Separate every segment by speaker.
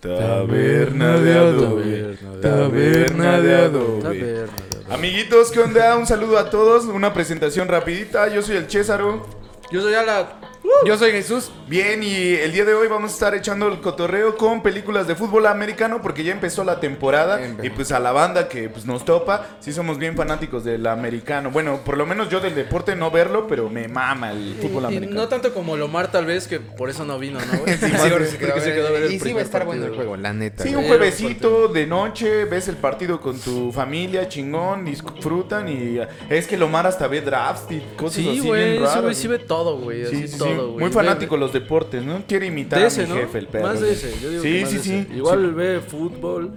Speaker 1: Taberna de adobe. Taberna de adobe.
Speaker 2: Taberna de adobe.
Speaker 1: Amiguitos, ¿qué onda? Un saludo a todos. Una presentación rapidita. Yo soy el Césaro.
Speaker 2: Yo soy Ala.
Speaker 1: Uh.
Speaker 2: Yo soy Jesús.
Speaker 1: Bien, y el día de hoy vamos a estar echando el cotorreo con películas de fútbol americano porque ya empezó la temporada
Speaker 2: Bien,
Speaker 1: y
Speaker 2: bien.
Speaker 1: pues a la banda que pues, nos topa, sí somos bien fanáticos del americano. Bueno, por lo menos yo del deporte no verlo, pero me mama el fútbol
Speaker 2: Y
Speaker 1: americano.
Speaker 2: no tanto como Lomar, tal vez, que por eso no vino, ¿no? güey?
Speaker 3: Sí, porque se quedó
Speaker 2: porque
Speaker 3: a
Speaker 2: se
Speaker 3: ver-
Speaker 2: quedó a ver el
Speaker 3: Y sí va a
Speaker 2: primer
Speaker 3: estar bueno el
Speaker 2: partido,
Speaker 3: juego, la neta.
Speaker 1: Sí, un
Speaker 3: güey.
Speaker 1: juevesito de noche, ves el partido con tu familia, chingón, disfrutan y es que Lomar hasta ve drafts y cosas
Speaker 2: Sí,
Speaker 1: así
Speaker 2: güey.
Speaker 1: bien
Speaker 2: Ese güey
Speaker 1: raras.
Speaker 2: sí ve todo,
Speaker 1: Sí,
Speaker 2: güey. así
Speaker 1: sí, sí.
Speaker 2: todo, güey.
Speaker 1: Muy
Speaker 2: Ve-
Speaker 1: fanático de los deportes, ¿no? Quiere imitar
Speaker 2: De ese,
Speaker 1: a mi
Speaker 2: ¿no?
Speaker 1: jefe, el perro.
Speaker 2: Más de ese. Yo digo
Speaker 1: sí,
Speaker 2: que más
Speaker 1: sí,
Speaker 2: de
Speaker 1: sí.
Speaker 2: ese. Igual ve fútbol,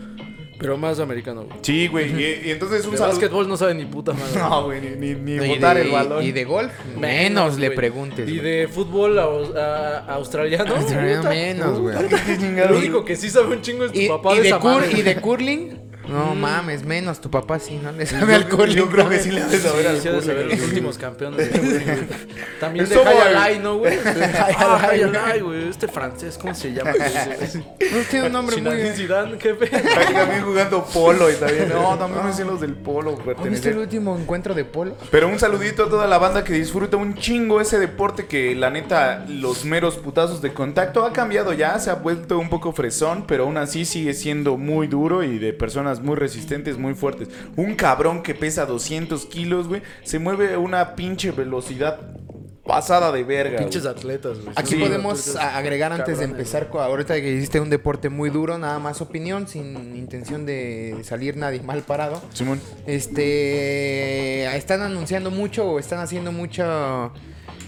Speaker 2: pero más americano, güey.
Speaker 1: Sí, güey. Y, y entonces un
Speaker 2: De
Speaker 1: saludo.
Speaker 2: básquetbol no sabe ni puta madre.
Speaker 1: No, güey, ni, ni, ni
Speaker 3: Y
Speaker 1: botar
Speaker 3: de-
Speaker 1: el balón.
Speaker 3: Y de golf, menos, le
Speaker 2: güey.
Speaker 3: preguntes.
Speaker 2: Y
Speaker 3: güey.
Speaker 2: de fútbol au- a- australiano.
Speaker 3: Australiano
Speaker 2: puta.
Speaker 3: menos, güey.
Speaker 1: Qué
Speaker 2: Lo
Speaker 1: chingado.
Speaker 2: único que sí sabe un chingo es tu
Speaker 3: Y,
Speaker 2: papá
Speaker 3: y
Speaker 2: de,
Speaker 3: de
Speaker 2: esa
Speaker 3: cur-
Speaker 2: madre.
Speaker 3: y de curling, no mames, menos. Tu papá sí, no le
Speaker 1: Yo-
Speaker 3: sabe al curling.
Speaker 1: Yo creo que sí le debes
Speaker 2: Sí,
Speaker 1: saber al
Speaker 2: sí ha de saber
Speaker 1: curling,
Speaker 2: los
Speaker 1: güey.
Speaker 2: últimos campeones. güey. También de
Speaker 1: Estuvo
Speaker 2: High
Speaker 1: el-
Speaker 2: Alive, ¿no, güey? Ah,
Speaker 1: Alive,
Speaker 2: High
Speaker 1: güey.
Speaker 2: Alive, güey. Este francés, ¿cómo se llama?
Speaker 3: No tiene un nombre muy.
Speaker 2: Zidane, Zidane, jefe.
Speaker 1: Ay, También jugando polo y también. No, también
Speaker 2: Ah.
Speaker 1: me hicieron los del polo.
Speaker 3: ¿No ¿Viste el
Speaker 1: pertenecer.
Speaker 3: último encuentro de polo?
Speaker 1: Pero un saludito a toda la banda que disfruta un chingo ese deporte que la neta los meros putazos de contacto ha cambiado ya, se ha vuelto un poco fresón, pero aún así sigue siendo muy duro y de personas muy resistentes, muy fuertes. Un cabrón que pesa 200 kilos, güey, se mueve a una pinche velocidad pasada de verga. güey.
Speaker 2: Pinches atletas, güey.
Speaker 3: Aquí
Speaker 1: Sí,
Speaker 3: podemos a- agregar antes de empezar, co- ahorita que hiciste un deporte muy duro, nada más opinión, sin intención de salir nadie mal parado.
Speaker 1: Simón.
Speaker 3: Este están anunciando mucho o están haciendo mucho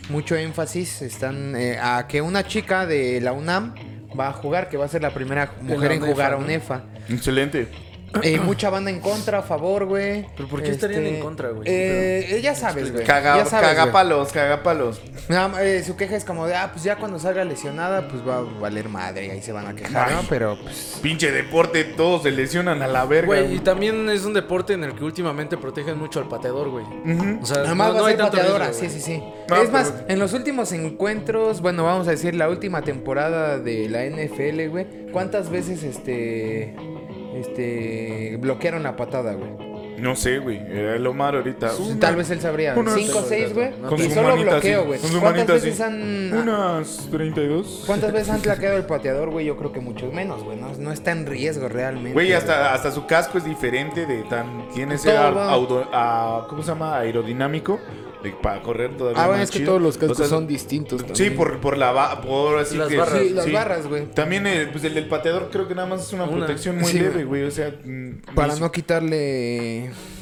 Speaker 3: mucho énfasis están eh, a que una chica de la UNAM va a jugar, que va a ser la primera mujer
Speaker 2: la
Speaker 3: en
Speaker 2: UNEFA,
Speaker 3: jugar a
Speaker 2: ¿no?
Speaker 3: UNEFA.
Speaker 1: Excelente.
Speaker 3: Eh, mucha banda en contra, a favor, güey. Este,
Speaker 2: ¿Pero por qué estarían en contra, güey?
Speaker 3: Eh, eh, ya sabes, güey.
Speaker 1: Caga,
Speaker 3: ya sabes, güey.
Speaker 1: cagapalos, cagapalos.
Speaker 3: Nada más, eh, su queja es como de, ah, pues ya cuando salga lesionada, pues va a valer madre, y ahí se van a quejar, ¿no? Pero pues.
Speaker 1: Pinche deporte, todos se lesionan a la verga.
Speaker 2: Güey,
Speaker 1: güey.
Speaker 2: y también es un deporte en el que últimamente protegen mucho al pateador, güey. O sea,
Speaker 3: Nada más va a ser pateadora,
Speaker 2: riesgo,
Speaker 3: sí,
Speaker 2: güey.
Speaker 3: sí, sí.
Speaker 1: No,
Speaker 3: es
Speaker 1: pero-
Speaker 3: más, en los últimos encuentros, bueno, vamos a decir la última temporada de la NFL, güey, ¿cuántas veces este este bloquearon la patada, güey? Pues,
Speaker 1: No sé, güey. Era el Omar ahorita. Una-
Speaker 3: Tal vez él sabría.
Speaker 1: unas-
Speaker 3: Cinco o seis, güey.
Speaker 2: no
Speaker 1: Con
Speaker 3: Y
Speaker 1: su
Speaker 3: solo
Speaker 1: manita
Speaker 3: bloqueo,
Speaker 1: así,
Speaker 3: güey.
Speaker 1: con su
Speaker 3: ¿Cuántas
Speaker 1: manita
Speaker 3: veces
Speaker 1: así.
Speaker 3: han
Speaker 1: Unas 32.
Speaker 3: cuántas veces han tlaqueado el pateador, güey? Yo creo que muchos menos, güey. No, no está en riesgo realmente.
Speaker 1: Güey, hasta, hasta su casco es diferente de tan... Tiene ese
Speaker 3: Todo,
Speaker 1: ar-
Speaker 3: güey.
Speaker 1: audo- a- ¿Cómo se llama? Aerodinámico. de- para correr todavía
Speaker 4: Ah, bueno,
Speaker 1: más
Speaker 4: es que
Speaker 1: chido.
Speaker 4: todos los
Speaker 1: O
Speaker 4: cascos
Speaker 1: sea,
Speaker 4: son distintos.
Speaker 1: Sí,
Speaker 4: también.
Speaker 1: por, por la... ba- Por así
Speaker 2: Las
Speaker 1: que-
Speaker 2: barras.
Speaker 3: Sí, las barras, güey.
Speaker 1: También el, pues, el del pateador creo que nada más es una,
Speaker 2: Una.
Speaker 1: protección muy
Speaker 3: Sí,
Speaker 1: leve,
Speaker 3: güey.
Speaker 1: güey. O sea... mm,
Speaker 3: Para
Speaker 1: ni
Speaker 3: no quitarle
Speaker 1: si-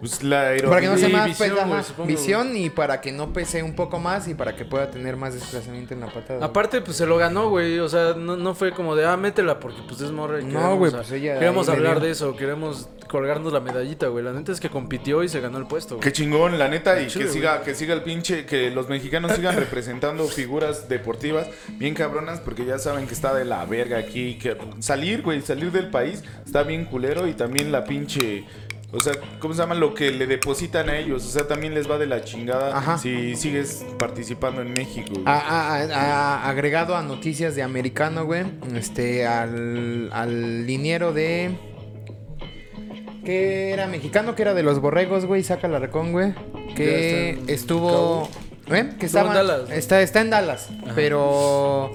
Speaker 1: Pues la
Speaker 3: Para que no
Speaker 1: aerodinámica...
Speaker 3: sea
Speaker 2: Y
Speaker 3: más
Speaker 2: visión,
Speaker 3: pesa,
Speaker 2: güey,
Speaker 3: ajá,
Speaker 2: supongo,
Speaker 3: visión y para que no pese un poco más y para que pueda tener más desplazamiento en la patada.
Speaker 2: Aparte, pues se lo ganó, güey. O sea, no, no fue como de, ah, métela porque pues es morra. y
Speaker 3: No,
Speaker 2: queremos
Speaker 3: güey,
Speaker 2: a-
Speaker 3: pues, ella
Speaker 2: Queremos
Speaker 3: ahí le
Speaker 2: hablar
Speaker 3: dio.
Speaker 2: de eso, queremos colgarnos la medallita, güey. La neta es que compitió y se ganó el puesto, güey.
Speaker 1: Qué chingón, la neta, y
Speaker 2: Chido,
Speaker 1: que
Speaker 2: güey.
Speaker 1: siga, que siga el pinche, que los mexicanos sigan representando figuras deportivas bien cabronas, porque ya saben que está de la verga aquí, que salir, güey, salir del país está bien culero y también la pinche, o sea, ¿cómo se llama? Lo que le depositan a ellos, o sea, también les va de la chingada
Speaker 3: Ajá. Ah,
Speaker 1: si sigues participando en México. güey.
Speaker 3: A- a- a- a- agregado a noticias de americano, güey. Este, al, al liniero de. Que era mexicano, que era de los borregos, güey. Saca la recón, güey.
Speaker 2: Ya
Speaker 3: Que
Speaker 2: está en
Speaker 3: estuvo. ¿Eh? Que
Speaker 2: Estuvo
Speaker 3: estaba.
Speaker 2: en Dallas, ¿no?
Speaker 3: Está, está en Dallas. Pero.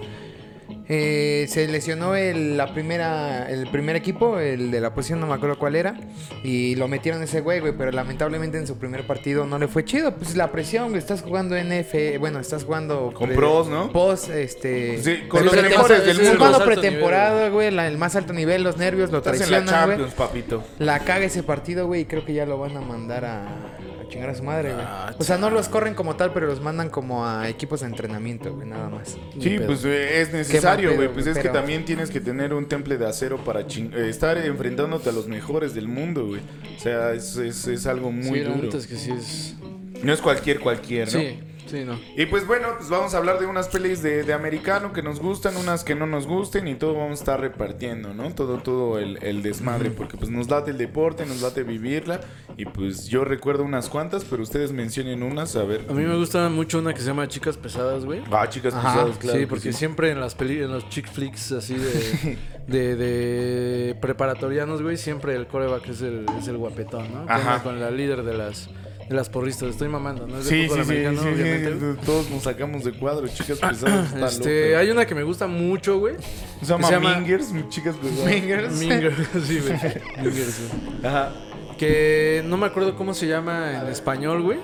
Speaker 3: eh, se lesionó el, la primera, el primer equipo, el de la posición, no me acuerdo cuál era. Y lo metieron ese güey, güey. Pero lamentablemente en su primer partido no le fue chido. Pues la presión, güey. Estás jugando NF. Bueno, estás jugando.
Speaker 1: Con
Speaker 3: pre-
Speaker 1: pros, ¿no?
Speaker 3: Pos, este.
Speaker 1: Sí, con
Speaker 3: pero
Speaker 1: los
Speaker 3: estás-
Speaker 1: mejores
Speaker 3: estás
Speaker 1: del mundo.
Speaker 3: jugando
Speaker 2: Los altos
Speaker 3: pretemporada, güey. la- El más alto nivel, los nervios lo
Speaker 1: Estás en la
Speaker 3: traicionan, güey.
Speaker 1: Champions, papito.
Speaker 3: La caga ese partido, güey. Y creo que ya lo van a mandar a, a chingar a su madre, güey.
Speaker 1: Ah,
Speaker 3: o sea, no los corren como tal, pero los mandan como a equipos de entrenamiento, güey. Nada más.
Speaker 1: Sí,
Speaker 3: Ni
Speaker 1: pues
Speaker 3: pedo.
Speaker 1: eh, es necesario,
Speaker 3: pedo,
Speaker 1: güey.
Speaker 3: güey,
Speaker 1: Pues es que
Speaker 3: pero-
Speaker 1: también tienes que tener un temple de acero para chin- eh, estar enfrentándote a los mejores del mundo, güey. O sea, es, es- es algo muy
Speaker 2: sí, la
Speaker 1: duro.
Speaker 2: neta es que sí es...
Speaker 1: No es cualquier cualquier, ¿no?
Speaker 2: Sí. Sí, no.
Speaker 1: Y pues bueno, pues vamos a hablar de unas pelis de, de americano que nos gustan, unas que no nos gusten y todo vamos a estar repartiendo, ¿no? Todo, todo el, el desmadre, porque pues nos late el deporte, nos late vivirla y pues yo recuerdo unas cuantas, pero ustedes mencionen unas, a ver.
Speaker 2: A mí me gusta mucho una que se llama Chicas Pesadas, güey.
Speaker 1: Ah, chicas
Speaker 3: Ajá,
Speaker 1: pesadas, claro.
Speaker 2: sí,
Speaker 1: que
Speaker 2: porque siempre en las peli, en los chick flicks así de, de, de preparatorianos, güey, siempre el coreback es el, es el guapetón, ¿no? Que
Speaker 1: Ajá.
Speaker 2: anda Con la líder de las, de las porristas. Estoy mamando, ¿no? Es de
Speaker 1: Sí, sí,
Speaker 2: fútbol
Speaker 1: sí,
Speaker 2: americano,
Speaker 1: sí, sí,
Speaker 2: obviamente, güey.
Speaker 1: todos nos sacamos de cuadro, chicas pesadas. Está
Speaker 2: Este,
Speaker 1: loca.
Speaker 2: hay una que me gusta mucho, güey.
Speaker 1: se llama,
Speaker 2: se llama-
Speaker 1: Mingers, chicas pesadas.
Speaker 2: Mingers, sí, güey. Mingers, güey.
Speaker 1: Ajá.
Speaker 2: Que no me acuerdo cómo se llama en español, güey.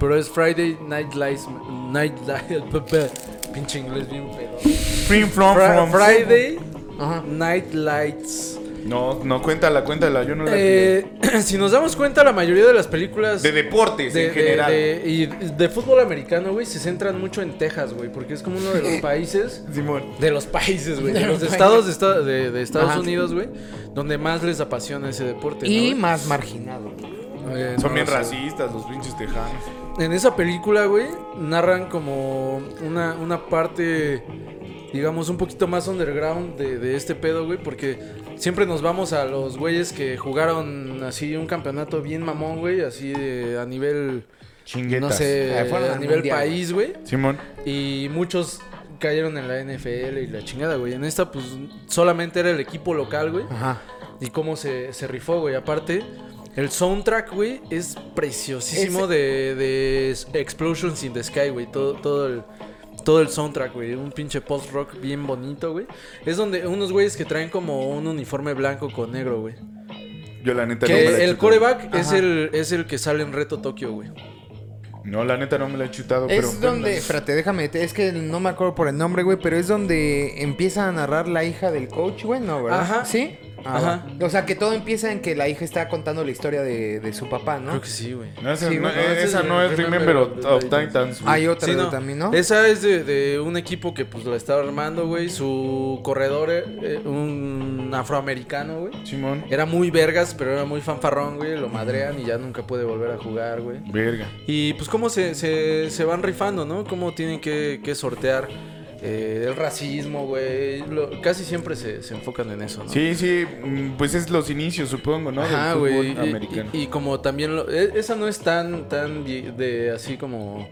Speaker 2: Pero es Friday Night Lights. Night Lights. Pinche inglés bien pedo.
Speaker 1: Free from,
Speaker 2: Fra-
Speaker 1: from-
Speaker 2: Friday
Speaker 3: Ajá.
Speaker 2: Night Lights.
Speaker 1: No, no, cuéntala, cuéntala, yo no la
Speaker 2: Eh, si nos damos cuenta, la mayoría de las películas
Speaker 1: De deportes
Speaker 2: de-
Speaker 1: en
Speaker 2: de-
Speaker 1: general.
Speaker 2: de- y de fútbol americano, güey, se centran mucho en Texas, güey, porque es como uno de los países
Speaker 1: Simón.
Speaker 2: De los países, güey.
Speaker 3: De
Speaker 2: De
Speaker 3: los
Speaker 2: los
Speaker 3: países.
Speaker 2: estados de, esta- de- de Estados
Speaker 3: Ajá.
Speaker 2: Unidos, güey. Donde más les apasiona ese deporte.
Speaker 3: Y
Speaker 2: ¿no,
Speaker 3: más marginado.
Speaker 2: güey? Eh,
Speaker 1: Son
Speaker 2: no
Speaker 1: bien
Speaker 2: lo sé.
Speaker 1: racistas los pinches tejanos.
Speaker 2: En esa película, güey, narran como una, una parte, digamos, un poquito más underground de, de este pedo, güey. Porque siempre nos vamos a los güeyes que jugaron así un campeonato bien mamón, güey. Así de- a nivel,
Speaker 1: Chinguetas.
Speaker 2: no sé,
Speaker 3: Ah, fueron
Speaker 2: a
Speaker 3: al
Speaker 2: nivel
Speaker 3: mundial, güey.
Speaker 2: país, güey.
Speaker 1: Simón.
Speaker 2: Y muchos cayeron en la NFL y la chingada, güey. En esta, pues, solamente era el equipo local, güey.
Speaker 3: Ajá.
Speaker 2: Y cómo se, se rifó, güey. Aparte, el soundtrack, güey, es preciosísimo de, de S- Explosions in the Sky, güey. Todo, todo el... Todo el soundtrack, güey. Un pinche post-rock bien bonito, güey. Es donde unos güeyes que traen como un uniforme blanco con negro, güey.
Speaker 1: Yo la neta no me la
Speaker 2: Que
Speaker 1: he
Speaker 2: el
Speaker 1: chutado.
Speaker 2: coreback es
Speaker 3: Ajá.
Speaker 2: el, es el que sale en Reto Tokio, güey.
Speaker 1: No, la neta no me la he chutado, pero.
Speaker 3: Es donde, espérate, déjame, es que no me acuerdo por el nombre, güey, pero es donde empieza a narrar la hija del coach, güey, ¿no, verdad?
Speaker 2: Ajá.
Speaker 3: ¿Sí? Ah,
Speaker 2: Ajá.
Speaker 3: va. O sea, que todo empieza en que la hija está contando la historia de, de su papá, ¿no?
Speaker 2: Creo que sí, güey.
Speaker 1: No, esa,
Speaker 3: Sí,
Speaker 1: no,
Speaker 3: bueno,
Speaker 1: eh,
Speaker 2: ese
Speaker 1: esa
Speaker 2: es
Speaker 1: no
Speaker 2: el
Speaker 1: es Remember of,
Speaker 2: Remember of
Speaker 1: of
Speaker 2: the
Speaker 1: Titans. güey.
Speaker 3: Hay otra
Speaker 2: Sí,
Speaker 3: güey,
Speaker 2: no.
Speaker 3: también, ¿no?
Speaker 2: Esa es de, de un equipo que pues la estaba armando, güey. Su corredor, eh, eh, un afroamericano, güey.
Speaker 1: Simón.
Speaker 2: Era muy vergas, pero era muy fanfarrón, güey. Lo madrean y ya nunca puede volver a jugar, güey.
Speaker 1: Verga.
Speaker 2: Y pues cómo se, se, se van rifando, ¿no? Cómo tienen que, que sortear eh, el racismo, güey. Lo- Casi siempre se, se enfocan en eso, ¿no?
Speaker 1: Sí, sí, mm, pues es los inicios, supongo, ¿no? Del
Speaker 2: Ajá,
Speaker 1: fútbol
Speaker 2: güey. Y-
Speaker 1: americano.
Speaker 2: Y, y como también lo- e- esa no es tan tan de, de así como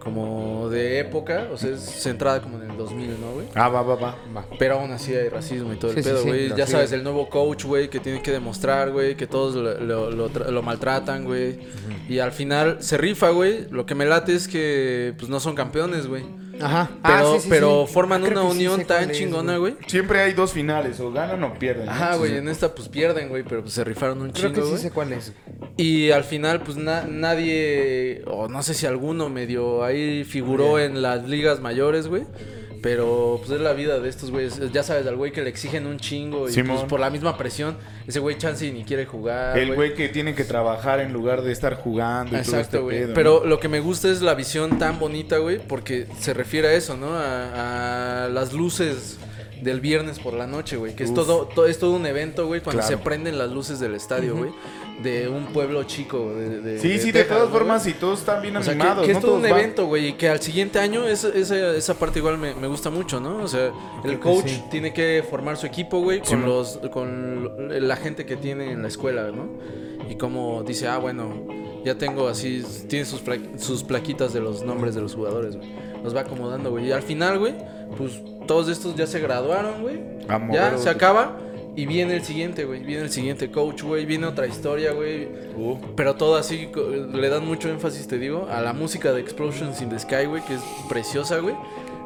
Speaker 2: como de época, o sea, es centrada como en el 2000, ¿no, güey?
Speaker 1: Ah, va, va, va. va.
Speaker 2: Pero aún así hay racismo y todo
Speaker 3: Sí,
Speaker 2: el
Speaker 3: sí,
Speaker 2: pedo,
Speaker 3: sí,
Speaker 2: güey.
Speaker 3: lo
Speaker 2: ya
Speaker 3: sí.
Speaker 2: sabes, el nuevo coach, güey, que tiene que demostrar, güey, que todos lo, lo- lo tra- lo maltratan, güey. Y al final se rifa, güey. Lo que me late es que pues no son campeones, güey.
Speaker 3: Ajá. Ah,
Speaker 2: Pero,
Speaker 3: sí, sí,
Speaker 2: pero
Speaker 3: sí.
Speaker 2: forman
Speaker 3: Ah, creo
Speaker 2: una
Speaker 3: que sí
Speaker 2: unión
Speaker 3: sé cuál
Speaker 2: tan
Speaker 3: es,
Speaker 2: chingona, güey.
Speaker 1: Siempre hay dos finales, o ganan o pierden. ¿no?
Speaker 2: Ajá,
Speaker 1: Sí,
Speaker 2: güey,
Speaker 1: sí.
Speaker 2: en esta pues pierden, güey, pero pues se rifaron un
Speaker 3: Creo
Speaker 2: chingo,
Speaker 3: que sí
Speaker 2: güey.
Speaker 3: sé cuál es.
Speaker 2: Y al final, pues na- nadie, o no sé si alguno medio ahí figuró en las ligas mayores, güey. Pero pues es la vida de estos güeyes. Ya sabes, al güey que le exigen un chingo y pues,
Speaker 1: Simón.
Speaker 2: por la misma presión, ese güey chance y ni quiere jugar.
Speaker 1: El güey que tiene que trabajar en lugar de estar jugando y
Speaker 2: Exacto,
Speaker 1: todo este
Speaker 2: güey.
Speaker 1: pedo,
Speaker 2: Pero lo que me gusta es la visión tan bonita, güey, porque se refiere a eso, ¿no? A, a las luces del viernes por la noche, güey. Que es
Speaker 1: Uf.
Speaker 2: todo, to- es todo un evento, güey, cuando
Speaker 1: Claro.
Speaker 2: se prenden las luces del estadio, güey. De un pueblo chico. De,
Speaker 1: ¿no?
Speaker 2: de-
Speaker 1: Sí, sí, de
Speaker 2: Texas,
Speaker 1: todas
Speaker 2: ¿no,
Speaker 1: formas,
Speaker 2: güey?
Speaker 1: y todos están bien
Speaker 2: O sea, que,
Speaker 1: animados.
Speaker 2: que es
Speaker 1: ¿no?
Speaker 2: todo
Speaker 1: Todos
Speaker 2: un
Speaker 1: van-
Speaker 2: evento, güey, y que al siguiente año esa, esa, esa parte igual me, me gusta mucho, ¿no? O sea, el coach tiene que formar su equipo, güey, con,
Speaker 1: man.
Speaker 2: los, con l- la gente que tiene en la escuela, ¿no? Y como dice, ah, bueno, ya tengo así, tiene sus, pla- sus plaquitas de los nombres de los jugadores, güey. Los va acomodando, güey. Y al final, güey, pues todos estos ya se graduaron, güey.
Speaker 1: A mover
Speaker 2: Ya
Speaker 1: otro.
Speaker 2: se acaba. Y viene el siguiente, güey. Viene el siguiente coach, güey. Viene otra historia, güey.
Speaker 1: Uh,
Speaker 2: Pero todo así, co- le dan mucho énfasis, te digo, a la música de Explosions in the Sky, güey, que es preciosa, güey.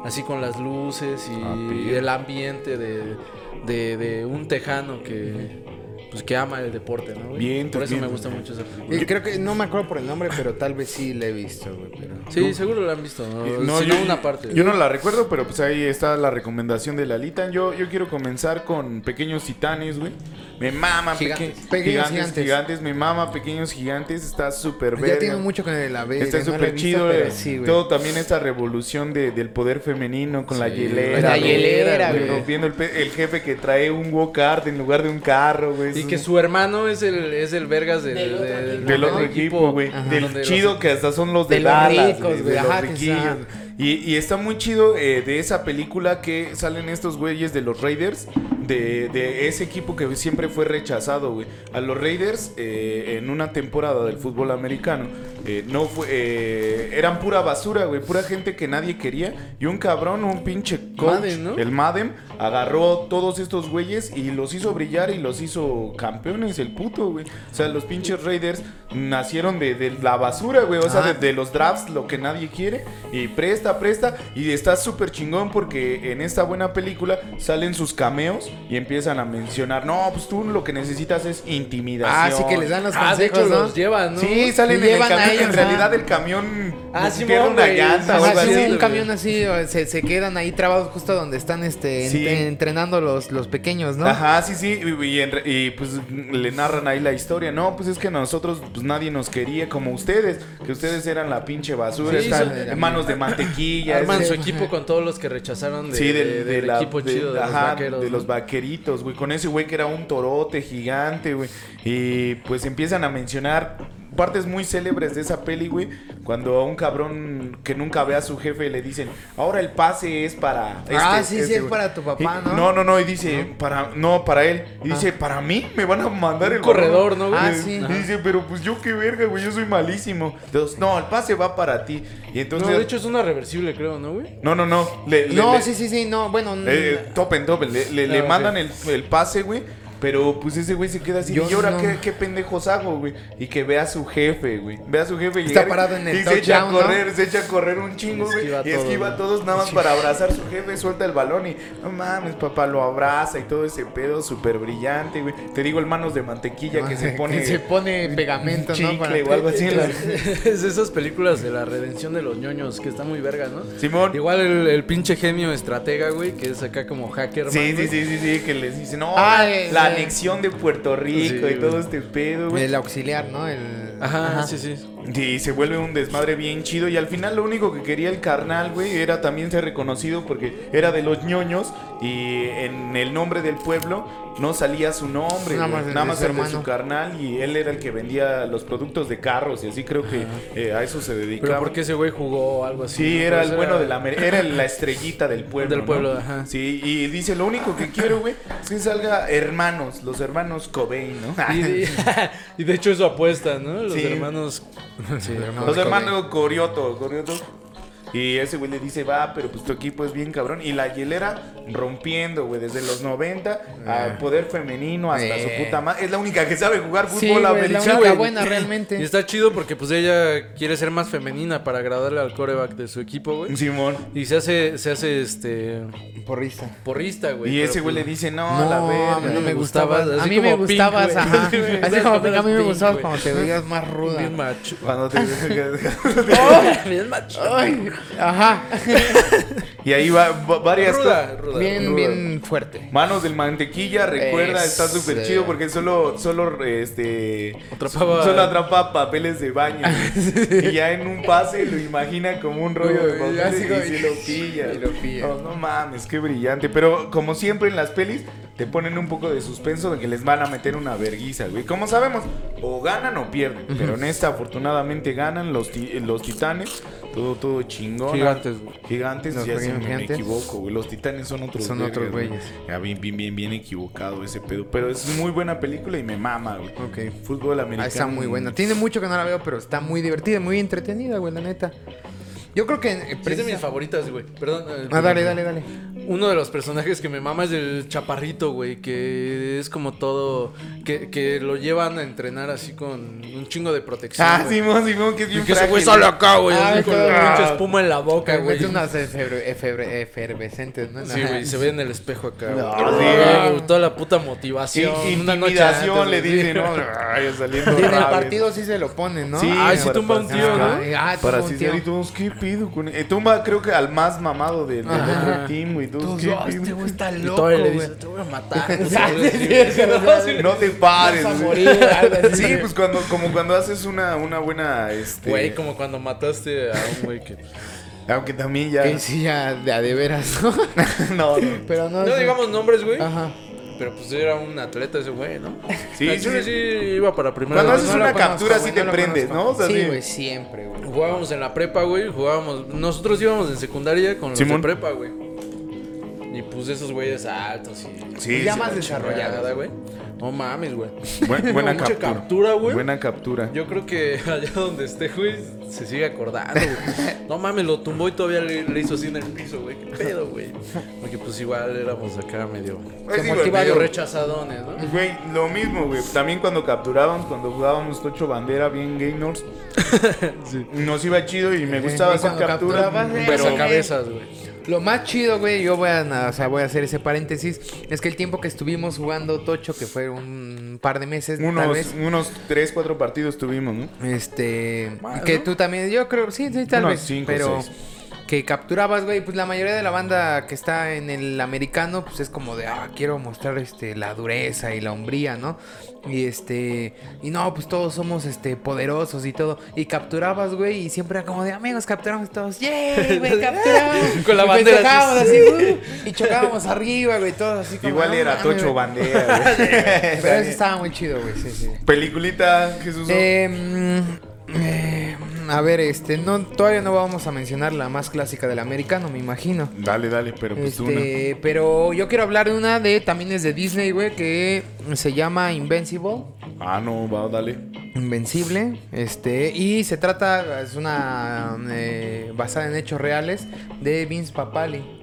Speaker 2: Así con las luces y,
Speaker 1: Ah,
Speaker 2: y
Speaker 1: bien.
Speaker 2: el ambiente de, de, de un tejano que, pues, que ama el deporte, ¿no? güey?
Speaker 1: Bien,
Speaker 2: Por eso
Speaker 1: bien.
Speaker 2: me gusta mucho esa película.
Speaker 3: Y creo que no me acuerdo por el nombre, pero tal vez sí la he visto, güey. Pero...
Speaker 2: Sí, seguro la han visto, ¿no?
Speaker 1: Eh,
Speaker 2: Si no, una parte.
Speaker 1: Yo no la recuerdo, pero pues ahí está la recomendación de Lalita. Yo, yo quiero comenzar con Pequeños Titanes, güey. Me mama peque-
Speaker 3: Gigantes.
Speaker 1: pequeños
Speaker 3: Pequeños
Speaker 1: gigantes,
Speaker 3: Gigantes.
Speaker 1: gigantes. Me mama Pequeños Gigantes. Está súper
Speaker 3: Ya
Speaker 1: verga.
Speaker 3: tiene mucho con el ave.
Speaker 1: Está
Speaker 3: no la he
Speaker 1: súper
Speaker 3: visto,
Speaker 1: chido.
Speaker 3: pero
Speaker 1: eh.
Speaker 3: sí, güey.
Speaker 1: Todo también esta revolución de- del poder femenino con la
Speaker 2: Sí,
Speaker 1: hielera.
Speaker 2: la
Speaker 1: güey.
Speaker 2: hielera,
Speaker 1: Güey,
Speaker 2: güey.
Speaker 1: Rompiendo el, pe- el jefe que trae un go-kart en lugar de un carro, güey.
Speaker 2: Y que su hermano es el, es el vergas del,
Speaker 4: Del otro
Speaker 2: del-
Speaker 4: equipo.
Speaker 1: Del otro equipo, güey.
Speaker 3: Ajá.
Speaker 1: Del
Speaker 2: Donde los-
Speaker 1: chido que hasta son los de,
Speaker 3: de los
Speaker 1: Dallas,
Speaker 3: ricos,
Speaker 1: güey,
Speaker 3: güey.
Speaker 1: de los
Speaker 3: Ajá, que
Speaker 1: riquillos.
Speaker 3: sea.
Speaker 1: Y, y está muy chido eh, de esa película que salen estos güeyes de los Raiders, de, de ese equipo que siempre fue rechazado, güey. A los Raiders, eh, en una temporada del fútbol americano, eh, no fue, eh, eran pura basura, güey, pura gente que nadie quería. Y un cabrón, un pinche coach,
Speaker 2: Madden, ¿no?
Speaker 1: el Madden, agarró todos estos güeyes y los hizo brillar y los hizo campeones, el puto, güey. O sea, los pinches Raiders nacieron de, de la basura, güey. O sea, de,
Speaker 3: Ah.
Speaker 1: de los drafts, lo que nadie quiere. Y presta, presta. Y está súper chingón porque en esta buena película salen sus cameos y empiezan a mencionar, no, pues tú lo que necesitas es
Speaker 3: Ah,
Speaker 1: intimidación.
Speaker 3: sí que les dan los
Speaker 2: Ah, de
Speaker 3: consejos,
Speaker 2: hecho
Speaker 3: ¿no?
Speaker 2: los llevan, ¿no?
Speaker 1: Sí, salen en
Speaker 3: Y
Speaker 1: el
Speaker 3: llevan a
Speaker 1: camión. en
Speaker 3: ellos,
Speaker 1: realidad
Speaker 3: ajá.
Speaker 1: el camión
Speaker 2: Ah,
Speaker 1: pierde
Speaker 2: Simón,
Speaker 1: una
Speaker 2: güey.
Speaker 1: llanta o
Speaker 3: Ajá,
Speaker 1: algo
Speaker 3: sí,
Speaker 1: así.
Speaker 3: un
Speaker 2: güey.
Speaker 3: camión así, o se, se quedan ahí trabados justo donde están este,
Speaker 1: Sí.
Speaker 3: ent- entrenando los, los pequeños, ¿no?
Speaker 1: Ajá, sí, sí, y, y en re- y, pues le narran ahí la historia. No, pues es que nosotros, pues nadie nos quería como ustedes, que ustedes eran la pinche basura,
Speaker 2: Sí,
Speaker 1: están
Speaker 2: son-
Speaker 1: en manos de mantequilla.
Speaker 2: Arman
Speaker 1: ese-
Speaker 2: su equipo con todos los que rechazaron de,
Speaker 1: sí, del,
Speaker 2: de-
Speaker 1: de
Speaker 2: del
Speaker 1: la-
Speaker 2: equipo
Speaker 1: de-
Speaker 2: chido de
Speaker 1: ajá,
Speaker 2: los vaqueros.
Speaker 1: de
Speaker 2: ¿no?
Speaker 1: los vaqueritos, güey, con ese güey que era un torote gigante, güey. Y pues empiezan a mencionar partes muy célebres de esa peli, güey, cuando a un cabrón que nunca ve a su jefe le dicen, ahora el pase este, es para...
Speaker 3: Ah, sí, sí, es
Speaker 1: güey".
Speaker 3: para tu papá,
Speaker 1: Y-
Speaker 3: ¿no?
Speaker 1: No, no, no, y dice, para, no, para él. Y dice, para mí me van a mandar el balón".
Speaker 2: corredor, ¿no, güey?
Speaker 3: Ah,
Speaker 1: Y-
Speaker 3: sí.
Speaker 1: y
Speaker 3: Ajá.
Speaker 1: dice, pero pues yo qué verga, güey, yo soy malísimo. Entonces, no, el pase va para ti. Y entonces...
Speaker 2: No, de hecho es una reversible, creo, ¿no, güey?
Speaker 1: no, no, no. le- le-
Speaker 3: No,
Speaker 1: le-
Speaker 3: sí, sí, sí, no, bueno, n-
Speaker 1: eh, topen, topen. Le, le- le
Speaker 2: Ah, ok.
Speaker 1: mandan el, el pase, güey. Pero pues ese güey se queda así.
Speaker 3: Yo
Speaker 1: y ahora
Speaker 3: no.
Speaker 1: qué, qué pendejos hago, güey. Y que vea a su jefe, güey. Ve a su jefe
Speaker 3: Está
Speaker 1: llegar y-
Speaker 3: parado en el
Speaker 1: Y se echa a
Speaker 3: touchdown, ¿no?
Speaker 1: correr, se echa a correr un chingo, güey.
Speaker 2: Esquiva
Speaker 1: Y
Speaker 2: todo,
Speaker 1: esquiva a
Speaker 2: ¿no?
Speaker 1: todos nada más para abrazar a su jefe. Suelta el balón y no mames, papá, lo abraza y todo ese pedo súper brillante, güey. Te digo, el manos de mantequilla que se pone.
Speaker 3: se pone pegamento, ¿no?
Speaker 1: chicle o algo así en la-
Speaker 2: es de esas películas de la redención de los ñoños, que está muy verga, ¿no?
Speaker 1: Simón.
Speaker 2: Igual el, el pinche genio estratega, güey, que es acá como hacker.
Speaker 1: Sí, sí, sí, sí, sí, que les dicen, no,
Speaker 3: Ah, eh,
Speaker 1: la
Speaker 3: eh.
Speaker 1: anexión de Puerto
Speaker 2: Sí,
Speaker 1: Rico y
Speaker 2: güey.
Speaker 1: todo este pedo, güey.
Speaker 3: El auxiliar, ¿no? El...
Speaker 2: Ajá, sí, sí.
Speaker 1: Y se vuelve un desmadre bien chido. Y al final lo único que quería el carnal, güey, era también ser reconocido porque era de los ñoños. Y en el nombre del pueblo no salía su nombre,
Speaker 3: Nada
Speaker 1: güey.
Speaker 3: más el
Speaker 1: nada
Speaker 3: de
Speaker 1: más
Speaker 3: su
Speaker 1: el de
Speaker 3: hermano.
Speaker 1: su carnal. Y él era el que vendía los productos de carros. Y así creo que eh, a eso se dedicaba.
Speaker 2: Pero porque ese güey jugó o algo así.
Speaker 1: Sí,
Speaker 2: ¿no?
Speaker 1: era
Speaker 2: Pues
Speaker 1: el bueno de la mer- era la estrellita del pueblo.
Speaker 2: Del
Speaker 1: ¿no?
Speaker 2: pueblo, ajá.
Speaker 1: Sí, y dice, lo único que quiero, güey, es que salga hermanos, los hermanos Cobain, ¿no?
Speaker 2: Y de, y de hecho es su apuesta, ¿no? Los
Speaker 1: Sí.
Speaker 2: hermanos.
Speaker 3: Sí, hermano
Speaker 1: Los
Speaker 3: de
Speaker 1: hermanos Corioto, Corioto. Y ese güey le dice, va, pero pues tu equipo es bien cabrón. Y la hielera rompiendo, güey, desde los 90 a poder femenino hasta
Speaker 3: Ah. Eh.
Speaker 1: su puta madre. Es la única que sabe jugar
Speaker 3: Kobe.
Speaker 1: fútbol
Speaker 3: Sí, güey, la
Speaker 1: americano.
Speaker 3: única
Speaker 1: güey.
Speaker 3: buena
Speaker 2: Y
Speaker 3: realmente.
Speaker 2: está chido porque pues ella quiere ser más femenina para agradarle al coreback de su equipo, güey.
Speaker 1: Simón.
Speaker 2: Y se hace, se hace este
Speaker 3: Porrista.
Speaker 2: porrista, güey.
Speaker 1: Y
Speaker 2: pero,
Speaker 1: ese güey
Speaker 2: pues,
Speaker 1: le dice, no,
Speaker 3: No,
Speaker 1: la
Speaker 3: a mí
Speaker 1: verga.
Speaker 3: no me
Speaker 2: gustabas,
Speaker 3: gustabas. A
Speaker 2: así
Speaker 3: mí me
Speaker 2: como Pink,
Speaker 3: gustabas,
Speaker 2: güey.
Speaker 3: ajá.
Speaker 2: Sí, güey.
Speaker 3: Así como
Speaker 2: Cuando
Speaker 3: Pink, a mí me
Speaker 2: eras
Speaker 3: gustabas
Speaker 2: Pink,
Speaker 3: cuando te veías más ruda.
Speaker 2: Bien macho.
Speaker 1: Cuando te-
Speaker 2: Bien macho.
Speaker 3: Ay, ajá.
Speaker 1: y ahí va, va- varias
Speaker 2: Ruda,
Speaker 1: cosas.
Speaker 2: ruda.
Speaker 3: Bien,
Speaker 1: ruda.
Speaker 3: bien fuerte.
Speaker 1: Manos del mantequilla, recuerda,
Speaker 3: Es-
Speaker 1: está súper chido porque solo, solo, este...
Speaker 2: Atrapaba-
Speaker 1: Solo atrapa papeles de baño. y ya en un pase lo imagina como un rollo de
Speaker 3: Uy, ya
Speaker 1: papeles
Speaker 3: sigo-
Speaker 1: y sí lo pilla.
Speaker 3: y lo pilla.
Speaker 1: No, no mames, qué brillante. Pero como siempre en las pelis, te ponen un poco de suspenso de que les van a meter una verguiza, güey. Como sabemos, o ganan o pierden. Pero en esta afortunadamente ganan los, ti- los titanes. Todo, todo chingón.
Speaker 2: Gigantes, güey.
Speaker 1: Gigantes,
Speaker 3: Los
Speaker 1: ya sí me- me
Speaker 3: gigantes.
Speaker 1: equivoco, güey. Los titanes son otros
Speaker 3: Son otros
Speaker 1: vergas,
Speaker 3: güeyes.
Speaker 1: Ya, bien, bien, bien, bien equivocado ese pedo. Pero es muy buena película y me mama, güey.
Speaker 3: Ok.
Speaker 1: Fútbol americano.
Speaker 3: Ah, está muy buena. Tiene mucho que no la veo, pero está muy divertida, muy entretenida, güey, la neta. Yo creo que. eh,
Speaker 2: Sí, Es de mis
Speaker 3: precisa-
Speaker 2: favoritas, güey. Perdón. eh,
Speaker 3: Ah, dale, dale, dale.
Speaker 2: Uno de los personajes que me mama es el chaparrito, güey, que es como todo, que, que lo llevan a entrenar así con un chingo de protección.
Speaker 1: Ah,
Speaker 2: güey.
Speaker 1: Simón, Simón, que es
Speaker 2: Y
Speaker 1: bien
Speaker 2: que se fue
Speaker 1: frágil.
Speaker 2: solo acá, güey,
Speaker 3: Ah,
Speaker 2: así con
Speaker 3: claro.
Speaker 2: mucha espuma en la boca,
Speaker 3: Que
Speaker 2: güey.
Speaker 3: mete unas eferve- eferve- efervescentes, ¿no?
Speaker 2: Sí, güey, se ve en el espejo acá. güey.
Speaker 1: No,
Speaker 2: Ah,
Speaker 1: sí.
Speaker 2: güey, Toda la puta
Speaker 1: Sí,
Speaker 2: motivación. una noche
Speaker 1: intimidación
Speaker 2: antes,
Speaker 1: le
Speaker 2: güey, sí.
Speaker 1: dicen, ¿no? Ay, saliendo
Speaker 3: Y en el
Speaker 1: rabias.
Speaker 3: partido sí se lo ponen, ¿no?
Speaker 1: Sí,
Speaker 2: Ay, sí
Speaker 1: para-
Speaker 2: tumba un tío, ¿no?
Speaker 1: Ajá.
Speaker 3: Ah,
Speaker 1: Para
Speaker 3: tumba un
Speaker 1: así
Speaker 3: tío.
Speaker 1: y todos, ¿qué pido? Con... eh, tumba creo que al más mamado del, del
Speaker 3: Ajá.
Speaker 1: otro team, güey. Todos,
Speaker 3: Tú,
Speaker 1: ¿qué
Speaker 3: "Ah, este
Speaker 1: pido?"
Speaker 3: güey está
Speaker 2: Y
Speaker 3: loco,
Speaker 2: todavía le
Speaker 3: güey.
Speaker 2: dicen, te voy a matar.
Speaker 3: O sea,
Speaker 2: Sí, güey, sí,
Speaker 3: sí,
Speaker 2: güey.
Speaker 3: o sea, sí.
Speaker 1: No te pares,
Speaker 3: Vas a
Speaker 1: güey.
Speaker 3: morir, algo así.
Speaker 1: Sí, pues cuando, como cuando haces una, una buena, este...
Speaker 2: Güey, como cuando mataste a un güey que...
Speaker 1: Aunque también ya...
Speaker 3: Que sí, ya de a de veras, ¿no?
Speaker 1: no, no.
Speaker 3: Pero no. Ah.
Speaker 2: No
Speaker 3: sé.
Speaker 2: digamos nombres, güey.
Speaker 3: Ajá.
Speaker 2: Pero pues era un atleta ese güey, ¿no?
Speaker 1: Sí,
Speaker 2: Al
Speaker 1: sí,
Speaker 2: chile
Speaker 1: sí.
Speaker 2: iba para primera.
Speaker 1: Cuando
Speaker 2: vez,
Speaker 1: haces
Speaker 2: ¿no?
Speaker 1: una
Speaker 3: lo conozco,
Speaker 1: captura sí
Speaker 3: güey,
Speaker 1: te
Speaker 3: no lo
Speaker 1: prendes, ¿no?
Speaker 3: conozco.
Speaker 1: O sea,
Speaker 3: sí,
Speaker 1: sí.
Speaker 3: güey, siempre, güey.
Speaker 2: Jugábamos en la prepa, güey. Jugábamos. Nosotros íbamos en secundaria con los
Speaker 1: Simón.
Speaker 2: de prepa, güey. Y pues esos güeyes altos y.
Speaker 1: Sí,
Speaker 3: Ya
Speaker 1: sí,
Speaker 3: más
Speaker 1: la
Speaker 2: Chingada,
Speaker 3: desarrollados.
Speaker 2: güey. No mames, güey.
Speaker 1: Buen- buena
Speaker 2: Mucha
Speaker 1: captura.
Speaker 2: captura, güey.
Speaker 1: Buena captura.
Speaker 2: Yo creo que allá donde esté, güey, se sigue acordando, güey. No mames, lo tumbó y todavía le, le hizo así en el piso, güey. ¿Qué pedo, güey? Porque pues igual éramos acá medio,
Speaker 1: Es
Speaker 3: Te motiva
Speaker 1: divertido.
Speaker 3: los rechazadones, ¿no?
Speaker 1: Güey, lo mismo, güey. También cuando capturábamos, cuando jugábamos Tocho Bandera, bien gamers, nos iba chido y me gustaba
Speaker 3: Eh, y
Speaker 1: esa
Speaker 3: cuando
Speaker 1: captura.
Speaker 3: capturabas, eh,
Speaker 1: Pero,
Speaker 2: pero cabezas, güey.
Speaker 3: Lo más chido, güey, yo voy a, na- o sea, voy a hacer ese paréntesis, es que el tiempo que estuvimos jugando Tocho, que fue un par de meses, tal
Speaker 1: unos,
Speaker 3: vez,
Speaker 1: unos 3, 4 partidos tuvimos, ¿no?
Speaker 3: este,
Speaker 2: Más,
Speaker 3: que
Speaker 2: ¿no?
Speaker 3: tú también, yo creo, sí, sí, tal
Speaker 1: Unos
Speaker 3: vez,
Speaker 1: cinco,
Speaker 3: pero
Speaker 1: seis.
Speaker 3: que capturabas, güey, pues la mayoría de la banda que está en el americano, pues es como de, ah, quiero mostrar, este, la dureza y la hombría, ¿no? Y este, y no, pues todos somos, este, poderosos y todo, y capturabas, güey, y siempre era como de, amigos, capturamos todos, ¡yay, güey, capturamos!
Speaker 2: Con la
Speaker 3: Y
Speaker 2: bandera así,
Speaker 3: festejábamos
Speaker 2: sí.
Speaker 3: así, "Uh", y chocábamos arriba, güey, todos así como,
Speaker 1: Igual
Speaker 3: "No
Speaker 1: era
Speaker 3: mames,
Speaker 1: Tocho
Speaker 3: güey".
Speaker 1: Bandera, güey.
Speaker 3: Pero eso estaba muy chido, güey, sí, sí.
Speaker 1: Peliculita, Jesús.
Speaker 3: Eh, mm, eh, a ver, este, no, todavía no vamos a mencionar la más clásica del americano, me imagino.
Speaker 1: Dale, dale, pero pues tú una.
Speaker 3: Este, pero yo quiero hablar de una de, también es de Disney, güey, que se llama Invincible.
Speaker 1: Ah, no, va, dale.
Speaker 3: Invencible, este, y se trata, es una eh, basada en hechos reales de Vince Papali.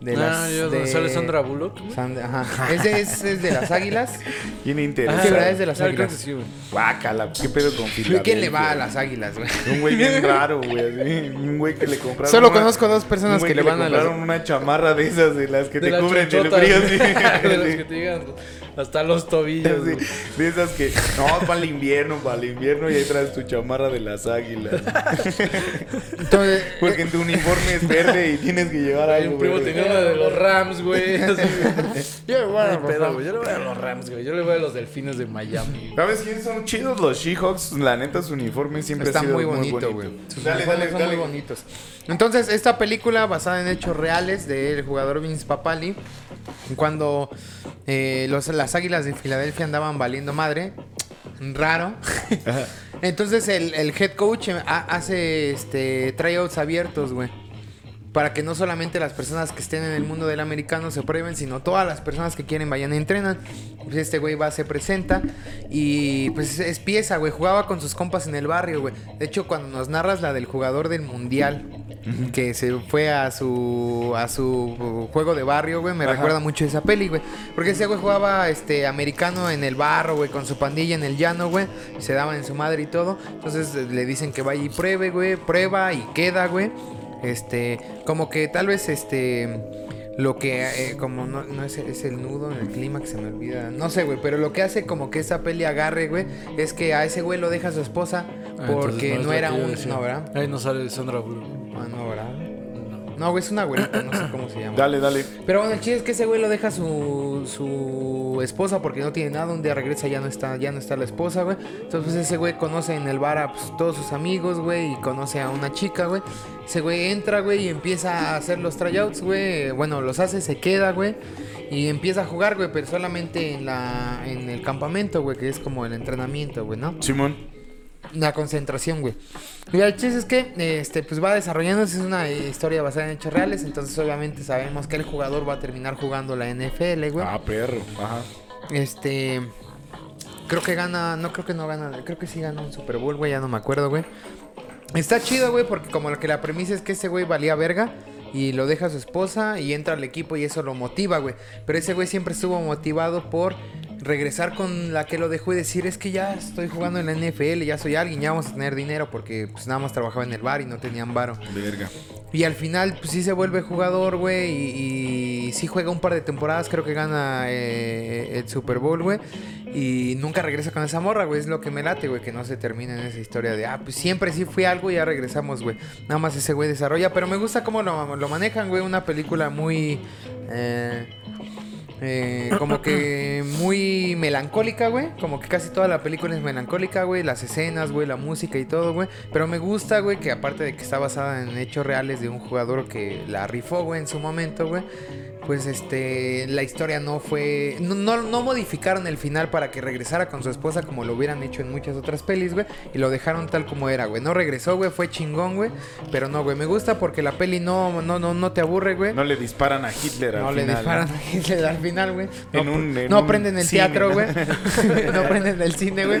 Speaker 3: De
Speaker 2: Ah, yo, ¿dónde sale Sandra Bullock? güey?
Speaker 3: Sand- ajá. Es, de- es- es de las águilas.
Speaker 1: ¿Quién
Speaker 3: Ah,
Speaker 1: interesa?
Speaker 3: sí, ¿verdad? Es de las
Speaker 2: Ah, creo
Speaker 3: águilas.
Speaker 2: que sí, güey.
Speaker 1: Guácala, ¿qué pedo con Filadelfia?
Speaker 3: ¿Quién le va a las águilas, güey?
Speaker 1: Un güey bien raro, güey. así, Un güey que le compraron.
Speaker 3: Solo
Speaker 1: una-
Speaker 3: conozco dos personas
Speaker 1: un güey
Speaker 3: que le van a las-
Speaker 1: compraron una chamarra de esas, de las que
Speaker 2: De
Speaker 1: te
Speaker 2: las
Speaker 1: cubren el
Speaker 2: chochotas,
Speaker 1: frío.
Speaker 2: güey.
Speaker 1: sí.
Speaker 2: De las
Speaker 1: Sí.
Speaker 2: que te llegan hasta los
Speaker 1: Ya
Speaker 2: tobillos,
Speaker 1: sé,
Speaker 2: güey.
Speaker 1: de esas que. No, para el invierno, para el invierno y ahí traes tu chamarra de las águilas.
Speaker 3: Entonces,
Speaker 1: Porque en tu uniforme es verde y tienes que llevar
Speaker 2: Hay
Speaker 1: algo.
Speaker 2: un primo
Speaker 1: verde.
Speaker 2: tenía una de los Rams, güey. así, güey.
Speaker 3: yo le voy a
Speaker 2: Ay,
Speaker 3: los
Speaker 2: pedo,
Speaker 3: Rams.
Speaker 2: güey. Yo le voy a los Rams, güey. Yo le voy a los Delfines de Miami.
Speaker 1: ¿Sabes quiénes son chidos los She-Hawks? La neta, su uniforme siempre
Speaker 3: Está
Speaker 1: ha sido
Speaker 3: muy bonito, güey. Sus
Speaker 1: Dale, dale,
Speaker 3: uniformes son
Speaker 1: dale.
Speaker 3: muy bonitos. Entonces, esta película basada en hechos reales del jugador Vince Papali, cuando eh, los, las águilas de Filadelfia andaban valiendo madre, raro. Entonces, el, el head coach eh, ha- hace este tryouts abiertos, güey. Para que no solamente las personas que estén en el mundo del americano se prueben, sino todas las personas que quieren vayan y entrenan. Pues este güey va, se presenta y pues es pieza, güey. Jugaba con sus compas en el barrio, güey. De hecho, cuando nos narras la del jugador del mundial que se fue a su a su juego de barrio, güey, me
Speaker 1: Ajá.
Speaker 3: recuerda mucho esa peli, güey. Porque ese güey jugaba este americano en el barro, güey, con su pandilla en el llano, güey. Se daban en su madre y todo. Entonces eh, le dicen que vaya y pruebe, güey, prueba y queda, güey. Este, como que tal vez este lo que eh, como no, no es, es el nudo en el clima que se me olvida. No sé, güey, pero lo que hace como que esa peli agarre, güey, es que a ese güey lo deja su esposa
Speaker 2: Ah,
Speaker 3: porque Ah, no, era un no, ¿verdad?
Speaker 2: Ahí no sale Sandra Bullock.
Speaker 3: Ah, no, ¿verdad? No, güey, es una güerita, no sé cómo se llama.
Speaker 1: Dale, dale.
Speaker 3: Pero bueno, el chiste es que ese güey lo deja su, su esposa porque no tiene nada. Un día regresa, ya no está, ya no está la esposa, güey. Entonces, pues, ese güey conoce en el bar a pues, todos sus amigos, güey, y conoce a una chica, güey. Ese güey entra, güey, y empieza a hacer los tryouts, güey. Bueno, los hace, se queda, güey. Y empieza a jugar, güey, pero solamente en, la, en el campamento, güey, que es como el entrenamiento, güey, ¿no?
Speaker 1: Simón.
Speaker 3: una concentración, güey. Y el chiste es que este, pues va desarrollándose, es una eh, historia basada en hechos reales, entonces obviamente sabemos que el jugador va a terminar jugando la NFL, güey.
Speaker 1: Ah, perro. Ajá.
Speaker 3: Este, creo que gana, no creo que no gana, creo que sí gana un Super Bowl, güey, ya no me acuerdo, güey. Está chido, güey, porque como que la premisa es que ese güey valía verga y lo deja a su esposa y entra al equipo y eso lo motiva, güey. Pero ese güey siempre estuvo motivado por regresar con la que lo dejó y decir, es que ya estoy jugando en la NFL, ya soy alguien, ya vamos a tener dinero porque pues nada más trabajaba en el bar y no tenían varo.
Speaker 1: Verga.
Speaker 3: Y al final, pues sí se vuelve jugador, güey. Y, y sí juega un par de temporadas. Creo que gana eh, el Super Bowl, güey. Y nunca regresa con esa morra, güey. Es lo que me late, güey. Que no se termina en esa historia de, ah, pues siempre sí fui algo y ya regresamos, güey. Nada más ese güey desarrolla. Pero me gusta cómo lo, lo manejan, güey. Una película muy. eh, eh, como que muy melancólica, güey. Como que casi toda la película es melancólica, güey. Las escenas, güey, la música y todo, güey. Pero me gusta, güey, que aparte de que está basada en hechos reales de un jugador que la rifó, güey, en su momento, güey. pues este la historia no fue no, no, no modificaron el final para que regresara con su esposa como lo hubieran hecho en muchas otras pelis, güey, y lo dejaron tal como era, güey. No regresó, güey, fue chingón, güey, pero no, güey, me gusta porque la peli no no no no te aburre, güey.
Speaker 1: No le disparan a Hitler al
Speaker 3: No le
Speaker 1: final, ¿eh?
Speaker 3: disparan a Hitler al final, güey. No, pues,
Speaker 1: En un- en
Speaker 3: no
Speaker 1: un
Speaker 3: prenden el
Speaker 1: cine,
Speaker 3: teatro,
Speaker 1: ¿no?
Speaker 3: güey. no prenden el cine, güey.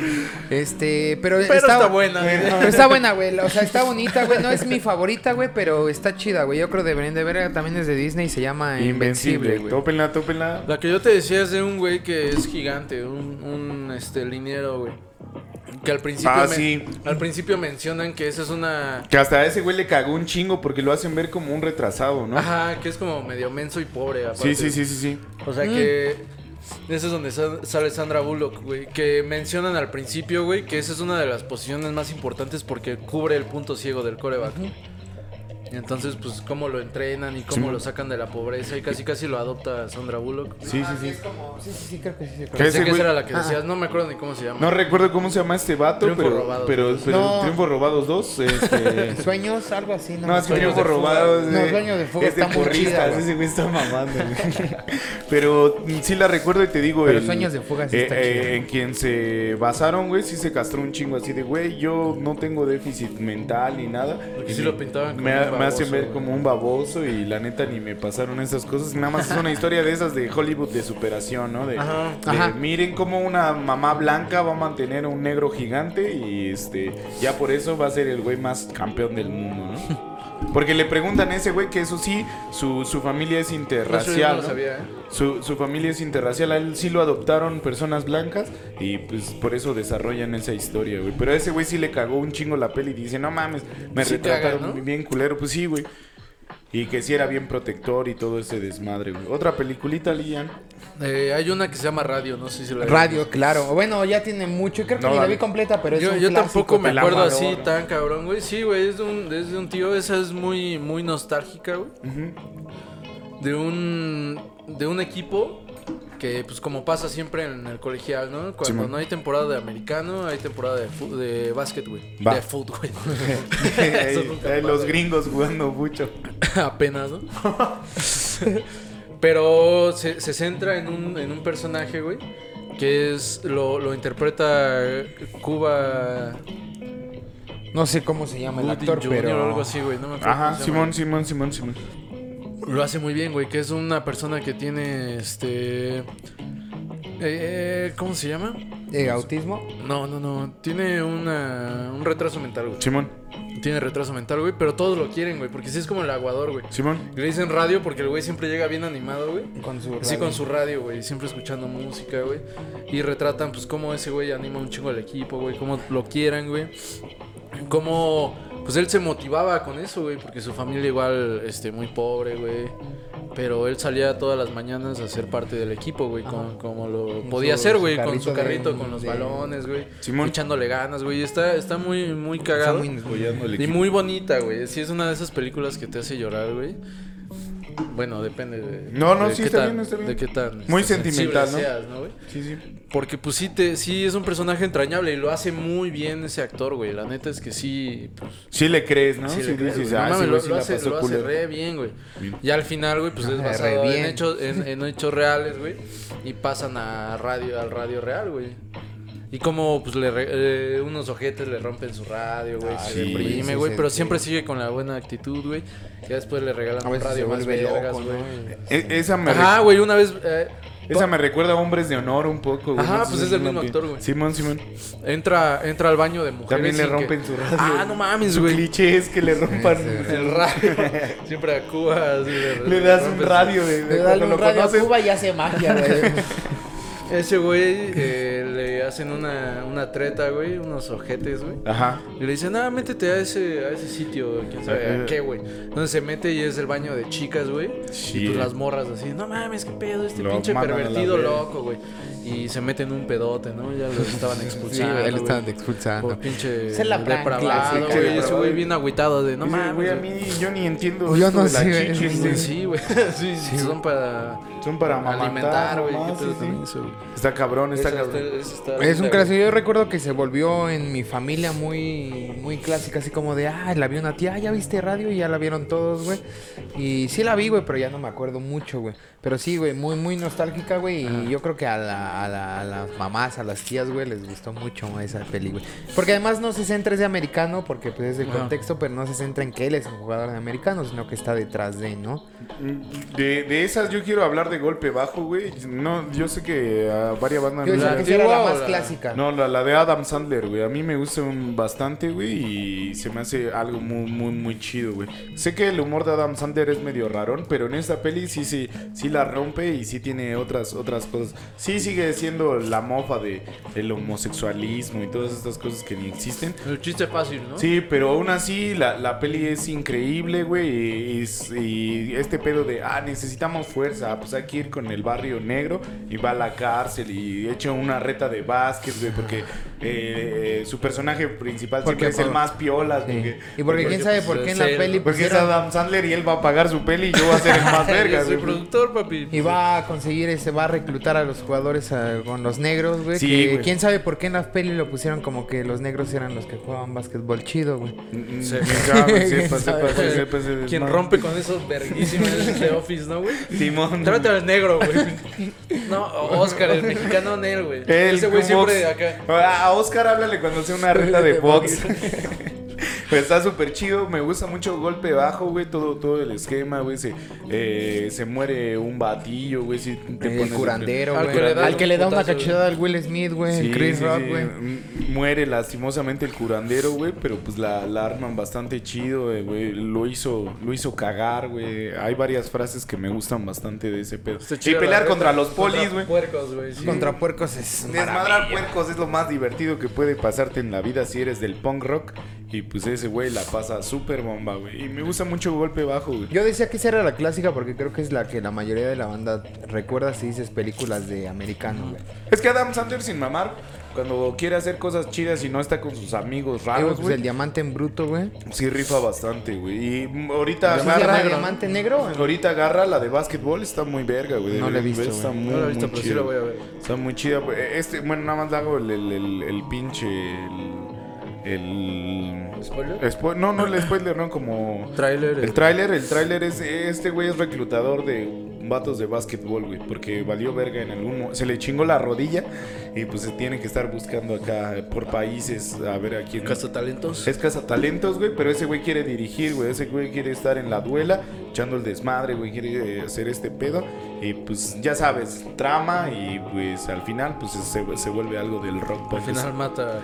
Speaker 3: Este, pero,
Speaker 2: Pero está buena, güey.
Speaker 3: Pero está buena, güey. O sea, está bonita, güey. No es mi favorita, güey, pero está chida, güey. Yo creo que deberían de verla. También es de Disney y se llama Ah, Invencible,
Speaker 1: Invencible,
Speaker 3: güey.
Speaker 1: tópenla, tópenla.
Speaker 2: La que yo te decía es de un güey que es gigante, un, un este liniero, güey. Que al principio
Speaker 1: Ah,
Speaker 2: men-
Speaker 1: sí.
Speaker 2: al principio mencionan que esa es una
Speaker 1: Que hasta a ese güey le cagó un chingo porque lo hacen ver como un retrasado, ¿no?
Speaker 2: ajá, que es como medio menso y pobre
Speaker 1: Sí,
Speaker 2: aparte.
Speaker 1: sí, sí, sí, sí.
Speaker 2: O sea que eso es donde sa- sale Sandra Bullock, güey, que mencionan al principio, güey, que esa es una de las posiciones más importantes porque cubre el punto ciego del coreback. Y Entonces, pues cómo lo entrenan y cómo
Speaker 1: Sí.
Speaker 2: lo sacan de la pobreza y casi casi lo adopta Sandra Bullock.
Speaker 1: Sí, sí, sí.
Speaker 3: Sí, sí, sí, creo que sí.
Speaker 1: ¿Qué?
Speaker 3: sí, creo que sí.
Speaker 1: Ese
Speaker 2: Ah, Pensé que
Speaker 1: güey-
Speaker 2: esa era la que decías, no me acuerdo ni cómo se llama.
Speaker 1: No recuerdo cómo se llama este vato,
Speaker 2: Triunfo
Speaker 1: pero,
Speaker 2: Robados.
Speaker 1: pero, pero
Speaker 3: No.
Speaker 1: Triunfo Robados 2, este...
Speaker 3: Sueños, algo así, ¿no?
Speaker 1: No, es que
Speaker 2: Sueños
Speaker 1: Triunfo
Speaker 2: de Fuga.
Speaker 1: Robados
Speaker 3: No,
Speaker 1: eh,
Speaker 3: Sueños de Fuga
Speaker 1: es de
Speaker 3: está muy chida,
Speaker 1: porristas,
Speaker 3: güey.
Speaker 1: ese güey está mamando. güey. Pero mm, sí la recuerdo y te digo...
Speaker 3: Pero Sueños de Fuga sí
Speaker 1: eh,
Speaker 3: está
Speaker 1: eh,
Speaker 3: chida.
Speaker 1: En quien se basaron, güey, sí se castró un chingo así de, güey, yo no tengo déficit mental ni nada.
Speaker 2: Porque
Speaker 1: Y
Speaker 2: sí lo pintaban como
Speaker 1: me,
Speaker 2: un
Speaker 1: ha- me hacen
Speaker 2: baboso,
Speaker 1: ver
Speaker 2: güey.
Speaker 1: como un baboso y la neta ni me pasaron esas cosas. Nada más es una historia de esas de Hollywood de superación, ¿no? De,
Speaker 2: Ajá.
Speaker 1: de,
Speaker 3: Ajá.
Speaker 1: miren cómo una mamá blanca va a mantener a un negro gigante y este ya por eso va a ser el güey más campeón del mundo, ¿no? Porque le preguntan a ese güey que eso sí, su, su familia es
Speaker 2: Eso yo no
Speaker 1: interracial.
Speaker 2: lo
Speaker 1: ¿no?
Speaker 2: sabía, ¿eh?
Speaker 1: Su, su familia es interracial, a él sí lo adoptaron personas blancas y pues por eso desarrollan esa historia, güey. Pero a ese güey sí le cagó un chingo la peli y dice, no mames, me
Speaker 2: Sí
Speaker 1: retrataron
Speaker 2: caga, ¿no?
Speaker 1: bien culero, pues sí, güey. Y que sí era bien protector y todo ese desmadre, güey. Otra peliculita, Lian.
Speaker 2: Eh, hay una que se llama Radio, no sé si la
Speaker 3: Radio, claro. Bueno, ya tiene mucho. Creo que
Speaker 1: No,
Speaker 3: ni
Speaker 1: la
Speaker 3: la
Speaker 1: vi.
Speaker 3: vi completa, pero es
Speaker 2: yo
Speaker 3: un
Speaker 2: yo
Speaker 3: clásico
Speaker 2: tampoco me
Speaker 3: del
Speaker 2: acuerdo
Speaker 3: amador.
Speaker 2: así tan cabrón, güey. Sí, güey, es de un, es de un tío, esa es muy, muy nostálgica, güey. De un de un equipo que pues como pasa siempre en el colegial, ¿no? Cuando
Speaker 1: Simón.
Speaker 2: no hay temporada de americano, hay temporada de, fu- de básquet, güey.
Speaker 1: Va.
Speaker 2: De fútbol. güey. Eso
Speaker 1: Eh,
Speaker 2: nunca
Speaker 1: eh, los
Speaker 2: pasa.
Speaker 1: gringos jugando mucho.
Speaker 2: Apenas, ¿no? Pero se, se centra en un, en un personaje, güey, que es lo, lo interpreta Cuba
Speaker 3: No sé cómo se llama el
Speaker 2: Gooding
Speaker 3: actor,
Speaker 2: Jr. o
Speaker 3: pero.
Speaker 2: algo así, güey, no me acuerdo
Speaker 1: Ajá,
Speaker 2: cómo se llama.
Speaker 1: Simón, Simón, Simón, Simón.
Speaker 2: Lo hace muy bien, güey, que es una persona que tiene, este... eh, ¿Cómo se llama?
Speaker 3: Eh, autismo.
Speaker 2: No, no, no, tiene una, un retraso mental, güey.
Speaker 1: Simón,
Speaker 2: Tiene retraso mental, güey, pero todos lo quieren, güey, porque sí es como el aguador, güey.
Speaker 1: Simón.
Speaker 2: Le dicen radio porque el güey siempre llega bien animado, güey.
Speaker 3: Con su
Speaker 2: Sí,
Speaker 3: radio.
Speaker 2: con su radio, güey, siempre escuchando música, güey. Y retratan, pues, cómo ese güey anima un chingo al equipo, güey, cómo lo quieran, güey. Cómo, pues, él se motivaba con eso, güey, porque su familia igual, este, muy pobre, güey. Pero él salía todas las mañanas a ser parte del equipo, güey, con- como lo
Speaker 3: Con
Speaker 2: podía
Speaker 3: su-
Speaker 2: hacer,
Speaker 3: su
Speaker 2: güey, con su
Speaker 3: carrito
Speaker 2: carrito,
Speaker 3: de-
Speaker 2: con los
Speaker 3: de-
Speaker 2: balones, güey.
Speaker 1: Simón.
Speaker 2: Echándole ganas, güey. Está, está muy, muy cagado.
Speaker 3: muy-
Speaker 2: Y muy bonita, güey. Sí, es una de esas películas que te hace llorar, güey. Bueno, depende de.
Speaker 1: No, no,
Speaker 2: de
Speaker 1: sí,
Speaker 2: qué
Speaker 1: está
Speaker 2: tan-
Speaker 1: bien, está bien.
Speaker 2: De qué tan.
Speaker 1: Muy
Speaker 2: este,
Speaker 1: sentimental,
Speaker 2: sensible
Speaker 1: ¿no?
Speaker 2: seas, ¿no, güey?
Speaker 1: Sí, sí.
Speaker 2: Porque, pues sí, te, sí, es un personaje entrañable y lo hace muy bien ese actor, güey. La neta es que sí. Pues,
Speaker 1: Sí le crees, ¿no?
Speaker 2: sí
Speaker 1: Sí,
Speaker 2: le creo,
Speaker 1: dices,
Speaker 2: güey. No
Speaker 1: ah, ese
Speaker 2: mames,
Speaker 1: güey
Speaker 2: lo,
Speaker 1: sí
Speaker 2: lo
Speaker 1: la
Speaker 2: hace,
Speaker 1: pasó
Speaker 2: lo hace
Speaker 1: culero.
Speaker 2: re bien, güey.
Speaker 1: Bien. Ah,
Speaker 2: Y al final, güey, pues es
Speaker 3: Re
Speaker 2: basado en
Speaker 3: bien.
Speaker 2: hechos, en, en hechos reales, güey. Y pasan a radio, al radio real, güey. Y como pues le re- eh, unos ojetes le rompen su radio, güey,
Speaker 3: Ah,
Speaker 2: se
Speaker 1: sí,
Speaker 2: deprime,
Speaker 3: sí, sí,
Speaker 2: güey,
Speaker 3: sí,
Speaker 2: pero
Speaker 3: sí.
Speaker 2: siempre sigue con la buena actitud, güey. Ya después le regalan
Speaker 3: A
Speaker 2: un
Speaker 3: veces se
Speaker 2: radio más
Speaker 3: vuelve
Speaker 2: vergas,
Speaker 3: loco,
Speaker 2: güey.
Speaker 3: ¿no?
Speaker 1: E- esa me
Speaker 2: Ajá,
Speaker 1: recu-
Speaker 2: güey, una vez eh,
Speaker 1: Esa me recuerda a Hombres de Honor un poco, güey.
Speaker 2: Ajá,
Speaker 1: sé
Speaker 2: pues
Speaker 1: si
Speaker 2: es del
Speaker 1: lo
Speaker 2: mismo
Speaker 1: vi.
Speaker 2: actor, güey.
Speaker 1: Simón, Simón.
Speaker 2: entra entra al baño de mujeres
Speaker 1: También le
Speaker 2: sin que-
Speaker 1: rompen su radio.
Speaker 2: Ah, no mames,
Speaker 1: Su
Speaker 2: güey.
Speaker 1: cliché es que le rompan.
Speaker 2: El radio. Siempre a Cuba así,
Speaker 1: Le das un
Speaker 2: rompen su-
Speaker 1: radio de, de
Speaker 3: Le
Speaker 1: cuando
Speaker 3: dan
Speaker 1: lo
Speaker 3: un radio a
Speaker 1: conoces.
Speaker 3: Cuba y hace magia, güey.
Speaker 2: Ese güey eh, le hacen una, una treta, güey, unos ojetes, güey.
Speaker 1: Ajá.
Speaker 2: Y le dicen, ah, métete a ese, a ese sitio, quién sabe, a qué, güey. Entonces se mete y es el baño de chicas, güey.
Speaker 1: Sí.
Speaker 2: Y pues las morras así, no mames, qué pedo, este
Speaker 1: Lo
Speaker 2: pinche
Speaker 1: mandan a la
Speaker 2: pervertido
Speaker 1: verga.
Speaker 2: loco, güey. Y se meten un pedote, ¿no? Ya lo estaban expulsando.
Speaker 3: él
Speaker 2: güey.
Speaker 3: estaban expulsando.
Speaker 2: Por pinche
Speaker 3: Esa es la plan
Speaker 2: depravado,
Speaker 3: clásica,
Speaker 2: güey.
Speaker 1: güey.
Speaker 2: Ese güey bien agüitado de, no
Speaker 1: Dice,
Speaker 2: mames.
Speaker 1: güey, a
Speaker 2: güey".
Speaker 1: mí yo ni entiendo
Speaker 3: Yo
Speaker 1: esto
Speaker 3: no
Speaker 1: de la
Speaker 3: sé,
Speaker 1: chichi,
Speaker 3: güey.
Speaker 1: güey.
Speaker 2: Sí, güey. Sí, sí, son para
Speaker 1: Son para
Speaker 2: alimentar,
Speaker 1: amamantar,
Speaker 2: güey.
Speaker 1: mamá,
Speaker 2: qué pedo
Speaker 1: sí,
Speaker 2: con
Speaker 1: sí.
Speaker 2: eso, güey.
Speaker 1: Está cabrón, está
Speaker 2: Esa
Speaker 1: cabrón.
Speaker 2: esa está
Speaker 3: Es un
Speaker 2: linda,
Speaker 3: clásico.
Speaker 2: güey.
Speaker 3: Yo recuerdo que se volvió en mi familia muy, muy clásica, así como de, ah, la vio una tía, "Ah, ya viste radio y ya la vieron todos, güey. Y sí la vi, güey, pero ya no me acuerdo mucho, güey. Pero sí, güey, muy, muy nostálgica, güey. Y yo creo que a, la- a la- a las mamás, a las tías, güey, les gustó mucho güey, esa peli, güey. Porque además no se centra, es de americano, porque pues es el
Speaker 2: Ajá.
Speaker 3: contexto, pero no se centra en que él es un jugador de americano, sino que está detrás de, ¿no?
Speaker 1: De, de esas yo quiero hablar de golpe bajo, güey. No, yo sé que a varias bandas...
Speaker 3: Yo
Speaker 1: no
Speaker 3: decía
Speaker 1: les-
Speaker 3: que sí era la
Speaker 2: antigua o
Speaker 3: más
Speaker 2: la-
Speaker 3: clásica.
Speaker 1: No, la, la de Adam Sandler, güey. A mí me gusta un- bastante, güey. Y se me hace algo muy, muy, muy chido, güey. Sé que el humor de Adam Sandler es medio rarón, pero en esta peli sí, sí, sí la rompe y sí tiene otras, otras cosas. Sí sigue siendo la mofa de el homosexualismo y todas estas cosas que ni existen.
Speaker 2: El chiste fácil, ¿no?
Speaker 1: Sí, pero aún así la, la peli es increíble, güey. Y, y- y este pedo de, ah, necesitamos fuerza, pues hay que ir con el barrio negro y va a la cárcel y echa una reta de básquet, güey, porque eh, eh, su personaje principal
Speaker 3: Porque
Speaker 1: siempre es el
Speaker 3: por-
Speaker 1: más piola. Porque,
Speaker 3: Y porque quién sabe por
Speaker 2: pues,
Speaker 3: qué en la
Speaker 2: es él,
Speaker 3: peli
Speaker 2: ¿no?
Speaker 1: porque es
Speaker 3: pusieron-
Speaker 1: Adam Sandler y él va a pagar su peli y yo voy a ser el más verga,
Speaker 2: Yo soy
Speaker 1: güey.
Speaker 2: productor, papi.
Speaker 3: Y va a conseguir ese, va a reclutar a los jugadores a- con los negros, güey.
Speaker 1: Sí,
Speaker 3: que
Speaker 1: güey.
Speaker 3: Quién sabe por qué en las pelis lo pusieron como que los negros eran los que jugaban básquetbol chido, güey.
Speaker 1: Mm, mm,
Speaker 2: Sí.
Speaker 1: sepa, sepa, sepa,
Speaker 2: Güey,
Speaker 1: sepa, sepa,
Speaker 2: Pues, eh, Quien
Speaker 1: pues, eh, no.
Speaker 2: rompe con esos verguísimos de Office, ¿no, güey?
Speaker 1: Simón.
Speaker 2: Tráete al negro, güey. No, Oscar, el mexicano Nel, güey.
Speaker 1: El
Speaker 2: Ese güey
Speaker 1: Kubox.
Speaker 2: siempre acá.
Speaker 1: A a Oscar háblale cuando hace una reta de box. Pero está súper chido, me gusta mucho golpe bajo, güey, todo, todo el esquema, güey, se, eh, se muere un batillo, güey, si te pones
Speaker 3: El
Speaker 1: de-
Speaker 3: curandero,
Speaker 2: Al
Speaker 3: güey.
Speaker 2: que le da
Speaker 3: Eh, Al que le da una
Speaker 2: putazo,
Speaker 3: cachetada al Will Smith, güey.
Speaker 1: Sí,
Speaker 3: el Chris
Speaker 1: sí,
Speaker 3: Rock,
Speaker 1: sí,
Speaker 3: güey.
Speaker 1: m- Muere lastimosamente el curandero, güey, pero pues la, la arman bastante chido, eh, güey, lo hizo, lo hizo cagar, güey, hay varias frases que me gustan bastante de ese pedo.
Speaker 2: Está
Speaker 1: Y
Speaker 2: chida la
Speaker 1: pelear
Speaker 2: reta.
Speaker 1: contra los polis,
Speaker 2: Contra
Speaker 1: güey.
Speaker 2: Puercos, güey. sí.
Speaker 3: Contra puercos es
Speaker 1: Desmadrar puercos es lo más divertido que puede pasarte en la vida si eres del punk rock. Y pues ese güey la pasa súper bomba, güey. Y me gusta mucho golpe bajo, güey.
Speaker 3: Yo decía que esa era la clásica porque creo que es la que la mayoría de la banda recuerda si dices películas de americano, güey.
Speaker 1: Es que Adam Sandler sin mamar, cuando quiere hacer cosas chidas y no está con sus amigos
Speaker 3: Eh, güey,
Speaker 1: raros,
Speaker 3: pues,
Speaker 1: güey.
Speaker 3: el diamante en bruto, güey.
Speaker 1: Sí rifa bastante, güey. Y mm,
Speaker 3: ¿Cómo
Speaker 1: ahorita
Speaker 3: se llama?
Speaker 1: agarra...
Speaker 3: ¿Diamante negro?
Speaker 1: Ahorita agarra la de básquetbol, está muy verga, güey.
Speaker 3: No la he visto,
Speaker 1: Está
Speaker 3: güey.
Speaker 1: muy,
Speaker 2: No la he visto,
Speaker 1: muy
Speaker 2: pero sí
Speaker 1: chida.
Speaker 2: la voy a ver.
Speaker 1: Está muy chida. güey. Este, bueno, nada más le hago el, el, el- el pinche... El... el-
Speaker 2: ¿Spoiler?
Speaker 1: Spo- no, no el spoiler, no, como...
Speaker 2: Trailer.
Speaker 1: El tráiler, el tráiler es... Este güey es reclutador de vatos de básquetbol, güey. Porque valió verga en algún... mo- Se le chingó la rodilla y pues se tiene que estar buscando acá por países a ver a quién...
Speaker 2: Cazatalentos.
Speaker 1: Es cazatalentos, güey, pero ese güey quiere dirigir, güey. Ese güey quiere estar en la duela, echando el desmadre, güey. Quiere eh, hacer este pedo. Y pues ya sabes, trama y pues al final pues se, se vuelve algo del rock.
Speaker 2: Al
Speaker 1: punk.
Speaker 2: final mata a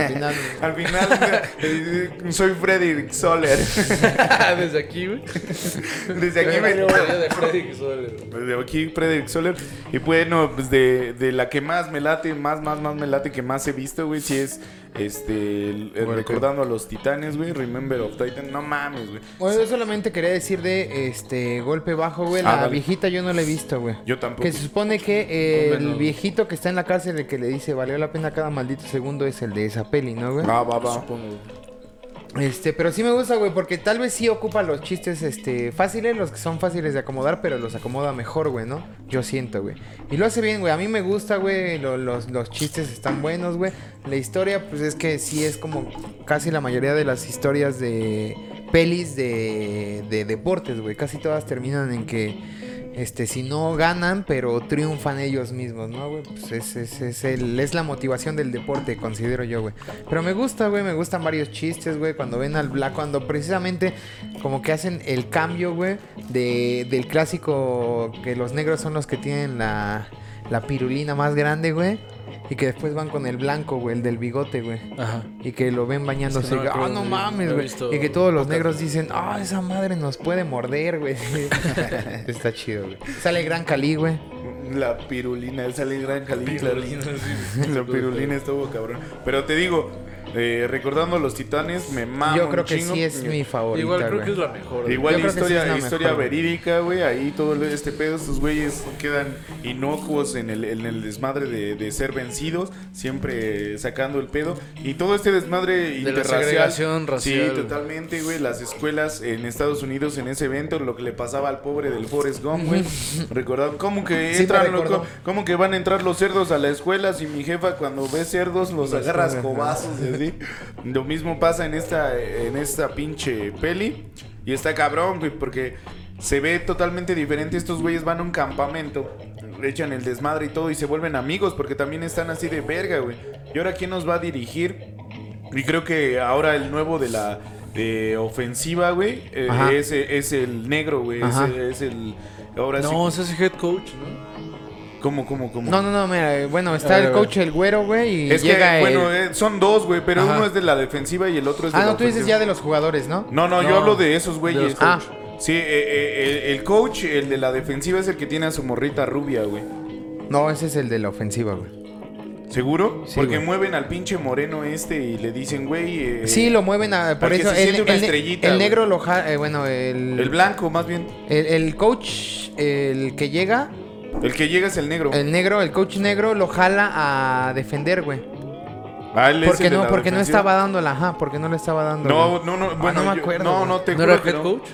Speaker 3: Al final.
Speaker 1: Al final, eh, eh, soy Freddy Soler.
Speaker 2: Desde aquí, güey.
Speaker 1: Desde aquí me...
Speaker 2: de Freddy Soler.
Speaker 1: Desde Pues, aquí Frederick Soler. Y bueno, pues de, de la que más me late, más, más, más me late, que más he visto, güey, si es este el- el
Speaker 3: Bueno,
Speaker 1: recordando a los titanes, güey, Remember of Titan, no mames, güey.
Speaker 3: Bueno, yo solamente quería decir de este golpe bajo, güey.
Speaker 1: Ah,
Speaker 3: La
Speaker 1: dale.
Speaker 3: viejita yo no la he visto, güey.
Speaker 1: Yo tampoco.
Speaker 3: Que se supone que eh,
Speaker 2: Bueno.
Speaker 3: el viejito que está en la cárcel, el que le dice valió la pena cada maldito segundo, es el de esa peli, ¿no, güey?
Speaker 1: Va, va, va.
Speaker 2: Supongo.
Speaker 3: Este, pero sí me gusta, güey, porque tal vez sí ocupa los chistes este, fáciles, los que son fáciles de acomodar, pero los acomoda mejor, güey, ¿no? Yo siento, güey. Y lo hace bien, güey. A mí me gusta, güey. lo- los, los chistes están buenos, güey. La historia, pues es que sí es como casi la mayoría de las historias de pelis de, de deportes, güey. Casi todas terminan en que. Este, si no ganan, pero triunfan ellos mismos, ¿no, güey? Pues es, es, es, el- es la motivación del deporte, considero yo, güey. Pero me gusta, güey, me gustan varios chistes, güey, cuando ven al Black, cuando precisamente como que hacen el cambio, güey, de, del clásico que los negros son los que tienen la, la pirulina más grande, güey. Y que después van con el blanco, güey, el del bigote, güey.
Speaker 2: Ajá.
Speaker 3: Y que lo ven bañándose.
Speaker 2: me
Speaker 3: y que,
Speaker 2: acuerdo
Speaker 3: ah, no
Speaker 2: de-
Speaker 3: mames,
Speaker 2: lo he
Speaker 3: güey.
Speaker 2: visto
Speaker 3: Y que todos los
Speaker 2: pocas
Speaker 3: negros dicen, ah, esa madre nos puede morder, güey. Está chido, güey. Sale Gran Cali, güey.
Speaker 1: La pirulina, sale gran caliente.
Speaker 2: Pirulina, sí.
Speaker 1: La pirulina estuvo cabrón. Pero te digo, Eh, recordando a los titanes, me mamo.
Speaker 3: Yo
Speaker 1: un
Speaker 3: creo que
Speaker 1: chingo.
Speaker 3: sí es mi favorita.
Speaker 2: Igual creo que
Speaker 3: güey.
Speaker 2: es la mejor. güey.
Speaker 1: Igual
Speaker 3: Yo creo que
Speaker 1: historia,
Speaker 3: sí es la
Speaker 1: historia
Speaker 3: mejor, güey.
Speaker 1: verídica, güey. Ahí todo el- este pedo, estos güeyes quedan inocuos en el, en el desmadre de, de ser vencidos, siempre sacando el pedo. Y todo este desmadre
Speaker 2: la
Speaker 1: interracial.
Speaker 2: segregación racial.
Speaker 1: Sí, totalmente, güey. Las escuelas en Estados Unidos en ese evento, lo que le pasaba al pobre del Forrest Gump, güey. Recordar cómo que
Speaker 3: Sí me
Speaker 1: entran,
Speaker 3: recordó.
Speaker 1: loco? cómo que van a entrar los cerdos a la escuela si mi jefa cuando ve cerdos los agarra a escobazos y así. Lo mismo pasa en esta, en esta pinche peli. Y está cabrón, güey, porque se ve totalmente diferente. Estos güeyes van a un campamento, echan el desmadre y todo y se vuelven amigos porque también están así de verga, güey. ¿Y ahora quién nos va a dirigir? Y creo que ahora el nuevo de la de ofensiva, güey, eh,
Speaker 3: Ajá.
Speaker 1: es, es el negro, güey. Es,
Speaker 3: Ajá.
Speaker 1: es el. Ahora
Speaker 2: No,
Speaker 1: sí.
Speaker 2: ese es head coach, ¿no?
Speaker 1: ¿Cómo, cómo, cómo?
Speaker 3: No, no, no, mira, eh, bueno, está el coach el güero, güey, y
Speaker 1: Es que,
Speaker 3: llega el-
Speaker 1: bueno, eh, son dos, güey, pero
Speaker 3: Ajá.
Speaker 1: uno es de la defensiva y el otro es de
Speaker 3: Ah,
Speaker 1: la
Speaker 3: no, tú dices ya
Speaker 1: ofensiva.
Speaker 3: de los jugadores, ¿no?
Speaker 1: No, no, yo
Speaker 2: No,
Speaker 1: hablo de esos
Speaker 2: de
Speaker 1: güeyes.
Speaker 2: los
Speaker 1: Ah.
Speaker 3: coach.
Speaker 1: Sí, eh, eh, el, el coach, el de la defensiva, es el que tiene a su morrita rubia, güey.
Speaker 3: No, ese es el de la ofensiva, güey.
Speaker 1: ¿Seguro?
Speaker 3: Sí,
Speaker 1: Porque
Speaker 3: güey.
Speaker 1: mueven al pinche moreno este y le dicen, güey. eh,
Speaker 3: Sí, lo mueven a... Por
Speaker 1: al que
Speaker 3: eso,
Speaker 1: se
Speaker 3: el,
Speaker 1: siente una
Speaker 3: el ne-
Speaker 1: estrellita,
Speaker 3: el
Speaker 1: güey.
Speaker 3: negro lo... ja- eh, bueno, el...
Speaker 1: El blanco, más bien.
Speaker 3: El, el coach, el que llega,
Speaker 1: El que llega es el negro.
Speaker 3: el negro, el coach negro lo jala a defender, güey.
Speaker 1: Ah, él es el
Speaker 3: Porque
Speaker 1: de
Speaker 3: no,
Speaker 1: la
Speaker 3: porque no
Speaker 1: defensiva.
Speaker 3: estaba dándola, ajá, porque no le estaba dando.
Speaker 1: No,
Speaker 3: güey.
Speaker 1: no, no,
Speaker 3: Ah,
Speaker 1: bueno,
Speaker 3: no me
Speaker 1: yo-
Speaker 3: acuerdo,
Speaker 1: no,
Speaker 3: güey.
Speaker 1: no te
Speaker 2: ¿No
Speaker 1: juro
Speaker 2: era
Speaker 1: que
Speaker 2: head
Speaker 1: no.
Speaker 2: coach?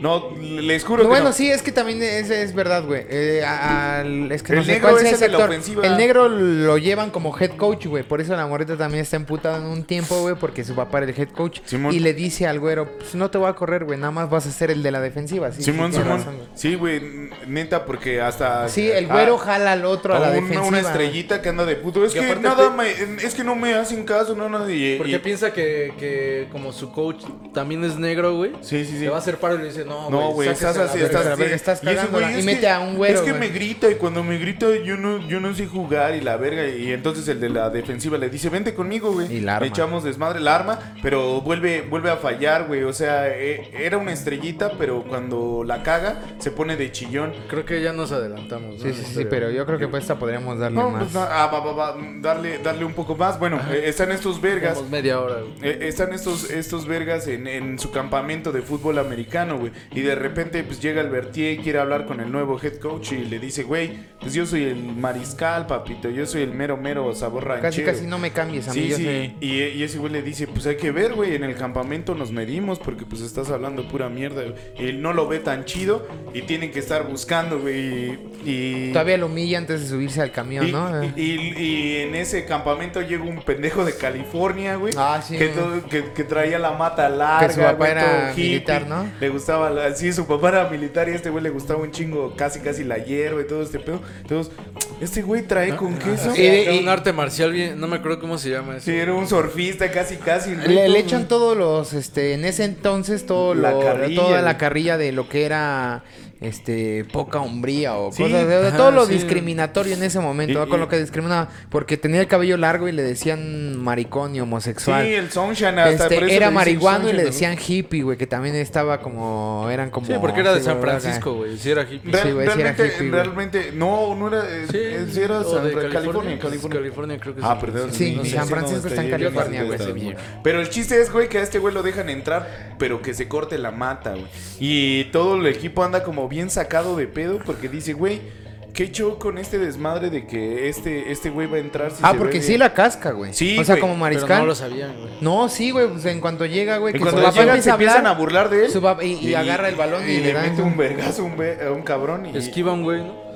Speaker 1: No, les juro
Speaker 3: No,
Speaker 1: que
Speaker 3: bueno,
Speaker 1: no.
Speaker 3: sí, es que también es, es verdad, güey. Eh, a- al- es que no
Speaker 1: El
Speaker 3: sé
Speaker 1: negro
Speaker 3: cuál
Speaker 1: es
Speaker 3: sea
Speaker 1: el de la
Speaker 3: actor.
Speaker 1: ofensiva.
Speaker 3: El negro lo llevan como head coach, güey. Por eso la morrita también está emputada en un tiempo, güey, porque su papá era el head coach.
Speaker 1: Simón.
Speaker 3: Y le dice al güero, pues no te voy a correr, güey, nada más vas a ser el de la defensiva. Sí,
Speaker 1: Simón,
Speaker 3: sí, tienes
Speaker 1: Simón.
Speaker 3: razón, güey.
Speaker 1: sí, güey, neta, porque hasta...
Speaker 3: Sí, el güero
Speaker 1: ah,
Speaker 3: jala al otro a la
Speaker 1: a un-
Speaker 3: defensiva.
Speaker 1: Una estrellita que anda de puto. Es
Speaker 2: Que
Speaker 1: que,
Speaker 2: aparte
Speaker 1: nada
Speaker 2: te-
Speaker 1: me- es que no me hacen caso, no, no. Y,
Speaker 2: Porque
Speaker 1: y-
Speaker 2: piensa que, que como su coach también es negro, güey.
Speaker 1: Sí, sí, sí.
Speaker 2: Le va a hacer paro y le dice, no,
Speaker 1: No, güey,
Speaker 2: sáquese
Speaker 1: estás
Speaker 2: a la
Speaker 1: así,
Speaker 2: verga".
Speaker 1: estás
Speaker 3: a la
Speaker 1: así.
Speaker 3: verga, estás
Speaker 1: ese güey
Speaker 3: cagándola.
Speaker 1: es
Speaker 3: Y
Speaker 1: que-
Speaker 3: mete a un güero,
Speaker 1: Es que
Speaker 3: güey.
Speaker 1: me grita y cuando me grita yo no, yo no sé jugar y la verga. Y entonces el de la defensiva le dice, vente conmigo, güey.
Speaker 3: Y la arma.
Speaker 1: Le echamos desmadre el arma, pero vuelve, vuelve a fallar, güey. O sea, eh, era una estrellita, pero cuando la caga se pone de chillón.
Speaker 2: Creo que ya nos adelantamos, ¿no?
Speaker 3: Sí, sí, sí, pero yo creo que pues esta podríamos darle
Speaker 1: No,
Speaker 3: más.
Speaker 1: pues, ah, va, va, va, darle, darle un poco más. Bueno, eh, están estos vergas.
Speaker 2: Tenemos media hora, güey.
Speaker 1: Eh, están estos, estos vergas en, en su campamento de fútbol americano, güey. Y de repente, pues llega el Bertier y quiere hablar con el nuevo head coach y le dice, güey, pues yo soy el mariscal, papito. Yo soy el mero, mero sabor ranchero.
Speaker 3: Casi, casi no me cambies a mí.
Speaker 1: Sí,
Speaker 3: yo
Speaker 1: sí.
Speaker 3: sé.
Speaker 1: Y, y ese güey le dice, pues hay que ver, güey, en el campamento nos medimos porque pues estás hablando pura mierda. güey. Y él no lo ve tan chido y tienen que estar buscando, güey. Y...
Speaker 3: Todavía lo humilla antes de subirse al camión,
Speaker 1: Y,
Speaker 3: ¿no?
Speaker 1: y- y- y en ese campamento llega un pendejo de California, güey.
Speaker 3: Ah, sí.
Speaker 1: Que, todo- que- que traía la mata larga.
Speaker 3: Que su papá
Speaker 1: güey, todo
Speaker 3: era
Speaker 1: hippie.
Speaker 3: militar, ¿no?
Speaker 1: Le gustaba, la- sí, su papá era militar y a este güey le gustaba un chingo casi, casi la hierba y todo este pedo. Entonces, este güey trae con queso.
Speaker 3: Y-
Speaker 2: Era
Speaker 3: y-
Speaker 2: un arte marcial bien, no me acuerdo cómo se llama eso.
Speaker 1: Sí, era un surfista casi, casi. rico,
Speaker 3: Le, le
Speaker 1: güey.
Speaker 3: echan todos los, este, en ese entonces todo
Speaker 1: La
Speaker 3: lo-
Speaker 1: carrilla,
Speaker 3: toda
Speaker 1: güey.
Speaker 3: la carrilla de lo que era, este, poca hombría o
Speaker 1: Sí,
Speaker 3: cosas, de, de
Speaker 2: ajá,
Speaker 3: todo lo
Speaker 2: sí.
Speaker 3: discriminatorio en ese momento,
Speaker 1: Y-
Speaker 3: ¿no? con
Speaker 1: y-
Speaker 3: lo que discriminaba, porque tenía el cabello largo y le decían maricón y homosexual.
Speaker 1: Sí, el Sunshine hasta
Speaker 3: Este,
Speaker 1: por eso
Speaker 3: era
Speaker 1: dicen
Speaker 3: marihuano y
Speaker 1: Sunshine,
Speaker 3: le
Speaker 1: ¿no?
Speaker 3: decían hippie, güey, que también estaba como, eran como.
Speaker 2: Sí, porque era de
Speaker 3: sí,
Speaker 2: San
Speaker 3: güey,
Speaker 2: Francisco, güey. Sí, era hippie.
Speaker 1: Real-
Speaker 3: Sí, güey, sí era
Speaker 1: realmente,
Speaker 3: hippie, güey.
Speaker 1: realmente, no, no era. eh, eh, sí era
Speaker 2: o
Speaker 1: San-
Speaker 2: de
Speaker 1: California, California.
Speaker 2: California. California, creo que
Speaker 1: Ah,
Speaker 2: sí.
Speaker 1: perdón.
Speaker 3: Sí,
Speaker 1: no sé,
Speaker 3: San
Speaker 1: sí, no,
Speaker 3: Francisco está en
Speaker 1: yo no
Speaker 3: California,
Speaker 1: sé,
Speaker 3: güey,
Speaker 1: está
Speaker 3: sí,
Speaker 1: muy-
Speaker 3: güey.
Speaker 1: Pero el chiste es, güey, que a este güey lo dejan entrar, pero que se corte la mata, güey. Y todo el equipo anda como bien sacado de pedo porque dice, güey, ¿qué show con este desmadre de que este este güey va a entrar? si
Speaker 3: Ah,
Speaker 1: se
Speaker 3: porque
Speaker 1: ve
Speaker 3: sí
Speaker 1: bien?
Speaker 3: la casca, güey.
Speaker 1: Sí,
Speaker 3: O sea,
Speaker 1: güey,
Speaker 3: como
Speaker 2: Pero
Speaker 3: mariscal.
Speaker 2: no lo
Speaker 3: No,
Speaker 2: sabían, güey.
Speaker 3: sí, güey, pues en cuanto llega, güey,
Speaker 1: Y
Speaker 3: que
Speaker 1: cuando
Speaker 3: su papá
Speaker 1: llegan,
Speaker 3: empieza
Speaker 1: se
Speaker 3: a hablar.
Speaker 1: empiezan a burlar de él.
Speaker 3: su papá- y, y agarra el balón y,
Speaker 1: le,
Speaker 3: da
Speaker 1: mete un vergazo a un, ve- a un cabrón y...
Speaker 2: Esquiva un güey, ¿no?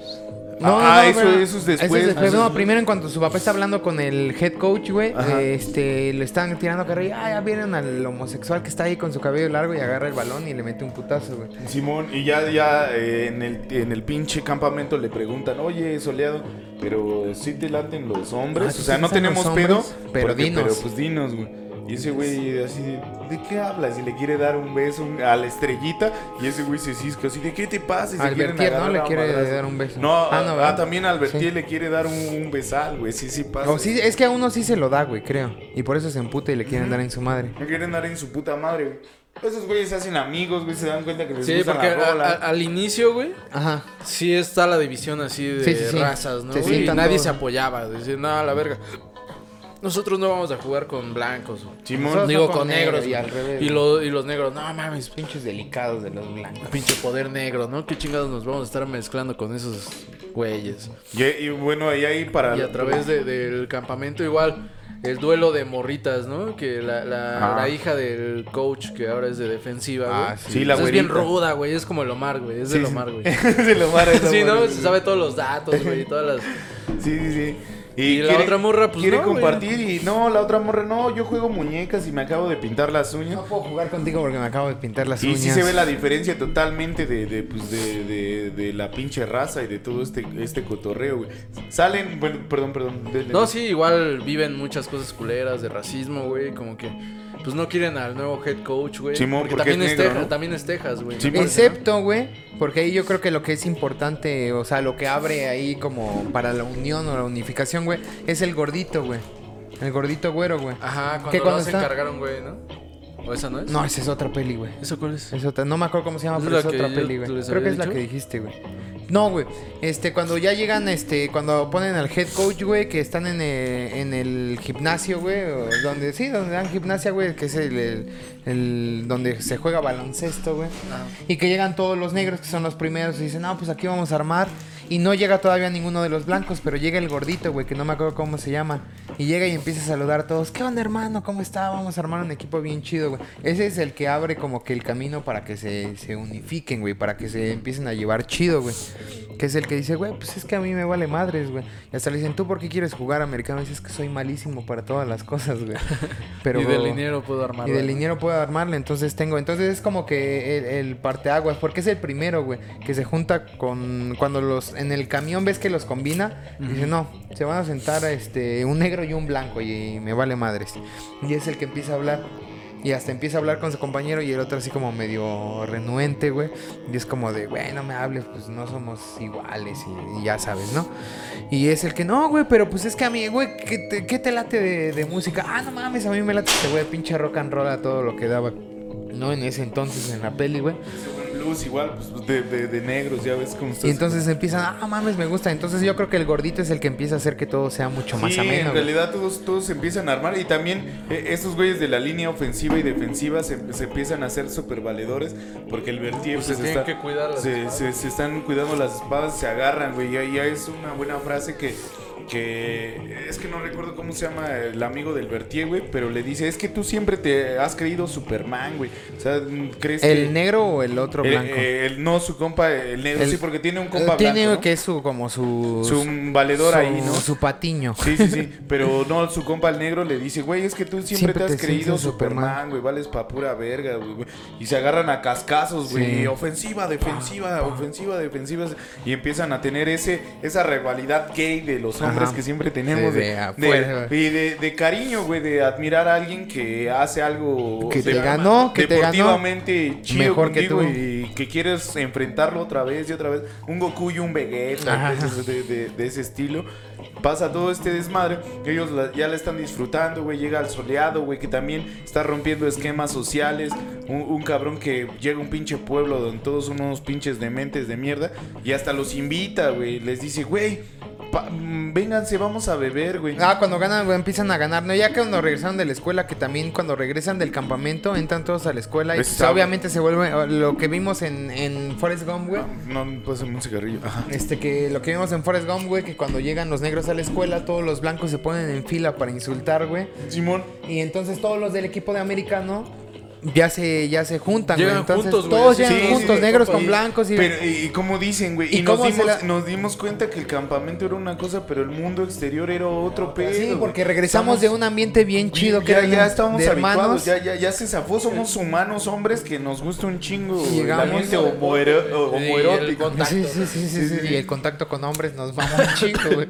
Speaker 3: No,
Speaker 1: Ah,
Speaker 3: no,
Speaker 1: eso-
Speaker 3: pero-
Speaker 1: eso es después. Ah,
Speaker 3: No,
Speaker 1: sí.
Speaker 3: primero en cuanto su papá está hablando con el head coach, güey,
Speaker 1: Ajá.
Speaker 3: este, le están tirando carrilla. Ah, ya vieron al homosexual que está ahí con su cabello largo y agarra el balón y le mete un putazo, güey.
Speaker 1: Simón, y ya, ya eh, en, el, en el pinche campamento le preguntan, oye, soleado, pero si te laten los hombres,
Speaker 3: Ah,
Speaker 1: o
Speaker 3: ¿sí
Speaker 1: sea,
Speaker 3: te
Speaker 1: no
Speaker 3: gustan los
Speaker 1: tenemos
Speaker 3: hombres?
Speaker 1: pedo,
Speaker 3: Pero
Speaker 1: porque-
Speaker 3: dinos".
Speaker 1: pero pues dinos, güey. Y ese güey así, de, ¿de qué hablas? Y le quiere dar un beso un- a la estrellita, y ese güey se cisca así, ¿de qué te pasa? Y se
Speaker 3: Al
Speaker 1: quieren
Speaker 3: Bertier, ¿no?
Speaker 1: agarrar
Speaker 3: Le
Speaker 1: a
Speaker 3: quiere
Speaker 1: madrazos.
Speaker 3: dar un beso.
Speaker 1: No,
Speaker 3: Ah,
Speaker 1: ah,
Speaker 3: no,
Speaker 1: ah,
Speaker 3: ¿verdad?
Speaker 1: también al Bertier
Speaker 3: Sí.
Speaker 1: le quiere dar un, un besal, güey, sí, sí pasa.
Speaker 3: O sí, es que a uno sí se lo da, güey, creo. Y por eso se emputa y le quieren dar en su madre.
Speaker 1: No quieren dar en su puta madre, güey. Esos güeyes se hacen amigos, güey, se dan cuenta que les
Speaker 2: Sí,
Speaker 1: gusta
Speaker 2: porque
Speaker 1: la
Speaker 2: a-
Speaker 1: rola.
Speaker 2: a- al inicio, güey,
Speaker 3: Ajá.
Speaker 2: sí está la división así de
Speaker 3: Sí, sí, sí.
Speaker 2: razas, ¿no?
Speaker 3: Se
Speaker 2: güey? Y
Speaker 3: sientan
Speaker 2: nadie
Speaker 3: todos.
Speaker 2: se apoyaba. Dice, no, a la verga. Nosotros no vamos a jugar con blancos. güey.
Speaker 1: Simón.
Speaker 3: Nosotros
Speaker 2: Digo,
Speaker 3: no
Speaker 2: con, negros.
Speaker 3: y
Speaker 2: güey.
Speaker 3: al revés.
Speaker 2: Y, lo- y los negros, no mames,
Speaker 3: pinches delicados de los blancos.
Speaker 2: pinche poder negro, ¿no? ¿Qué chingados nos vamos a estar mezclando con esos güeyes?
Speaker 1: Y, y bueno, ahí ahí para...
Speaker 2: Y a través de- del campamento igual, el duelo de morritas, ¿no? Que la, la-
Speaker 1: Ah.
Speaker 2: la hija del coach, que ahora es de defensiva,
Speaker 3: Ah,
Speaker 2: güey.
Speaker 1: sí, la
Speaker 2: Entonces Es bien
Speaker 1: güerita.
Speaker 2: ruda, güey. Es como el Omar, güey. Es
Speaker 1: Sí,
Speaker 2: del
Speaker 1: sí.
Speaker 2: Omar, güey.
Speaker 1: de lo malo, está
Speaker 2: Sí, ¿no?
Speaker 1: bueno.
Speaker 2: Se sabe todos los datos, güey. y Todas las...
Speaker 1: Sí, sí, sí.
Speaker 2: Y la otra morra, pues,
Speaker 1: Quiere
Speaker 2: no, güey.
Speaker 1: compartir y no, la otra morra, no, yo juego muñecas y me acabo de pintar las uñas.
Speaker 3: No puedo jugar contigo porque me acabo de pintar las
Speaker 1: Y
Speaker 3: uñas.
Speaker 1: sí se ve la diferencia totalmente de, de, pues, de, de- de la pinche raza y de todo este, este cotorreo, güey. Salen, bueno, perdón, perdón. dele, dele.
Speaker 2: No, sí, igual viven muchas cosas culeras de racismo, güey. Como que, pues no quieren al nuevo head coach, güey.
Speaker 1: Simón, porque es
Speaker 2: también,
Speaker 1: negro,
Speaker 2: Tejas,
Speaker 1: ¿no?
Speaker 2: también es Texas, güey.
Speaker 1: Simón.
Speaker 3: Excepto, güey, porque ahí yo creo que lo que es importante, o sea, lo que abre ahí como para la unión o la unificación, güey, es el gordito, güey. El gordito güero, güey.
Speaker 2: Ajá, cuando
Speaker 3: ¿Qué,
Speaker 2: lo
Speaker 3: cuando
Speaker 2: hacen
Speaker 3: está?
Speaker 2: cargaron, güey, ¿no? ¿O esa no es?
Speaker 3: No, esa es otra peli, güey.
Speaker 2: ¿Eso cuál es?
Speaker 3: Es otra, no me acuerdo cómo se llama,
Speaker 2: ¿Es
Speaker 3: pero
Speaker 2: la
Speaker 3: es
Speaker 2: que
Speaker 3: otra
Speaker 2: yo
Speaker 3: peli, güey.
Speaker 2: les
Speaker 3: Creo que
Speaker 2: había
Speaker 3: es la
Speaker 2: dicho?
Speaker 3: que dijiste, güey. No, güey. Este, cuando ya llegan, este, cuando ponen al head coach, güey, que están en el, en el gimnasio, güey, o donde sí, donde dan gimnasia, güey, que es el, el- el- donde se juega baloncesto, güey. Y que llegan todos los negros, que son los primeros, y dicen, no, pues aquí vamos a armar. Y no llega todavía ninguno de los blancos, pero llega el gordito, güey, que no me acuerdo cómo se llama. Y llega y empieza a saludar a todos. ¿Qué onda, hermano? ¿Cómo está? Vamos a armar un equipo bien chido, güey. Ese es el que abre como que el camino para que se, se unifiquen, güey, para que se empiecen a llevar chido, güey. Que es el que dice, güey, pues es que a mí me vale madres, güey. Y hasta le dicen, ¿tú por qué quieres jugar americano? Y dice, es que soy malísimo para todas las cosas, güey. Pero,
Speaker 2: y del dinero puedo armar.
Speaker 3: y del dinero puedo armarle, entonces tengo. Entonces es como que el, el parteaguas, porque es el primero, güey, que se junta con. Cuando los. En el camión ves que los combina, dice, no, se van a sentar este, un negro y un blanco, y, me vale madres. Y es el que empieza a hablar. Y hasta empieza a hablar con su compañero y el otro así como medio renuente, güey. Y es como de, güey, no me hables, pues no somos iguales y, y ya sabes, ¿no? Y es el que, no, güey, pero pues es que a mí, güey, ¿qué te, qué te late de, de música? Ah, no mames, a mí me late este, güey, pinche rock and roll a todo lo que daba. No, en ese entonces, en la peli, güey.
Speaker 1: Blues igual, pues de, de- de negros, ya ves cómo está.
Speaker 3: Y entonces empiezan, ah, mames, me gusta. Entonces yo creo que el gordito es el que empieza a hacer que todo sea mucho más
Speaker 1: Sí,
Speaker 3: ameno.
Speaker 1: en
Speaker 3: güey.
Speaker 1: realidad todos, todos se empiezan a armar y también eh, estos güeyes de la línea ofensiva y defensiva se, se empiezan a hacer super valedores porque el Bertier
Speaker 2: Pues se tienen que cuidar las
Speaker 1: se,
Speaker 2: espadas.
Speaker 1: se- se están cuidando las espadas, se agarran, güey. Ya, ya es una buena frase que, que es que no recuerdo cómo se llama el amigo del Bertier, güey, pero le dice, es que tú siempre te has creído Superman, güey. O sea, crees que...
Speaker 3: ¿El negro o el otro
Speaker 1: Eh,
Speaker 3: blanco?
Speaker 1: eh, el- no, su compa, el negro,
Speaker 3: El- Eh,
Speaker 1: sí, porque tiene un compa
Speaker 3: Tiene
Speaker 1: blanco, ¿no?
Speaker 3: que es su, como su.
Speaker 1: Su valedor
Speaker 3: su-
Speaker 1: ahí, ¿no?
Speaker 3: Su patiño.
Speaker 1: Sí, sí, sí. Pero no, su compa el negro le dice, güey, es que tú siempre,
Speaker 3: Siempre
Speaker 1: te has
Speaker 3: te
Speaker 1: creído
Speaker 3: sientes Superman".
Speaker 1: Superman, güey. Vales pa' pura verga, güey. güey. Y se agarran a cascazos, güey.
Speaker 3: Sí.
Speaker 1: Ofensiva, defensiva, ofensiva, defensiva. Y empiezan a tener ese, esa rivalidad gay de los hombres
Speaker 3: Ajá.
Speaker 1: que siempre tenemos.
Speaker 3: De- de afuera, güey.
Speaker 1: y de, de cariño, güey, de admirar a alguien que hace algo
Speaker 3: Que te
Speaker 1: de-
Speaker 3: ganó, que te ganó.
Speaker 1: deportivamente chido
Speaker 3: Mejor que
Speaker 1: contigo
Speaker 3: tú.
Speaker 1: y que quieres enfrentarlo otra vez y otra vez. Un Goku y un Vegeta, cosas de, de- de ese estilo. Pasa todo este desmadre que ellos la- ya la están disfrutando, güey. Llega el soleado, güey, que también está rompiendo esquemas sociales. Un, un cabrón que llega a un pinche pueblo donde todos son unos pinches dementes de mierda y hasta los invita, güey. Les dice, güey, pa- mm, vénganse, vamos a beber, güey.
Speaker 3: Ah, cuando ganan, güey, empiezan a ganar. No, ya que cuando regresaron de la escuela, que también cuando regresan del campamento, entran todos a la escuela. Y pues,
Speaker 1: Está-
Speaker 3: obviamente se vuelve o, lo que vimos en, en Forrest Gump, güey.
Speaker 1: No, no, pásame un cigarrillo. Ajá.
Speaker 3: Este, que lo que vimos en Forrest Gump, güey, que cuando llegan los negros a la escuela, todos los blancos se ponen en fila para insultar, güey.
Speaker 1: Simón.
Speaker 3: Y entonces todos los del equipo de americano ya se, ya se juntan, güey.
Speaker 2: Llegan
Speaker 3: Entonces
Speaker 2: juntos, güey,
Speaker 3: todos
Speaker 2: así,
Speaker 3: llegan
Speaker 2: sí,
Speaker 3: juntos,
Speaker 2: sí,
Speaker 3: negros
Speaker 2: compa,
Speaker 3: con
Speaker 2: y-
Speaker 3: blancos y...
Speaker 1: Pero, y, y como dicen, güey, y,
Speaker 3: ¿Y
Speaker 1: nos,
Speaker 3: cómo se
Speaker 1: dimos,
Speaker 3: la-
Speaker 1: nos dimos cuenta que el campamento era una cosa, pero el mundo exterior era otro pedo.
Speaker 3: sí,
Speaker 1: güey.
Speaker 3: porque regresamos de un ambiente bien chido que
Speaker 1: ya,
Speaker 3: era
Speaker 1: ya
Speaker 3: bien
Speaker 1: estábamos
Speaker 3: de hermanos.
Speaker 1: habituados, ya, ya, ya se zafó, somos humanos, hombres, que nos gusta un chingo
Speaker 3: Y llegamos-
Speaker 1: el ambiente homoero-
Speaker 2: Sí, el
Speaker 1: homoerótico.
Speaker 2: contacto,
Speaker 3: Sí, sí, sí, sí, sí, Y el contacto con hombres nos va muy chico, güey.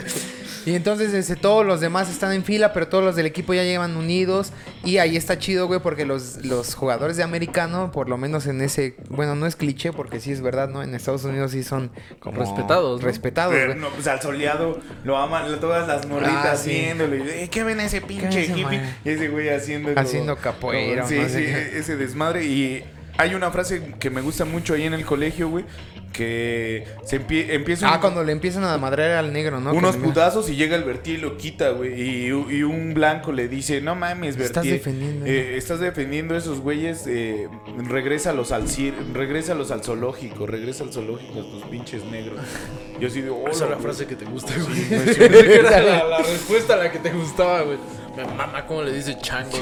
Speaker 3: Y entonces este, todos los demás están en fila, pero todos los del equipo ya llevan unidos. Y ahí está chido, güey, porque los, los jugadores de americano, por lo menos en ese... Bueno, no es cliché, porque sí es verdad, ¿no? En Estados Unidos sí son como...
Speaker 2: Respetados, ¿no?
Speaker 3: Respetados,
Speaker 1: Pero
Speaker 3: güey.
Speaker 1: no, pues al soleado lo aman todas las morritas
Speaker 3: Ah, sí.
Speaker 1: haciéndolo. Y, "Eh, ¿Qué ven ese pinche
Speaker 3: ese
Speaker 1: hippie?
Speaker 3: man?
Speaker 1: Y ese güey haciendo.
Speaker 3: Haciendo capoeira,
Speaker 1: como- sí,
Speaker 3: no sé
Speaker 1: sí,
Speaker 3: qué.
Speaker 1: ese desmadre. Y hay una frase que me gusta mucho ahí en el colegio, güey, que se empie- empieza...
Speaker 3: Ah,
Speaker 1: un-
Speaker 3: cuando le empiezan a madrear al negro, ¿no?
Speaker 1: Unos
Speaker 3: Que le-
Speaker 1: putazos y llega el Bertie y lo quita, güey. Y, y un blanco le dice, no mames, Bertie.
Speaker 3: Estás defendiendo.
Speaker 1: eh, estás defendiendo a esos güeyes. Eh, regrésalos al cir regrésalos al zoológico, regresa al zoológico, tus pinches negros. Yo así "Oh, digo,
Speaker 2: Esa es la
Speaker 1: "Hola,
Speaker 2: frase que te gusta, güey.
Speaker 1: güey, sí.
Speaker 2: Era la, la respuesta a la que te gustaba, güey. Me mama cómo le dice chango,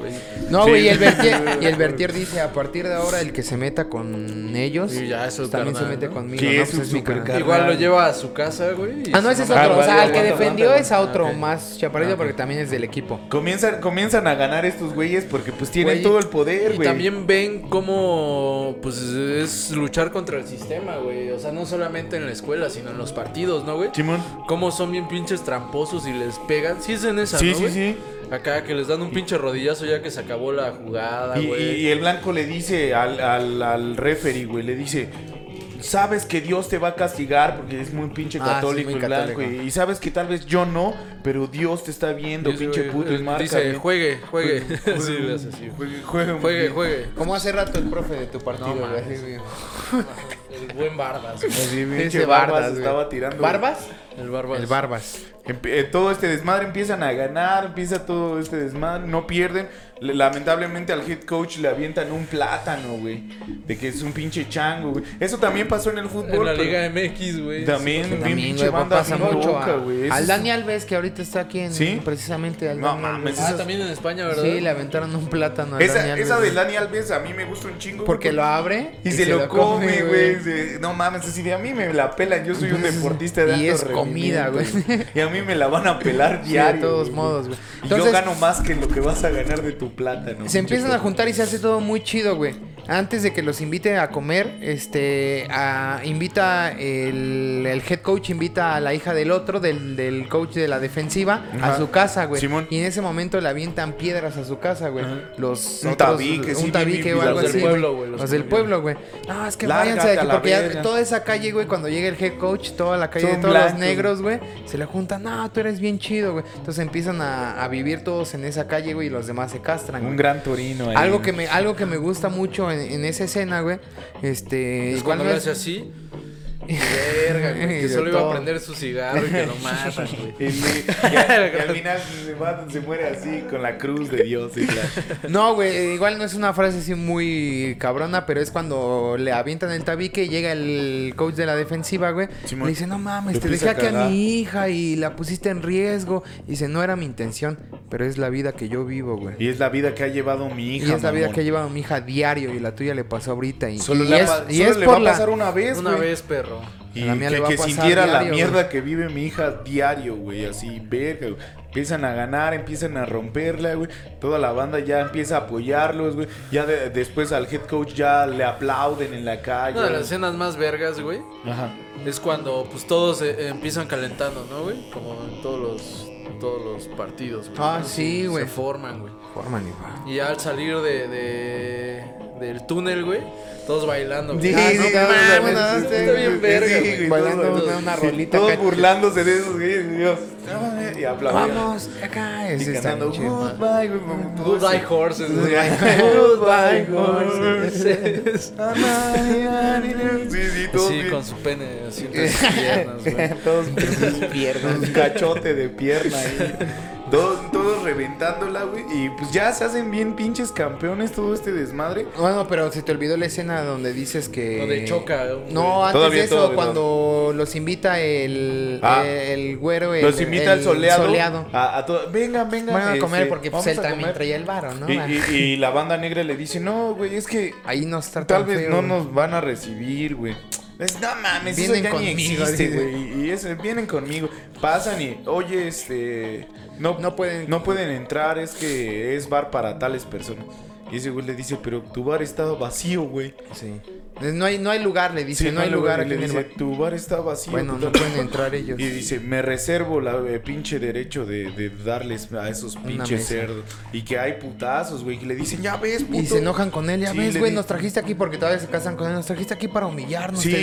Speaker 2: güey.
Speaker 3: No,
Speaker 1: Sí.
Speaker 3: güey, y el Bertier, y el Bertier dice, a partir de ahora el que se meta con ellos,
Speaker 2: Sí, ya, eso es
Speaker 3: también se
Speaker 2: carnal,
Speaker 3: mete
Speaker 2: ¿no?
Speaker 3: conmigo,
Speaker 1: Sí,
Speaker 3: ¿no?
Speaker 1: es
Speaker 3: Pues
Speaker 1: un
Speaker 3: es mi canal.
Speaker 1: supercar-
Speaker 2: Igual lo lleva a su casa, güey. y
Speaker 3: Ah, no,
Speaker 2: se
Speaker 3: ese es
Speaker 2: mama
Speaker 1: Ah,
Speaker 3: otro, o
Speaker 2: con
Speaker 3: sea,
Speaker 2: varios,
Speaker 3: el que
Speaker 2: güey.
Speaker 3: defendió es a otro
Speaker 2: Ah, ok.
Speaker 3: más chaparrito porque también es del equipo.
Speaker 1: Comienzan, comienzan a ganar estos güeyes porque pues tienen
Speaker 3: Güey,
Speaker 1: todo el poder,
Speaker 2: Y
Speaker 1: güey.
Speaker 2: también ven cómo pues es luchar contra el sistema, güey. O sea, no solamente en la escuela, sino en los partidos, ¿no, güey?
Speaker 1: Simón.
Speaker 2: Cómo son bien pinches tramposos y les pegan. Sí es en esa,
Speaker 1: Sí,
Speaker 2: ¿no,
Speaker 1: sí,
Speaker 2: güey?
Speaker 1: sí.
Speaker 2: Acá que les dan un pinche rodillazo ya que se acabó la jugada,
Speaker 1: Y, y-
Speaker 2: güey.
Speaker 1: y el blanco le dice al, al, al referee, güey, le dice, sabes que Dios te va a castigar porque es muy pinche
Speaker 3: Ah, sí,
Speaker 1: católico
Speaker 3: muy
Speaker 1: el blanco.
Speaker 3: católico.
Speaker 1: Y, y sabes que tal vez yo no, pero Dios te está viendo,
Speaker 2: Dice,
Speaker 1: pinche
Speaker 2: güey,
Speaker 1: puto.
Speaker 2: él
Speaker 1: Y marca,
Speaker 2: dice,
Speaker 1: güey.
Speaker 2: juegue, juegue. Sí, le hace así, güey.
Speaker 1: Juegue, juegue,
Speaker 2: Juegue,
Speaker 1: güey.
Speaker 2: juegue.
Speaker 3: Como hace rato el profe de tu partido,
Speaker 2: No,
Speaker 3: güey,
Speaker 2: mames.
Speaker 3: así, güey.
Speaker 2: El buen Barbas. güey.
Speaker 1: Así, pinche
Speaker 3: Ese
Speaker 1: Barbas
Speaker 3: Barbas, güey.
Speaker 1: estaba tirando. Pues,
Speaker 3: ¿Barbas?
Speaker 2: El Barbas.
Speaker 3: El Barbas.
Speaker 1: Empe- eh, todo este desmadre empiezan a ganar, empieza todo este desmadre, no pierden. Le- Lamentablemente al head coach le avientan un plátano, güey. De que es un pinche chango, güey. Eso también pasó en el fútbol.
Speaker 2: En la
Speaker 1: pero-
Speaker 2: Liga MX, güey.
Speaker 1: También, bien
Speaker 3: También,
Speaker 1: pinche
Speaker 3: güey,
Speaker 1: banda
Speaker 3: pasa
Speaker 1: bien
Speaker 3: mucho
Speaker 1: loca,
Speaker 3: a-
Speaker 1: güey. Eso
Speaker 3: al
Speaker 1: es-
Speaker 3: Dani Alves, que ahorita está aquí en...
Speaker 1: ¿Sí?
Speaker 3: Precisamente al
Speaker 1: No
Speaker 3: Dani
Speaker 1: mames,
Speaker 2: Ah,
Speaker 1: esas-
Speaker 2: también en España, ¿verdad?
Speaker 3: Sí, le aventaron un plátano al Dani
Speaker 1: Esa,
Speaker 3: Alves.
Speaker 1: esa de Dani Alves a mí me gusta un chingo.
Speaker 3: Porque
Speaker 1: güey,
Speaker 3: lo abre
Speaker 1: Y, se, lo come, güey. Se- No mames, así de a mí me la pelan. Yo soy un deportista de
Speaker 3: Y
Speaker 1: alto
Speaker 3: es comida,
Speaker 1: rendimiento,
Speaker 3: güey.
Speaker 1: Y a mí me la van a pelar
Speaker 3: Sí, de
Speaker 1: diario.
Speaker 3: todos
Speaker 1: güey.
Speaker 3: modos, güey.
Speaker 1: Y
Speaker 3: Entonces,
Speaker 1: yo gano más que lo que vas a ganar de tu plata, ¿no?
Speaker 3: se empiezan a juntar y se hace todo muy chido, güey. Antes de que los invite a comer, este, a- invita el, el head coach, invita a la hija del otro, del, del coach de la defensiva,
Speaker 1: Ajá.
Speaker 3: a su casa, güey.
Speaker 1: Simón.
Speaker 3: Y en ese momento le avientan piedras a su casa, güey.
Speaker 1: Ajá.
Speaker 3: Los
Speaker 1: Un
Speaker 3: otros-
Speaker 1: tabique, sí,
Speaker 3: un tabique
Speaker 1: bien
Speaker 3: o algo
Speaker 1: vividos.
Speaker 3: así.
Speaker 1: Los del
Speaker 2: pueblo, güey,
Speaker 3: Los,
Speaker 2: los
Speaker 3: del
Speaker 2: que
Speaker 3: pueblo, güey. No, es que
Speaker 1: Lárgate
Speaker 3: váyanse de
Speaker 1: a
Speaker 3: aquí
Speaker 1: la
Speaker 3: porque ya
Speaker 1: verga.
Speaker 3: toda esa calle, güey, cuando llega el head coach, toda la calle de
Speaker 1: Son
Speaker 3: todos
Speaker 1: blancos,
Speaker 3: los
Speaker 1: güey.
Speaker 3: negros, güey, se le juntan, no, tú eres bien chido, güey. Entonces empiezan a, a vivir todos en esa calle, güey, y los demás se castran.
Speaker 1: Un
Speaker 3: güey.
Speaker 1: gran torino ahí.
Speaker 3: Algo
Speaker 1: ¿no?
Speaker 3: que me, algo que me gusta mucho en, en esa escena, güey. Este.
Speaker 2: Es
Speaker 3: igual
Speaker 2: Pues cuando
Speaker 3: no
Speaker 2: le
Speaker 3: es-
Speaker 2: hace así. Verga, güey.
Speaker 3: Y de
Speaker 2: Que solo iba
Speaker 3: todo.
Speaker 2: a prender su cigarro y que lo matan, güey.
Speaker 1: Y, le- y al, y al final se, va- se muere así, con la cruz de Dios. y la-
Speaker 3: No, güey, igual no es una frase así muy cabrona, pero es cuando le avientan el tabique y llega el coach de la defensiva, güey.
Speaker 1: Simón.
Speaker 3: le dice, no mames,
Speaker 1: Lo
Speaker 3: te dejé
Speaker 1: empieza a
Speaker 3: aquí a
Speaker 1: cagar.
Speaker 3: mi hija y la pusiste en riesgo. Y dice, no era mi intención, pero es la vida que yo vivo, güey.
Speaker 1: Y es la vida que ha llevado mi
Speaker 3: Y
Speaker 1: hija.
Speaker 3: es la vida
Speaker 1: mamón.
Speaker 3: que ha llevado mi hija diario y la tuya le pasó ahorita. Y,
Speaker 1: Solo
Speaker 3: y
Speaker 1: le,
Speaker 3: es,
Speaker 1: va-
Speaker 3: y
Speaker 1: solo
Speaker 3: es
Speaker 1: le
Speaker 3: por
Speaker 1: va a
Speaker 3: la...
Speaker 1: pasar una vez,
Speaker 2: Una
Speaker 1: güey.
Speaker 2: vez, perro.
Speaker 1: Y
Speaker 3: A la mía
Speaker 1: que,
Speaker 3: le va a
Speaker 1: que
Speaker 3: pasar
Speaker 1: sintiera la
Speaker 3: diario,
Speaker 1: mierda
Speaker 3: güey.
Speaker 1: que vive mi hija diario, güey. Así, verga, güey. Empiezan a ganar, empiezan a romperla, güey. Toda la banda ya empieza a apoyarlos, güey. Ya de- después al head coach ya le aplauden en la calle.
Speaker 2: Una de las escenas más vergas, güey.
Speaker 1: Ajá.
Speaker 2: Es cuando pues todos eh, empiezan calentando, ¿no, güey? Como en todos los, todos los partidos, güey.
Speaker 3: Ah, sí, güey.
Speaker 2: Se forman, güey.
Speaker 3: Forma, mi pa.
Speaker 2: Y al salir de, de- del túnel, güey, todos bailando. güey.
Speaker 1: Sí,
Speaker 3: Ah,
Speaker 1: sí,
Speaker 3: no,
Speaker 1: sí,
Speaker 3: cabrón,
Speaker 1: mames,
Speaker 3: bueno,
Speaker 1: sí,
Speaker 3: este,
Speaker 1: está
Speaker 2: güey,
Speaker 1: bien verga,
Speaker 2: sí,
Speaker 1: güey,
Speaker 3: bailando
Speaker 1: todos,
Speaker 3: una- una
Speaker 1: sí,
Speaker 3: rolita
Speaker 1: Todos
Speaker 3: acá.
Speaker 1: burlándose de esos güeyes, Dios. Y aplaudiendo.
Speaker 3: Vamos, acá.
Speaker 1: Y
Speaker 3: Ese está
Speaker 1: cantando,
Speaker 3: bien chido.
Speaker 1: "Goodbye", güey, mamón, todos
Speaker 2: Goodbye
Speaker 1: así.
Speaker 2: horses. güey.
Speaker 1: Goodbye, horses. Sí, sí, todos
Speaker 2: Sí,
Speaker 1: bien-
Speaker 2: con su pene así entre sus piernas, güey.
Speaker 1: Todos Un cachote de pierna ahí. Todos, todos reventándola, güey. Y pues ya se hacen bien pinches campeones todo este desmadre.
Speaker 3: Bueno, pero se te olvidó la escena donde dices que.
Speaker 2: Donde choca un
Speaker 3: No,
Speaker 2: güey.
Speaker 3: antes
Speaker 1: Todavía,
Speaker 3: de eso,
Speaker 1: todavía,
Speaker 3: cuando los invita el,
Speaker 1: Ah.
Speaker 3: el güero. El,
Speaker 1: Los invita al
Speaker 3: Pues, el
Speaker 1: soleado. Ah.
Speaker 3: soleado.
Speaker 1: A, a todo- Vengan, vengan.
Speaker 3: Van a comer
Speaker 1: este,
Speaker 3: porque pues,
Speaker 1: vamos
Speaker 3: él
Speaker 1: a
Speaker 3: también
Speaker 1: comer.
Speaker 3: traía el varo, ¿no? Ah,
Speaker 1: Y, y- y la banda negra le dice, no, güey, es que
Speaker 3: Ahí no está
Speaker 1: tal
Speaker 3: tan
Speaker 1: vez
Speaker 3: feo,
Speaker 1: no
Speaker 3: güey.
Speaker 1: nos van a recibir, güey. Es, no mames,
Speaker 3: Vienen
Speaker 1: eso ya ni
Speaker 3: conmigo",
Speaker 1: existe,
Speaker 3: dice.
Speaker 1: güey. Y eso, vienen conmigo. Pasan y, oye, este. No,
Speaker 3: No pueden-
Speaker 1: no pueden entrar, es que es bar para tales personas. Y ese güey le dice, pero tu bar está vacío, güey.
Speaker 3: Sí. No hay, no hay lugar, le dice.
Speaker 1: Sí,
Speaker 3: no hay lugar.
Speaker 1: y Le
Speaker 3: aquí en el
Speaker 1: dice,
Speaker 3: bar.
Speaker 1: tu bar está vacío.
Speaker 3: Bueno,
Speaker 1: tu
Speaker 3: no
Speaker 1: tal-".
Speaker 3: pueden entrar ellos.
Speaker 1: Y dice, me reservo la eh, pinche derecho de, de darles a esos pinches
Speaker 3: mesa.
Speaker 1: cerdos. Y que hay putazos, güey. Y le dicen, ya ves, puto.
Speaker 3: Y se enojan con él, ya
Speaker 1: Sí,
Speaker 3: ves,
Speaker 1: le
Speaker 3: güey,
Speaker 1: di-
Speaker 3: nos trajiste aquí porque todavía se casan con él, nos trajiste aquí para humillarnos,
Speaker 1: Sí,
Speaker 3: te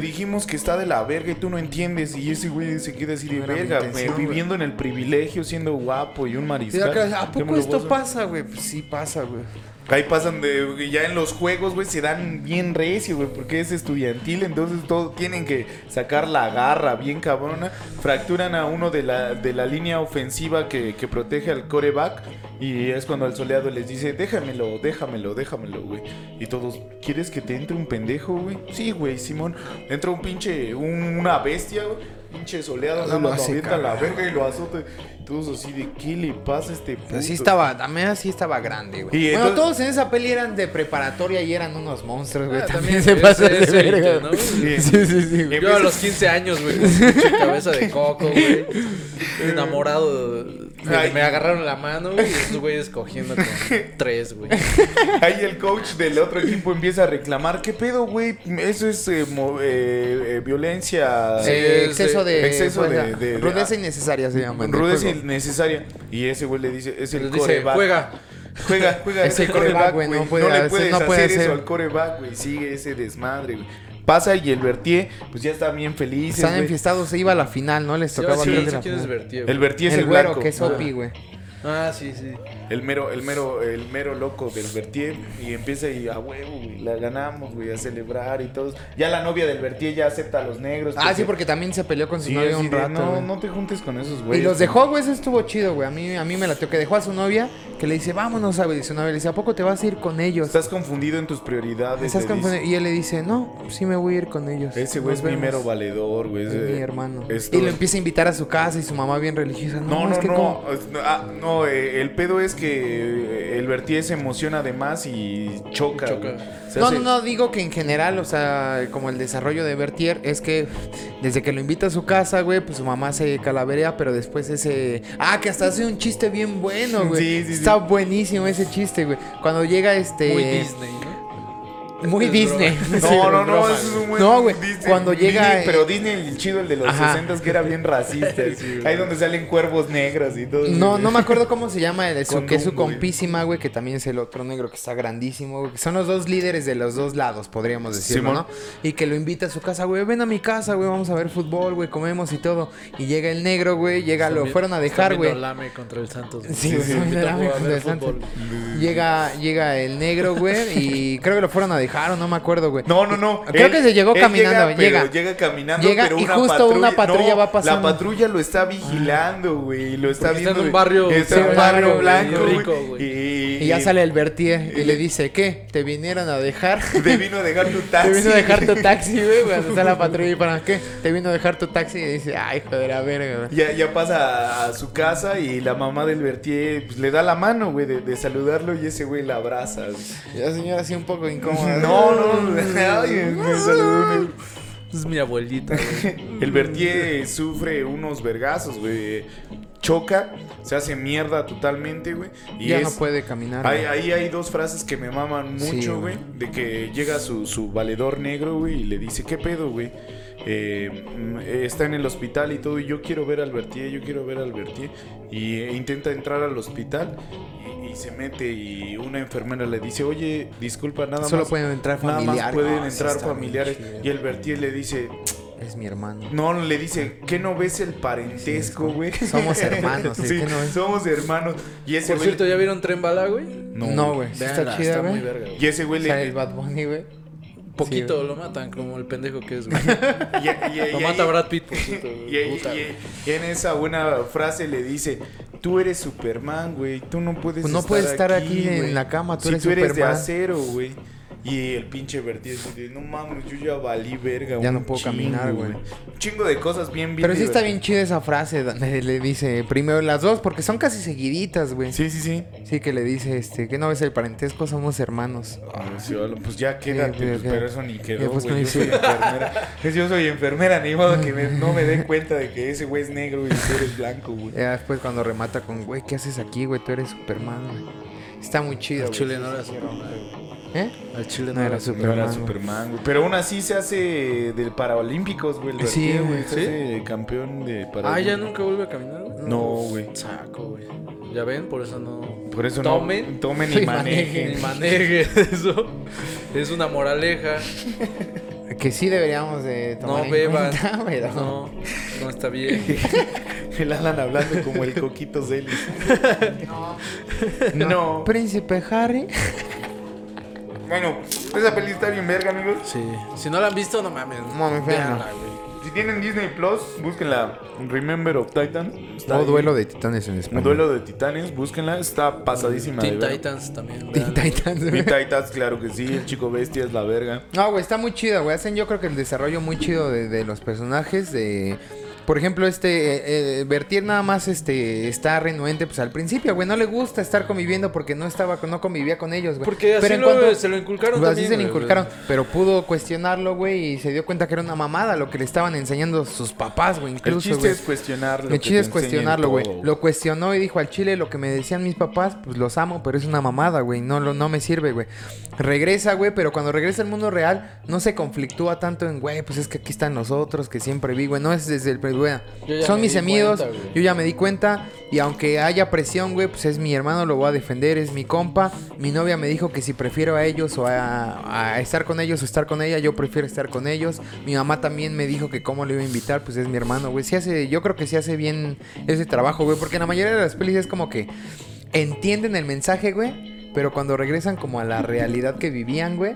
Speaker 3: dijimos que...
Speaker 1: está de la verga y tú no entiendes. Y ese güey se queda así de
Speaker 3: No era mi
Speaker 1: verga,
Speaker 3: intención,
Speaker 1: me-
Speaker 3: güey.
Speaker 1: viviendo en el privilegio, siendo guapo y un
Speaker 3: Y de
Speaker 1: mariscal.
Speaker 3: acá, ¿A
Speaker 1: Yo me
Speaker 3: poco
Speaker 1: lo
Speaker 3: esto
Speaker 1: gozo".
Speaker 3: pasa, güey? Pues sí pasa, güey.
Speaker 1: Ahí pasan de. y Ya en los juegos, güey, se dan bien recio, güey, porque es estudiantil, entonces todos tienen que sacar la garra bien cabrona. Fracturan a uno de la, de la línea ofensiva que, que protege al coreback. Y es cuando el soleado les dice: Déjamelo, déjamelo, déjamelo, güey. Y todos, ¿quieres que te entre un pendejo, güey? Sí, güey, Simón. Entra un pinche. un- una bestia, güey. Pinche soleado, nada
Speaker 3: Lo
Speaker 1: más lo
Speaker 3: hace
Speaker 1: avienta a la
Speaker 3: cagar.
Speaker 1: verga y lo azota. Y Todos así de, ¿qué le pasa a este puto?
Speaker 3: Así estaba, también así estaba grande, güey.
Speaker 1: Y
Speaker 3: bueno,
Speaker 1: entonces-
Speaker 3: todos en esa peli eran de preparatoria y eran unos monstruos, güey.
Speaker 2: Ah,
Speaker 3: también,
Speaker 2: también
Speaker 3: se
Speaker 2: ese-
Speaker 3: pasa de
Speaker 2: ese ítem,
Speaker 3: verga.
Speaker 2: ¿no?
Speaker 3: Sí, sí, sí, güey.
Speaker 2: Yo a los 15 años, güey, con pinche cabeza de coco, güey. Enamorado. de-
Speaker 1: Ay.
Speaker 2: Me agarraron la mano, güey, y estos güeyes cogiendo con tres, güey.
Speaker 1: Ahí el coach del otro equipo empieza a reclamar, ¿qué pedo, güey? Eso es eh, mo- eh, eh, violencia.
Speaker 3: Sí,
Speaker 2: Sí,
Speaker 1: eh,
Speaker 3: exceso de.
Speaker 1: exceso
Speaker 3: fuerza.
Speaker 1: de- de- de-
Speaker 3: Rudeza innecesaria se llama. en el
Speaker 1: Rudeza
Speaker 3: juego.
Speaker 1: innecesaria. Y ese güey le dice, es el
Speaker 2: Les dice,
Speaker 1: coreback.
Speaker 2: juega.
Speaker 1: Juega, juega,
Speaker 3: Es
Speaker 1: es el
Speaker 3: el coreback,
Speaker 1: coreback,
Speaker 3: güey,
Speaker 1: güey.
Speaker 3: no
Speaker 1: No,
Speaker 3: puede
Speaker 1: le
Speaker 3: hacer-
Speaker 1: puedes
Speaker 3: no puede
Speaker 1: hacer
Speaker 3: hacer.
Speaker 1: eso al coreback, güey. Sigue ese desmadre, güey. Pasa y el Bertier, pues ya está bien feliz.
Speaker 3: Están enfiestados, se iba a la final, ¿no? Les
Speaker 2: Yo
Speaker 3: tocaba
Speaker 2: sí,
Speaker 3: antes
Speaker 2: sí
Speaker 3: de la
Speaker 2: quién es
Speaker 3: final.
Speaker 2: Bertier,
Speaker 1: El
Speaker 2: güey.
Speaker 1: Bertier es el,
Speaker 3: El güero,
Speaker 1: blanco.
Speaker 3: que es Opi, güey.
Speaker 2: Ah, sí, sí.
Speaker 1: El mero, el mero, el mero loco del Bertier y empieza y a huevo, güey, la ganamos, güey, a celebrar y todos. Ya la novia del Bertier ya acepta a los negros.
Speaker 3: Ah, sí, porque también se peleó con su
Speaker 1: Sí,
Speaker 3: novia
Speaker 1: así
Speaker 3: un
Speaker 1: de,
Speaker 3: rato.
Speaker 1: no,
Speaker 3: güey.
Speaker 1: no te juntes con esos
Speaker 3: Y
Speaker 1: güeyes.
Speaker 3: los dejó, güey, eso estuvo chido, güey. A mí, a mí me lateó que dejó a su novia, que le dice, vámonos, a Y su novia le dice, ¿a poco te vas a ir con ellos?
Speaker 1: Estás confundido en tus prioridades.
Speaker 3: Estás
Speaker 1: le
Speaker 3: confundido.
Speaker 1: dice.
Speaker 3: Y él le dice, no, sí me voy a ir con ellos.
Speaker 1: Ese güey
Speaker 3: Nos
Speaker 1: es mi
Speaker 3: vemos".
Speaker 1: mero valedor, güey.
Speaker 3: Es
Speaker 1: ese-
Speaker 3: mi hermano.
Speaker 1: es
Speaker 3: Y
Speaker 1: todo.
Speaker 3: lo empieza a invitar a su casa y su mamá bien religiosa. No,
Speaker 1: No, no,
Speaker 3: es que
Speaker 1: no.
Speaker 3: como-
Speaker 1: es- no, ah, no, eh, el pedo es que eh, el Bertier se emociona de más y choca.
Speaker 2: Choca.
Speaker 1: güey. Se
Speaker 3: No,
Speaker 1: hace-
Speaker 3: no, no, digo que en general, o sea, como el desarrollo de Bertier es que desde que lo invita a su casa, güey, pues su mamá se calaverea, pero después ese... Ah, que hasta hace un chiste bien bueno, güey.
Speaker 1: Sí, sí, sí.
Speaker 3: Está buenísimo ese chiste, güey. Cuando llega este...
Speaker 2: Muy Disney, ¿no?
Speaker 3: Muy
Speaker 2: Es
Speaker 3: Disney.
Speaker 2: broma.
Speaker 3: Sí,
Speaker 1: No, no,
Speaker 3: güey,
Speaker 1: no,
Speaker 3: broma,
Speaker 1: eso es un buen
Speaker 3: No, güey,
Speaker 1: Disney-
Speaker 3: cuando llega,
Speaker 1: Disney,
Speaker 3: eh,
Speaker 1: pero Disney el chido, el de los
Speaker 3: Ajá.
Speaker 1: 60s, que era bien racista.
Speaker 2: Sí,
Speaker 1: Ahí donde salen cuervos negros y todo.
Speaker 3: No, no me acuerdo cómo se llama el su,
Speaker 1: Con
Speaker 3: que es su
Speaker 1: Dumbo, güey.
Speaker 3: compísima, güey, que también es el otro negro que está grandísimo, güey. que Son los dos líderes de los dos lados, podríamos decirlo,
Speaker 1: Simón.
Speaker 3: ¿no? Y que lo invita a su casa, güey, ven a mi casa, güey, vamos a ver fútbol, güey, comemos y todo. Y llega el negro, güey, llega, lo fueron a dejar, güey.
Speaker 2: Lame contra el Santos. güey.
Speaker 3: Sí, sí,
Speaker 2: Me
Speaker 3: me la
Speaker 2: tocó
Speaker 3: me
Speaker 2: a ver
Speaker 3: interesante.
Speaker 2: fútbol.
Speaker 3: Llega, llega el negro, güey, y creo que lo fueron a dejar o no me acuerdo, güey.
Speaker 1: No, no, no.
Speaker 3: Creo
Speaker 1: Él-
Speaker 3: que se llegó
Speaker 1: él
Speaker 3: caminando,
Speaker 1: pero
Speaker 3: llega.
Speaker 1: llega caminando,
Speaker 3: Llega
Speaker 1: pero
Speaker 3: y
Speaker 1: una
Speaker 3: justo
Speaker 1: patrulla,
Speaker 3: una patrulla
Speaker 1: no,
Speaker 3: va pasando.
Speaker 1: La patrulla lo está vigilando, güey. y Lo está
Speaker 2: Porque
Speaker 1: viendo.
Speaker 2: está en un
Speaker 1: güey.
Speaker 2: barrio-
Speaker 1: Está
Speaker 3: sí,
Speaker 1: en un
Speaker 3: un
Speaker 1: barrio
Speaker 3: barrio
Speaker 1: blanco,
Speaker 2: rico,
Speaker 1: güey.
Speaker 2: güey.
Speaker 1: Y,
Speaker 3: Y ya sale el Bertier y
Speaker 1: y-
Speaker 3: le dice, ¿qué? ¿Te vinieron a dejar?
Speaker 1: Te vino a dejar tu taxi.
Speaker 3: Te vino a dejar tu taxi, güey, cuando está la patrulla y para qué. Te vino a dejar tu taxi y dice, ay, hijo de la verga, güey.
Speaker 1: Ya, ya pasa a su casa y la mamá del Bertier pues, le da la mano, güey, de, de saludarlo y ese güey la abraza. güey.
Speaker 3: Y La señora así un poco incómoda.
Speaker 1: No, no, ay, me saludó. me-
Speaker 2: Es mi abuelita, güey.
Speaker 1: El Bertier sufre unos vergazos, güey. Choca, se hace mierda totalmente, güey. Y
Speaker 3: Ya
Speaker 1: es-
Speaker 3: no puede caminar.
Speaker 1: Ahí,
Speaker 3: güey.
Speaker 1: ahí hay dos frases que me maman
Speaker 3: Sí,
Speaker 1: mucho,
Speaker 3: güey.
Speaker 1: güey. De que llega su, su valedor negro, güey, y le dice, ¿qué pedo, güey? Eh, mm, eh, está en el hospital y todo, y yo quiero ver al Bertier, yo quiero ver al Bertier. Y eh, intenta entrar al hospital y, y se mete y una enfermera le dice, oye, disculpa, nada
Speaker 3: Solo
Speaker 1: más...
Speaker 3: pueden entrar
Speaker 1: Nada
Speaker 3: familiares.
Speaker 1: más pueden
Speaker 3: No, sí
Speaker 1: entrar
Speaker 3: está muy
Speaker 1: familiares.
Speaker 3: chido.
Speaker 1: Y el Bertier le dice,
Speaker 3: Es mi hermano.
Speaker 1: no, le dice, ¿qué no ves el parentesco, güey?
Speaker 3: Somos hermanos, ¿eh?
Speaker 1: Sí,
Speaker 3: ¿Qué no ves?
Speaker 1: somos hermanos. Y ese
Speaker 2: Por
Speaker 1: güey...
Speaker 2: cierto, ¿ya vieron Tren Bala, güey?
Speaker 3: No, güey. Pues, sí
Speaker 2: Véanla,
Speaker 3: Está chida,
Speaker 2: muy
Speaker 3: güey.
Speaker 2: verga, güey.
Speaker 1: Y ese güey le...
Speaker 3: Sale el Bad Bunny, güey.
Speaker 2: Poquito
Speaker 3: Sí,
Speaker 2: lo matan, como el pendejo que es, güey.
Speaker 1: y- y- y-
Speaker 2: Lo
Speaker 1: y-
Speaker 2: mata Brad Pitt, por cierto.
Speaker 1: Y,
Speaker 2: güey.
Speaker 1: y-
Speaker 2: Puta,
Speaker 1: y-
Speaker 2: güey.
Speaker 1: y en esa buena frase le dice, tú eres Superman, güey, tú no puedes
Speaker 3: Pues no puedes estar aquí en
Speaker 1: güey.
Speaker 3: la cama, tú
Speaker 1: Si
Speaker 3: eres
Speaker 1: tú eres
Speaker 3: Superman".
Speaker 1: de acero, güey. Y el pinche Bertier dice, no mames, yo ya valí verga.
Speaker 3: Ya
Speaker 1: un
Speaker 3: no puedo
Speaker 1: chingo,
Speaker 3: caminar, güey.
Speaker 1: Un chingo de cosas bien, bien
Speaker 3: Pero sí está
Speaker 1: divertidas.
Speaker 3: bien chida esa frase donde le dice primero las dos, porque son casi seguiditas, güey. Sí.
Speaker 1: Sí, sí, sí.
Speaker 3: que le dice, este, que no ves el parentesco, somos hermanos.
Speaker 1: Ah, sí, hola, pues ya quédate,
Speaker 3: pero
Speaker 1: pues,
Speaker 3: qué-
Speaker 1: pero eso ni quedó,
Speaker 3: ya, pues,
Speaker 1: güey.
Speaker 3: no
Speaker 1: Yo soy
Speaker 3: hice-
Speaker 1: enfermera. Es, yo soy enfermera, ni modo que me- no me dé cuenta de que ese güey es negro y tú eres blanco, güey.
Speaker 3: Ya después cuando remata con, güey, ¿qué haces aquí, güey? Tú eres Superman, güey. Está muy
Speaker 1: Ah,
Speaker 3: chido,
Speaker 2: Al
Speaker 3: güey.
Speaker 2: chile no era Superman.
Speaker 3: ¿Eh?
Speaker 2: Al chile
Speaker 3: No
Speaker 2: no
Speaker 3: era
Speaker 2: era Superman.
Speaker 1: No era
Speaker 3: Superman, güey.
Speaker 1: Superman, güey. Pero aún así se hace del Paralímpicos, güey. el
Speaker 3: Sí,
Speaker 1: Bertier,
Speaker 3: güey.
Speaker 1: Se
Speaker 2: ¿Sí?
Speaker 1: hace campeón de
Speaker 2: Ah, ya
Speaker 1: Paralímpicos.
Speaker 2: nunca vuelve a caminar, güey.
Speaker 1: No, güey.
Speaker 2: Saco, güey. Ya ven, por eso no.
Speaker 1: Por eso
Speaker 2: Tomen.
Speaker 1: no. Tomen
Speaker 3: Sí,
Speaker 1: y
Speaker 2: Ni
Speaker 1: manejen.
Speaker 2: maneje eso. Es una moraleja.
Speaker 3: Que sí deberíamos de tomar
Speaker 2: No
Speaker 3: en
Speaker 2: beban.
Speaker 3: cuenta, pero-
Speaker 2: No, no está bien.
Speaker 1: El Alan hablando como el Coquito Celis.
Speaker 3: No.
Speaker 1: No.
Speaker 3: Príncipe Harry.
Speaker 1: Bueno, esa peli está bien verga, amigos.
Speaker 2: Sí. Si no la han visto, no mames.
Speaker 3: Mames,
Speaker 2: véanla,
Speaker 3: véanla.
Speaker 2: güey.
Speaker 1: Si tienen Disney Plus, búsquenla. Remember of Titan. Está
Speaker 3: O
Speaker 1: ahí.
Speaker 3: duelo de titanes en español.
Speaker 1: Un duelo de titanes, búsquenla. Está pasadísima.
Speaker 2: Teen
Speaker 1: de verga.
Speaker 2: Titans también.
Speaker 3: Teen
Speaker 2: véanla.
Speaker 3: Titans.
Speaker 1: Teen Titans, claro que sí. El chico bestia es la verga.
Speaker 3: No, güey, está muy chido, güey. Hacen yo creo que el desarrollo muy chido de, de los personajes. De, por ejemplo, este, eh, eh, Vertier nada más este, está renuente pues al principio, güey. No le gusta estar conviviendo porque no estaba, no convivía con ellos, güey.
Speaker 2: Porque así
Speaker 3: en
Speaker 2: lo- se lo inculcaron
Speaker 3: Pues
Speaker 2: también,
Speaker 3: así se lo
Speaker 2: güey,
Speaker 3: inculcaron. Pero pudo cuestionarlo, güey, y se dio cuenta que era una mamada lo que le estaban enseñando sus papás, güey,
Speaker 1: El
Speaker 3: incluso,
Speaker 1: chiste
Speaker 3: güey.
Speaker 1: es cuestionarlo.
Speaker 3: El chiste es cuestionarlo, güey. Lo cuestionó y dijo al chile lo que me decían mis papás, pues los amo, pero es una mamada, güey. No, lo- no me sirve, güey. Regresa, güey, pero cuando regresa al mundo real, no se conflictúa tanto en, güey, pues es que aquí están nosotros, que siempre vi, güey. No es desde el... güey,
Speaker 2: Yo ya
Speaker 3: son
Speaker 2: me
Speaker 3: mis
Speaker 2: di
Speaker 3: amigos,
Speaker 2: cuenta, güey.
Speaker 3: yo ya me di cuenta. Y aunque haya presión, güey, pues es mi hermano, lo voy a defender, es mi compa. Mi novia me dijo que si prefiero a ellos o a, a estar con ellos o estar con ella, yo prefiero estar con ellos. Mi mamá también me dijo que cómo le iba a invitar, pues es mi hermano, güey. Sí hace, yo creo que sí hace bien ese trabajo, güey, porque en la mayoría de las pelis es como que entienden el mensaje, güey, pero cuando regresan como a la realidad que vivían, güey,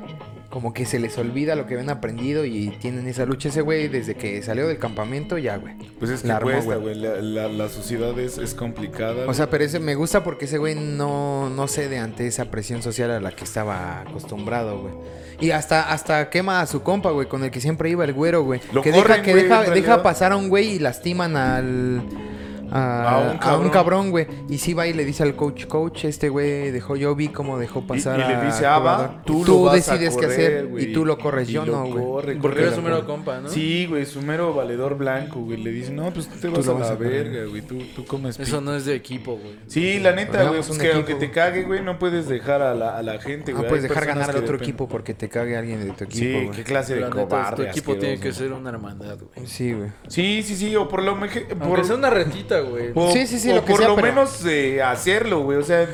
Speaker 3: como que se les olvida lo que habían aprendido y tienen esa lucha ese güey desde que salió del campamento, ya, güey.
Speaker 1: Pues es que
Speaker 3: La armó,
Speaker 1: cuesta, güey. La, la- la sociedad es, es complicada.
Speaker 3: O sea, pero ese me gusta porque ese güey no, no cede ante esa presión social a la que estaba acostumbrado, güey. Y hasta, hasta quema a su compa, güey, con el que siempre iba el güero, güey.
Speaker 1: Lo
Speaker 3: Que deja,
Speaker 1: corren,
Speaker 3: que
Speaker 1: güey,
Speaker 3: deja,
Speaker 1: en realidad.
Speaker 3: deja pasar a un güey y lastiman al.
Speaker 1: A
Speaker 3: A,
Speaker 1: un
Speaker 3: a un
Speaker 1: cabrón.
Speaker 3: cabrón, güey. Y sí va y le dice al coach, coach, este güey dejó, yo vi cómo dejó pasar
Speaker 1: y le
Speaker 3: a
Speaker 1: dice, "Aba,
Speaker 3: jugador.
Speaker 1: tú lo vas a
Speaker 3: decides qué
Speaker 1: correr,
Speaker 3: hacer
Speaker 1: güey".
Speaker 3: y tú lo corres,
Speaker 1: Y
Speaker 3: yo
Speaker 1: lo
Speaker 3: no, güey.
Speaker 1: corre,
Speaker 2: Porque
Speaker 1: corre
Speaker 2: era
Speaker 1: la
Speaker 2: su mero
Speaker 1: bola.
Speaker 2: compa, ¿no?
Speaker 1: Sí, güey, su mero valedor blanco, güey. Le dice, no, pues tú te vas
Speaker 3: lo
Speaker 1: a
Speaker 3: vas
Speaker 1: la
Speaker 3: a correr".
Speaker 1: verga, güey. Tú, tú comes
Speaker 2: Eso
Speaker 1: pito.
Speaker 2: no es de equipo, güey.
Speaker 1: Sí, la neta, güey,
Speaker 3: Hagamos
Speaker 1: pues
Speaker 3: un
Speaker 1: que aunque
Speaker 3: equipo.
Speaker 1: te cague, güey, no puedes dejar a la, a la gente, güey.
Speaker 3: No
Speaker 1: Hay
Speaker 3: Ah, puedes dejar
Speaker 1: personas
Speaker 3: ganar al
Speaker 1: que
Speaker 3: otro
Speaker 1: dependen.
Speaker 3: equipo porque te cague alguien de tu equipo,
Speaker 1: Sí,
Speaker 3: güey.
Speaker 1: qué clase
Speaker 2: La
Speaker 1: de
Speaker 2: neta, tu
Speaker 1: cobarde.
Speaker 2: equipo tiene que
Speaker 1: asqueroso.
Speaker 2: ser una hermandad, güey.
Speaker 3: Sí, güey.
Speaker 1: Sí, sí, sí, o por lo meje-
Speaker 2: Aunque
Speaker 1: por-
Speaker 2: sea una retita, güey.
Speaker 1: o-
Speaker 3: Sí, sí, sí,
Speaker 1: o
Speaker 3: lo que
Speaker 1: por
Speaker 3: sea,
Speaker 1: lo
Speaker 3: pero-
Speaker 1: menos eh, hacerlo, güey. O sea,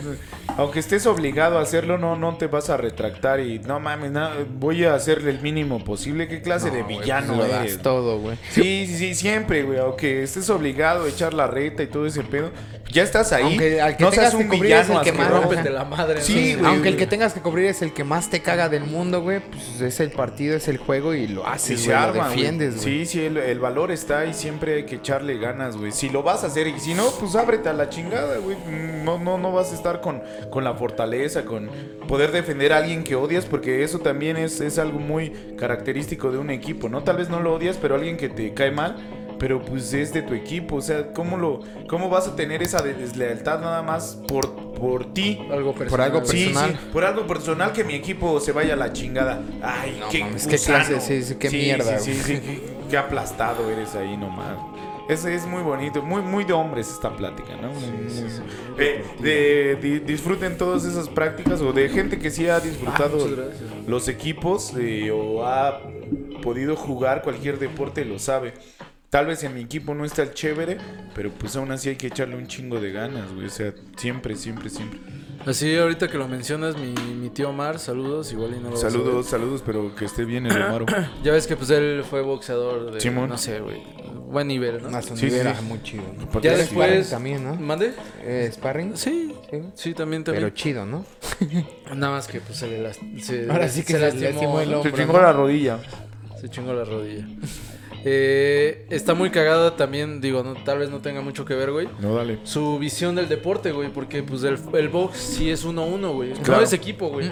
Speaker 1: aunque estés obligado a hacerlo, no, no te vas a retractar y no mames, na- voy a hacerle el mínimo posible. ¿Qué clase de
Speaker 2: pues,
Speaker 1: villano
Speaker 3: Lo
Speaker 1: eres?
Speaker 3: das todo, güey.
Speaker 1: Sí, sí, sí, siempre, güey. Aunque estés obligado a echar la reta y todo ese pedo, ya estás ahí.
Speaker 3: Aunque al que
Speaker 1: no
Speaker 3: tengas
Speaker 1: seas
Speaker 3: que
Speaker 1: un
Speaker 3: cubrir es
Speaker 1: villano
Speaker 3: el que más-
Speaker 1: asqueroso.
Speaker 2: Rómpete la madre.
Speaker 1: Sí,
Speaker 2: ¿no?
Speaker 1: güey.
Speaker 3: Aunque el que tengas que cubrir es el que más te caga del mundo, güey, pues es el partido, es el juego y lo
Speaker 1: Si
Speaker 3: haces,
Speaker 1: se
Speaker 3: güey, lo
Speaker 1: arma, güey.
Speaker 3: defiendes, güey.
Speaker 1: Sí, sí, el, el valor está y siempre hay que echarle ganas, güey. Si lo vas a hacer y si no, pues ábrete a la chingada, güey. No, no, no vas a estar con, con la fortaleza, con poder defender a alguien que odias, porque eso también es, es algo muy característico de un equipo, ¿no? Tal vez no lo odias, pero alguien que te cae mal. Pero pues es de tu equipo, o sea, ¿cómo, lo, cómo vas a tener esa de- deslealtad nada más por, por ti?
Speaker 2: Algo personal.
Speaker 3: algo
Speaker 2: güey.
Speaker 1: Sí, sí,
Speaker 3: personal.
Speaker 1: por algo personal que mi equipo se vaya a la chingada. Ay,
Speaker 3: No
Speaker 1: qué
Speaker 3: mames, qué
Speaker 1: gusano.
Speaker 3: clase, sí, sí, qué mierda,
Speaker 1: Sí, sí, sí, qué, qué aplastado eres ahí nomás. Es, es muy bonito, muy, muy de hombres esta plática, ¿no? Muy- muy- Eh, de- di- disfruten todas esas prácticas o de gente que sí ha disfrutado
Speaker 2: Ah, muchas gracias.
Speaker 1: los equipos eh, o ha podido jugar cualquier deporte, lo sabe. Tal vez en mi equipo no está el chévere, pero pues aún así hay que echarle un chingo de ganas, güey. O sea, siempre, siempre, siempre.
Speaker 2: Así, ahorita que lo mencionas, mi, mi tío Omar, saludos, igual y no lo vas a ver.
Speaker 1: Saludos, saludos, pero que esté bien el Amaro.
Speaker 2: Ya ves que pues él fue boxeador de,
Speaker 1: Simón.
Speaker 2: no sé, güey, buen nivel, ¿no?
Speaker 3: A su
Speaker 1: Sí,
Speaker 3: nivel,
Speaker 1: sí. Pues,
Speaker 3: ah, muy chido. ¿no?
Speaker 1: Porque
Speaker 2: Ya
Speaker 1: es
Speaker 2: después...
Speaker 3: sparring también, ¿no?
Speaker 2: ¿Mande?
Speaker 3: Eh, ¿Sparring?
Speaker 2: Sí,
Speaker 3: Sí, güey.
Speaker 2: sí, también,
Speaker 3: Pero
Speaker 2: también.
Speaker 3: chido, ¿no?
Speaker 2: Nada más que pues se le las- se-
Speaker 3: Ahora sí que se le lastimó el
Speaker 2: ¿no?
Speaker 3: hombro.
Speaker 1: Se chingó la rodilla.
Speaker 2: Se chingó la rodilla. Eh, está muy cagada también, digo, no, tal vez no tenga mucho que ver, güey.
Speaker 1: No, dale.
Speaker 2: Su visión del deporte, güey, porque pues el, el box sí es uno a uno, güey.
Speaker 1: Claro.
Speaker 2: No es equipo, güey.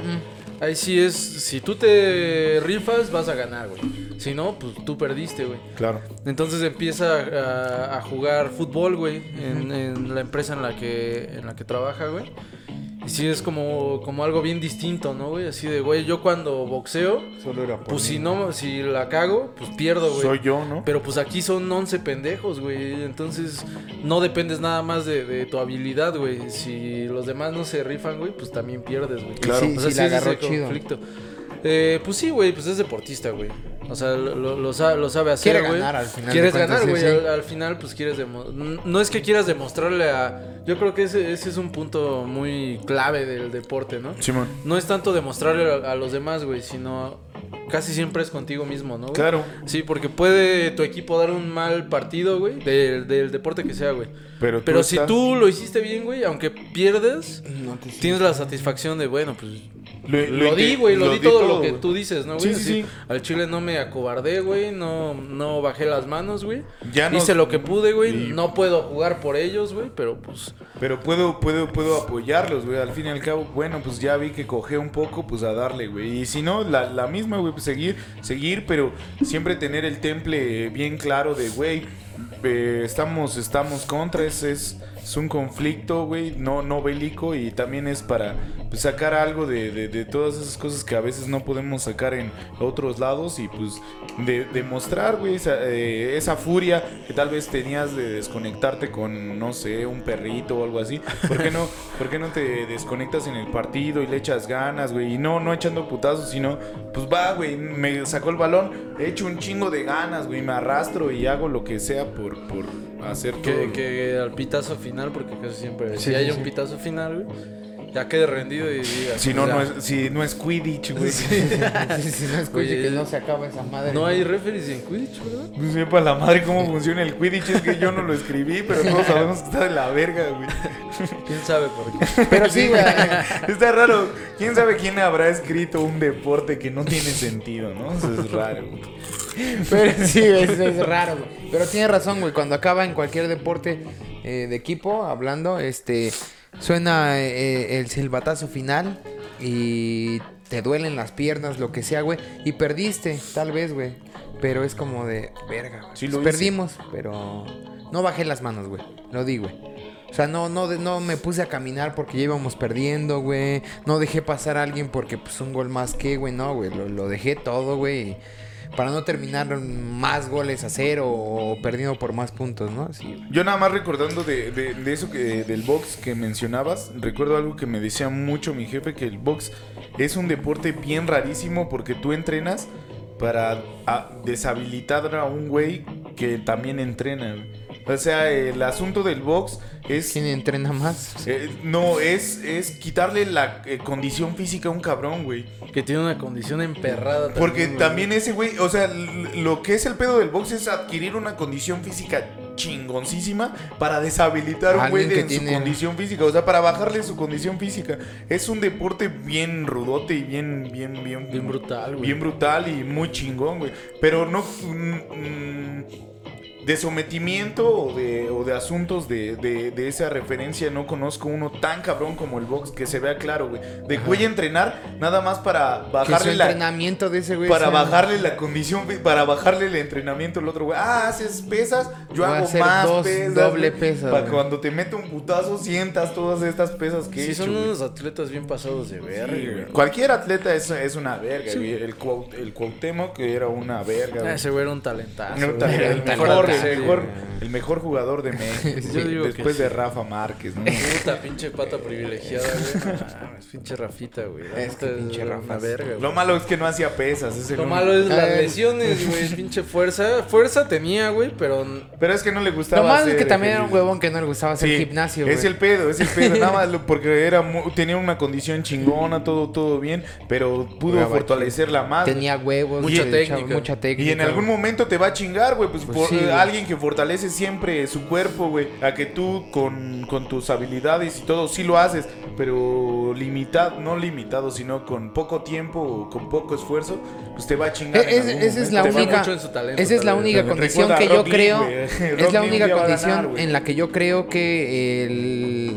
Speaker 2: Ahí sí es, si tú te rifas, vas a ganar, güey. Si no, pues tú perdiste, güey.
Speaker 1: Claro.
Speaker 2: Entonces empieza a, a jugar fútbol, güey, en, en la empresa en la que, en la que trabaja, güey. Y sí es como, como algo bien distinto, ¿no, güey? Así de, güey, yo cuando boxeo,
Speaker 3: Solo era
Speaker 2: pues si no, si la cago, pues pierdo, güey.
Speaker 1: Soy yo, ¿no?
Speaker 2: Pero pues aquí son 11 pendejos, güey. Entonces no dependes nada más de, de tu habilidad, güey. Si los demás no se rifan, güey, pues también pierdes, güey.
Speaker 1: Claro.
Speaker 3: Sí, sí,
Speaker 2: sí
Speaker 3: la
Speaker 2: es ese
Speaker 3: agarró chido.
Speaker 2: conflicto. Eh, pues sí, güey, pues es deportista, güey. O sea, lo, lo- lo sa- lo sabe hacer,
Speaker 3: Quiere
Speaker 2: güey.
Speaker 3: ganar al final
Speaker 2: Quieres
Speaker 3: de cuentas,
Speaker 2: ganar, güey.
Speaker 3: sí, sí.
Speaker 2: Al, al final, pues quieres demo- n- No es que quieras demostrarle a... Yo creo que ese, ese es un punto muy clave del deporte, ¿no?
Speaker 1: Simón.
Speaker 2: No es tanto demostrarle a, a los demás, güey, sino casi siempre es contigo mismo, ¿no? güey?
Speaker 1: Claro.
Speaker 2: Sí, porque puede tu equipo dar un mal partido, güey, del, del deporte que sea, güey.
Speaker 1: Pero,
Speaker 2: Pero si
Speaker 1: estás-
Speaker 2: tú lo hiciste bien, güey, aunque pierdes,
Speaker 3: No te
Speaker 2: tienes la satisfacción de, bueno, pues
Speaker 1: Lo,
Speaker 2: Lo,
Speaker 1: Eh, lo
Speaker 2: di,
Speaker 1: inte-
Speaker 2: güey, lo, di, todo, lo que
Speaker 1: güey.
Speaker 2: tú dices, ¿no,
Speaker 1: Sí,
Speaker 2: güey?
Speaker 1: sí,
Speaker 2: Así,
Speaker 1: sí.
Speaker 2: Al chile no me acobardé, güey, no, no bajé las manos, güey.
Speaker 1: Ya
Speaker 2: Hice
Speaker 1: nos-
Speaker 2: lo que pude, güey.
Speaker 1: Y-
Speaker 2: No puedo jugar por ellos, güey, pero pues
Speaker 1: Pero puedo, puedo, puedo apoyarlos, güey. Al fin y al cabo, bueno, pues ya vi que coge un poco, pues a darle, güey. Y si no, la, la misma, güey, pues seguir, seguir, pero siempre tener el temple bien claro de, güey, eh, estamos, estamos contra, es, es, es un conflicto, güey, no, no bélico y también es para pues, sacar algo de, de- de todas esas cosas que a veces no podemos sacar en otros lados y pues de- demostrar, güey, esa, eh, esa furia que tal vez tenías de desconectarte con, no sé, un perrito o algo así. ¿Por qué no, por qué no te desconectas en el partido y le echas ganas, güey? Y no, no echando putazos, sino, pues va, güey, me sacó el balón, he hecho un chingo de ganas, güey, me arrastro y hago lo que sea por, por hacer todo.
Speaker 2: que,
Speaker 1: lo-
Speaker 2: que al pitazo final, porque casi siempre,
Speaker 3: Sí,
Speaker 2: si hay
Speaker 3: sí,
Speaker 2: un
Speaker 3: sí.
Speaker 2: pitazo final, güey, ya quede rendido y diga.
Speaker 1: Si
Speaker 2: pues,
Speaker 1: no,
Speaker 2: ya.
Speaker 1: no es, si no es Quidditch, güey.
Speaker 3: Sí, sí, no escuche
Speaker 2: Oye,
Speaker 3: que no se acaba esa madre.
Speaker 2: No hay referees en Quidditch, ¿verdad?
Speaker 1: No sé para Pues, la madre cómo funciona el Quidditch, es que yo no lo escribí, pero todos sabemos que está de la verga, güey.
Speaker 2: ¿Quién sabe por qué?
Speaker 3: Pero sí, güey.
Speaker 1: Está raro. ¿Quién sabe quién habrá escrito un deporte que no tiene sentido, no? Eso es raro. güey.
Speaker 3: Pero sí, es, es raro, güey. Pero tienes razón, güey. Cuando acaba en cualquier deporte eh, de equipo, hablando, este suena eh, el silbatazo final y te duelen las piernas, lo que sea, güey. Y perdiste, tal vez, güey. Pero es como de verga, güey.
Speaker 1: Sí lo
Speaker 3: Pues
Speaker 1: hice.
Speaker 3: Perdimos, pero no bajé las manos, güey. Lo di, güey. O sea, no, no, de- no me puse a caminar porque ya íbamos perdiendo, güey. No dejé pasar a alguien porque, pues, un gol más que, güey. No, güey. Lo, lo dejé todo, güey. Para no terminar más goles a cero o perdido por más puntos, ¿no? Sí, güey.
Speaker 1: Yo nada más recordando de, de- de eso que del box que mencionabas, recuerdo algo que me decía mucho mi jefe, que el box es un deporte bien rarísimo porque tú entrenas para a- deshabilitar a un güey que también entrena. güey. O sea, el asunto del box es...
Speaker 3: ¿Quién entrena más?
Speaker 1: eh, no, es, es quitarle la eh, condición física a un cabrón, güey.
Speaker 2: Que tiene una condición emperrada.
Speaker 1: Porque
Speaker 2: güey.
Speaker 1: también ese güey, o sea, l- lo que es el pedo del box es adquirir una condición física chingoncísima para deshabilitar a un güey
Speaker 3: Alguien
Speaker 1: de
Speaker 3: que
Speaker 1: en su
Speaker 3: tiene-
Speaker 1: condición física, o sea, para bajarle su condición física. Es un deporte bien rudote y bien, bien, bien,
Speaker 2: Bien brutal, güey.
Speaker 1: bien brutal y muy chingón, güey. Pero no. mm, mm, de sometimiento o de, o de asuntos de, de- de esa referencia, no conozco uno tan cabrón como el box que se vea claro, güey. De güey entrenar nada más para
Speaker 3: Que su
Speaker 1: bajarle la,
Speaker 3: entrenamiento de ese güey.
Speaker 1: para
Speaker 3: sea-
Speaker 1: bajarle la condición, fi- para bajarle el entrenamiento al otro güey. Ah, haces pesas, yo
Speaker 3: Voy a
Speaker 1: hago
Speaker 3: hacer
Speaker 1: más
Speaker 3: dos
Speaker 1: pesas.
Speaker 3: doble
Speaker 1: güey,
Speaker 3: pesas,
Speaker 1: Para
Speaker 3: güey.
Speaker 1: cuando te mete un putazo, sientas todas estas pesas que he
Speaker 2: Sí,
Speaker 1: hecho,
Speaker 2: son
Speaker 1: güey.
Speaker 2: unos atletas bien pasados de verga,
Speaker 1: Sí,
Speaker 2: güey.
Speaker 1: güey. Cualquier atleta es, es una verga,
Speaker 2: Sí.
Speaker 1: güey. El, Cuau- el Cuauhtémoc que era una verga.
Speaker 2: Ah,
Speaker 1: güey.
Speaker 2: ese güey era un talentazo.
Speaker 1: No,
Speaker 2: güey.
Speaker 1: tal-
Speaker 3: era
Speaker 1: el,
Speaker 3: un
Speaker 1: mejor,
Speaker 3: talentazo,
Speaker 1: el,
Speaker 2: Sí,
Speaker 1: mejor,
Speaker 2: güey.
Speaker 1: el mejor jugador de México.
Speaker 2: Yo digo que
Speaker 1: después
Speaker 2: sí.
Speaker 1: de Rafa Márquez, ¿no?
Speaker 2: Puta pinche pata privilegiada, güey. No mames, pinche Rafita, güey. La
Speaker 3: Es que
Speaker 2: neta
Speaker 3: pinche
Speaker 2: una
Speaker 3: Rafa es-
Speaker 2: verga, güey.
Speaker 1: Lo malo es que no hacía pesas. Es el
Speaker 2: Lo
Speaker 1: único.
Speaker 2: malo es las
Speaker 3: Ay.
Speaker 2: lesiones, güey. Pinche fuerza. Fuerza tenía, güey, pero. n-
Speaker 1: Pero es que no le
Speaker 3: Lo
Speaker 1: gustaba.
Speaker 3: malo es que
Speaker 1: hacer
Speaker 3: también era un
Speaker 1: ejercicio.
Speaker 3: huevón que no le gustaba hacer
Speaker 1: Sí,
Speaker 3: gimnasio, güey.
Speaker 1: Es el pedo, es el pedo. Nada más lo- porque era mu- tenía una condición chingona, todo, todo bien, pero pudo
Speaker 3: Jugaba
Speaker 1: fortalecerla más.
Speaker 3: Tenía huevos,
Speaker 2: Mucha
Speaker 3: güey,
Speaker 2: técnica.
Speaker 3: chavo, mucha técnica.
Speaker 1: Y en algún
Speaker 3: güey.
Speaker 1: momento te va a chingar, güey. Pues,
Speaker 3: Pues
Speaker 1: por-
Speaker 3: sí, güey.
Speaker 1: alguien que fortalece siempre su cuerpo, güey. A que tú con, con tus habilidades y todo sí lo haces, pero limitado, no limitado, sino con poco tiempo o con poco esfuerzo, pues te va a chingar.
Speaker 3: Eh,
Speaker 1: en
Speaker 3: es-
Speaker 1: algún
Speaker 3: esa es la
Speaker 1: momento. Te va-
Speaker 2: mucho
Speaker 3: única,
Speaker 2: en su talento,
Speaker 3: esa es
Speaker 2: tal
Speaker 3: la
Speaker 2: vez.
Speaker 3: única
Speaker 1: Recuerda
Speaker 3: condición
Speaker 1: a
Speaker 3: que yo
Speaker 1: Rob Lee,
Speaker 3: creo,
Speaker 1: güey. Rob
Speaker 3: es la
Speaker 1: Lee un
Speaker 3: única
Speaker 1: día va a
Speaker 3: condición
Speaker 1: ganar, güey.
Speaker 3: en la que yo creo que el,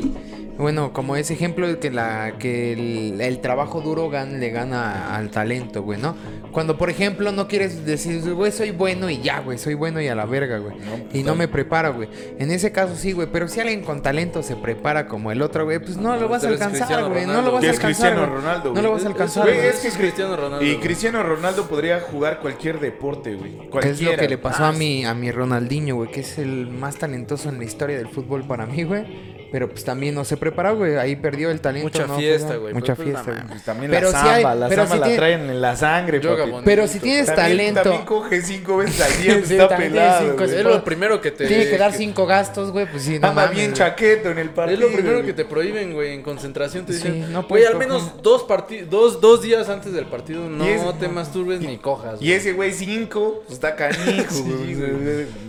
Speaker 3: bueno, como ese ejemplo de que la que el, el trabajo duro gan- le gana al talento, güey, ¿no? Cuando por ejemplo no quieres decir, güey, soy bueno y ya, güey, soy bueno y a la verga, güey,
Speaker 1: pues
Speaker 3: y no me preparo, güey. En ese caso sí, güey, pero si alguien con talento se prepara como el otro, güey, pues no lo vas a
Speaker 2: Pero es
Speaker 3: alcanzar,
Speaker 2: Cristiano
Speaker 3: güey, no
Speaker 2: Ronaldo.
Speaker 3: lo vas
Speaker 1: Ya
Speaker 3: a
Speaker 1: es
Speaker 3: alcanzar.
Speaker 1: Cristiano
Speaker 3: güey.
Speaker 1: Ronaldo,
Speaker 3: No lo
Speaker 1: güey.
Speaker 3: vas a
Speaker 2: Es-
Speaker 3: alcanzar.
Speaker 2: güey,
Speaker 3: güey.
Speaker 2: es que es Cristiano Ronaldo.
Speaker 1: Y
Speaker 2: güey.
Speaker 1: Cristiano Ronaldo podría jugar cualquier deporte, güey.
Speaker 3: ¿Qué es lo
Speaker 1: Cualquiera.
Speaker 3: que le pasó
Speaker 1: Ah,
Speaker 3: a mi, a mi Ronaldinho, güey? Que es el más talentoso en la historia del fútbol para mí, güey. Pero pues también no se preparó, güey. Ahí perdió el talento.
Speaker 2: Mucha
Speaker 3: no,
Speaker 2: fiesta,
Speaker 3: fue-
Speaker 2: güey.
Speaker 3: Mucha
Speaker 2: Pues, pues,
Speaker 3: fiesta,
Speaker 2: no
Speaker 3: güey.
Speaker 1: Pues también
Speaker 3: Pero
Speaker 1: la
Speaker 3: si
Speaker 1: samba,
Speaker 3: hay-
Speaker 1: la
Speaker 3: pero
Speaker 1: samba
Speaker 3: si
Speaker 1: la
Speaker 3: tiene-
Speaker 1: traen en la sangre,
Speaker 2: Yoga
Speaker 1: papi.
Speaker 2: bonito.
Speaker 3: Pero si tienes
Speaker 1: También,
Speaker 3: talento,
Speaker 1: también coge cinco veces al día, pues
Speaker 3: Sí,
Speaker 1: está
Speaker 3: también tiene
Speaker 1: pelado.
Speaker 3: cinco
Speaker 1: güey.
Speaker 2: Es lo primero que te.
Speaker 3: tiene que dar
Speaker 2: que-
Speaker 3: cinco gastos, güey. Pues sí, no
Speaker 1: Anda
Speaker 3: mames,
Speaker 1: bien
Speaker 3: güey.
Speaker 1: chaqueto en el partido.
Speaker 2: Es lo primero
Speaker 1: güey.
Speaker 2: que te prohíben, güey, en concentración. Te
Speaker 3: Sí,
Speaker 2: dicen,
Speaker 3: no
Speaker 2: güey,
Speaker 3: puedes
Speaker 2: al
Speaker 3: coger".
Speaker 2: menos dos, parti- dos, dos días antes del partido no
Speaker 1: es-
Speaker 2: te masturbes ni cojas.
Speaker 1: Y
Speaker 2: güey.
Speaker 1: ese güey cinco, pues está canijo, güey.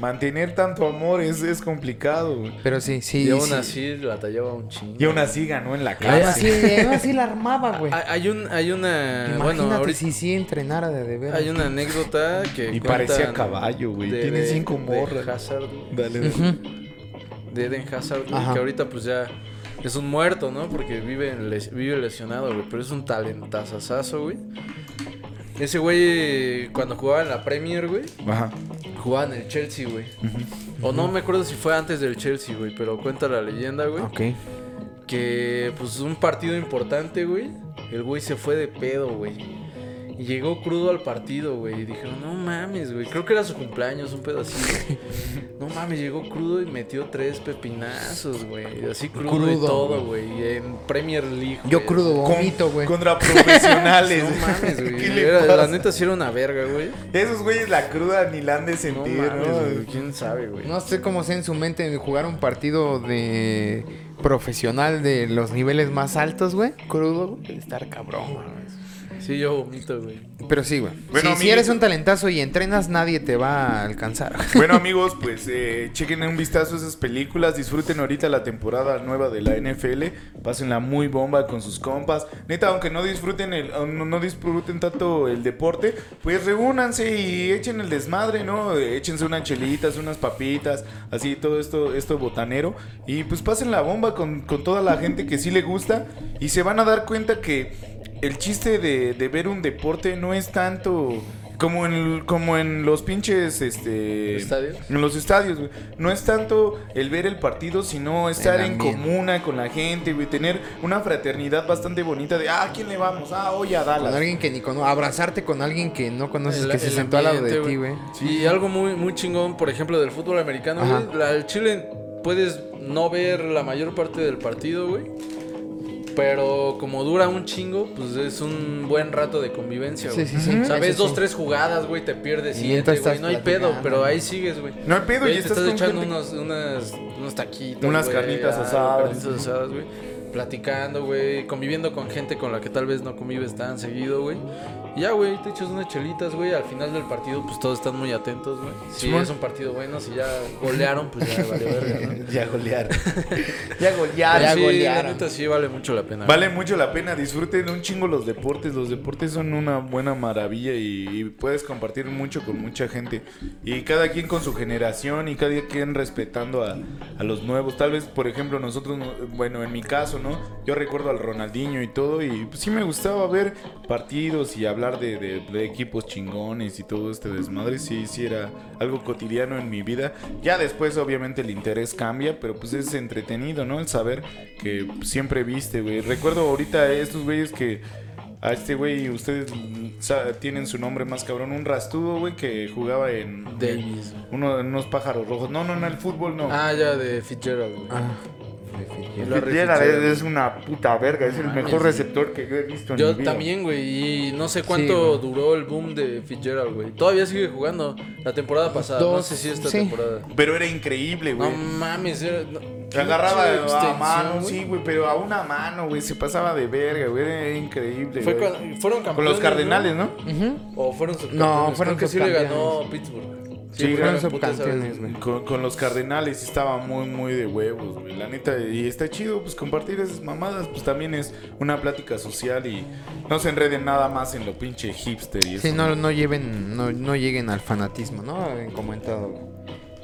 Speaker 1: Mantener tanto amor es, es complicado, güey.
Speaker 3: Pero sí, sí.
Speaker 2: Y aún
Speaker 3: sí.
Speaker 2: así, sí la tallaba un chingo.
Speaker 1: Y aún así ganó en la
Speaker 3: Y aún
Speaker 1: casa.
Speaker 3: así, y aún así la armaba, güey.
Speaker 2: Hay- Hay un, hay una,
Speaker 3: Imagínate
Speaker 2: Ah, bueno, ahorita
Speaker 3: si sí entrenara de, de veras.
Speaker 2: hay una anécdota que
Speaker 1: Y parecía
Speaker 2: cuentan
Speaker 1: caballo, güey.
Speaker 2: de-
Speaker 1: Tiene
Speaker 2: de-
Speaker 1: cinco
Speaker 2: de
Speaker 1: morras.
Speaker 2: Hazard, güey.
Speaker 1: Dale, dale.
Speaker 3: Ujú.
Speaker 2: de Eden Hazard, güey,
Speaker 3: Ajá.
Speaker 2: que ahorita pues ya es un muerto, ¿no? Porque vive, en les- vive lesionado, güey, pero es un talentazazazo, güey. Ese güey, cuando jugaba en la Premier, güey,
Speaker 1: Ajá.
Speaker 2: jugaba en el Chelsea, güey. O no me acuerdo si fue antes del Chelsea, güey, pero cuenta la leyenda, güey,
Speaker 3: Ok.
Speaker 2: que pues un partido importante, güey, el güey se fue de pedo, güey. Y llegó crudo al partido, güey. Y dijeron, no mames, güey. Creo que era su cumpleaños, un pedacito. no mames, llegó crudo y metió tres pepinazos, güey. Así crudo, y
Speaker 3: Crudo,
Speaker 2: todo, güey. Y En Premier League.
Speaker 3: Yo
Speaker 2: güey.
Speaker 3: crudo
Speaker 1: Con-
Speaker 3: vomito, güey.
Speaker 1: Contra profesionales.
Speaker 2: No mames,
Speaker 1: ¿Qué
Speaker 2: güey.
Speaker 1: le
Speaker 2: Era-
Speaker 1: pasa?
Speaker 2: La neta sí era una verga, güey.
Speaker 1: Esos güeyes la cruda ni la han de
Speaker 2: No
Speaker 1: sentir, ¿no?
Speaker 2: mames, güey. ¿Quién sabe, güey?
Speaker 3: No sé cómo sea en su mente jugar un partido de profesional de los niveles más altos, güey. Crudo, güey, estar cabrón. güey.
Speaker 2: Sí, yo vomito, güey.
Speaker 3: Pero sí, güey.
Speaker 1: Bueno,
Speaker 3: si, si
Speaker 1: amiguito.
Speaker 3: eres un talentazo y entrenas, nadie te va a alcanzar.
Speaker 1: Bueno amigos, pues eh, chequen un vistazo a esas películas, disfruten ahorita la temporada nueva de la NFL, pásenla muy bomba con sus compas. Neta, aunque no disfruten el, o no, no disfruten tanto el deporte, pues reúnanse y echen el desmadre, ¿no? Échense unas chelitas, unas papitas, así todo esto, esto botanero. Y pues pasen la bomba con, con toda la gente que sí le gusta. Y se van a dar cuenta que el chiste de, de ver un deporte no es tanto. Como en, como en los pinches este,
Speaker 2: ¿Estadios?
Speaker 1: en los estadios, güey. No es tanto el ver el partido, sino estar
Speaker 3: El
Speaker 1: en
Speaker 3: ambiente.
Speaker 1: comuna con la gente, güey. Tener una fraternidad bastante bonita de, ah, ¿a quién le vamos? Ah, oye, a
Speaker 3: Con
Speaker 1: Dallas.
Speaker 3: alguien que ni conoces. Abrazarte con alguien que no conoces,
Speaker 2: El-
Speaker 3: que se
Speaker 2: el
Speaker 3: sentó al lado de
Speaker 2: ambiente,
Speaker 3: ti, güey.
Speaker 2: Y algo muy, muy chingón, por ejemplo, del fútbol americano,
Speaker 3: Ajá.
Speaker 2: güey. La- El Chile puedes no ver la mayor parte del partido, güey. Pero como dura un chingo, pues es un buen rato de convivencia,
Speaker 3: Sí,
Speaker 2: güey.
Speaker 3: sí, sí.
Speaker 2: Sabes,
Speaker 3: Eso sí.
Speaker 2: dos, tres jugadas, güey, te pierdes
Speaker 3: Y
Speaker 2: siete,
Speaker 3: mientras
Speaker 2: güey.
Speaker 3: estás
Speaker 2: No hay
Speaker 3: platicando,
Speaker 2: pedo, pero
Speaker 3: ¿no?
Speaker 2: ahí sigues, güey.
Speaker 1: No hay pedo,
Speaker 2: Güey,
Speaker 1: y
Speaker 2: te
Speaker 1: estás
Speaker 2: estás
Speaker 1: con
Speaker 2: echando
Speaker 1: gente-
Speaker 2: unas, unas, unos taquitos.
Speaker 1: Unas
Speaker 2: güey,
Speaker 1: carnitas
Speaker 2: algo,
Speaker 1: asadas.
Speaker 2: Carnitas asadas, güey. Platicando, güey. Conviviendo con gente con la que tal vez no convives tan seguido, güey. Y ya, güey, te echas unas chelitas, güey. Al final del partido, pues todos están muy atentos, güey. Si
Speaker 1: Simón.
Speaker 2: es un partido bueno, si ya golearon, pues ya valió verga, ¿no?
Speaker 1: Ya golear.
Speaker 3: Ya
Speaker 2: Pero
Speaker 3: golearon.
Speaker 2: sí, la neta sí vale mucho la pena.
Speaker 1: Vale mucho la pena, disfruten un chingo los deportes. Los deportes son una buena maravilla y, y puedes compartir mucho con mucha gente. Y cada quien con su generación y cada quien respetando a, a los nuevos. Tal vez, por ejemplo, nosotros, no- bueno, en mi caso, ¿no? Yo recuerdo al Ronaldinho y todo y pues, sí me gustaba ver partidos y hablar de, de- de equipos chingones y todo este desmadre. Sí, sí era algo cotidiano en mi vida. Ya después, obviamente, el interés cambia, pero pues es entretenido, ¿no? El saber que siempre viste, güey. Recuerdo ahorita a estos güeyes que a este güey, ustedes mm, sa- tienen su nombre más cabrón, un rastudo, güey, que jugaba en
Speaker 2: Davis. güey.
Speaker 1: uno, en unos pájaros rojos. No, no, no, el fútbol no.
Speaker 2: Ah, ya, de Fitzgerald, güey.
Speaker 3: Ah,
Speaker 2: Larry
Speaker 1: Ah, Fitzgerald eh,
Speaker 2: Fitzgerald.
Speaker 1: es una puta verga, es el
Speaker 2: Mames,
Speaker 1: mejor
Speaker 2: güey.
Speaker 1: receptor que yo he visto en mi
Speaker 2: Ah, Yo
Speaker 1: vida.
Speaker 2: también, güey, y no sé cuánto duró el boom de Fitzgerald, güey. Todavía sigue jugando la temporada pasada, no
Speaker 3: Dos,
Speaker 2: sé si esta
Speaker 3: sí.
Speaker 2: temporada.
Speaker 1: Pero era increíble,
Speaker 2: No
Speaker 1: güey.
Speaker 2: mames, era, no-
Speaker 1: Te agarraba
Speaker 2: pinche
Speaker 1: a
Speaker 2: extensión,
Speaker 1: mano,
Speaker 2: güey.
Speaker 1: sí, güey, pero a una mano, güey, se pasaba de verga, güey, era increíble.
Speaker 2: Fue
Speaker 1: güey.
Speaker 2: con, fueron campeones.
Speaker 1: Con los Cardenales, ¿no?
Speaker 2: O fueron subcampeones.
Speaker 3: No, fueron
Speaker 2: Creo que sí le
Speaker 3: subcampeones.
Speaker 2: ganó Pittsburgh.
Speaker 1: Sí,
Speaker 2: porque
Speaker 1: fueron
Speaker 2: la puta esa
Speaker 3: subcampeones,
Speaker 2: vez-
Speaker 3: güey.
Speaker 1: Con, con los Cardenales estaba muy, muy de huevos, güey. La neta, y está chido, pues compartir esas mamadas, pues también es una plática social y no se enreden nada más en lo pinche hipster y eso.
Speaker 3: Sí, no, no lleven, no, no lleguen al fanatismo, ¿no? En comentado. güey.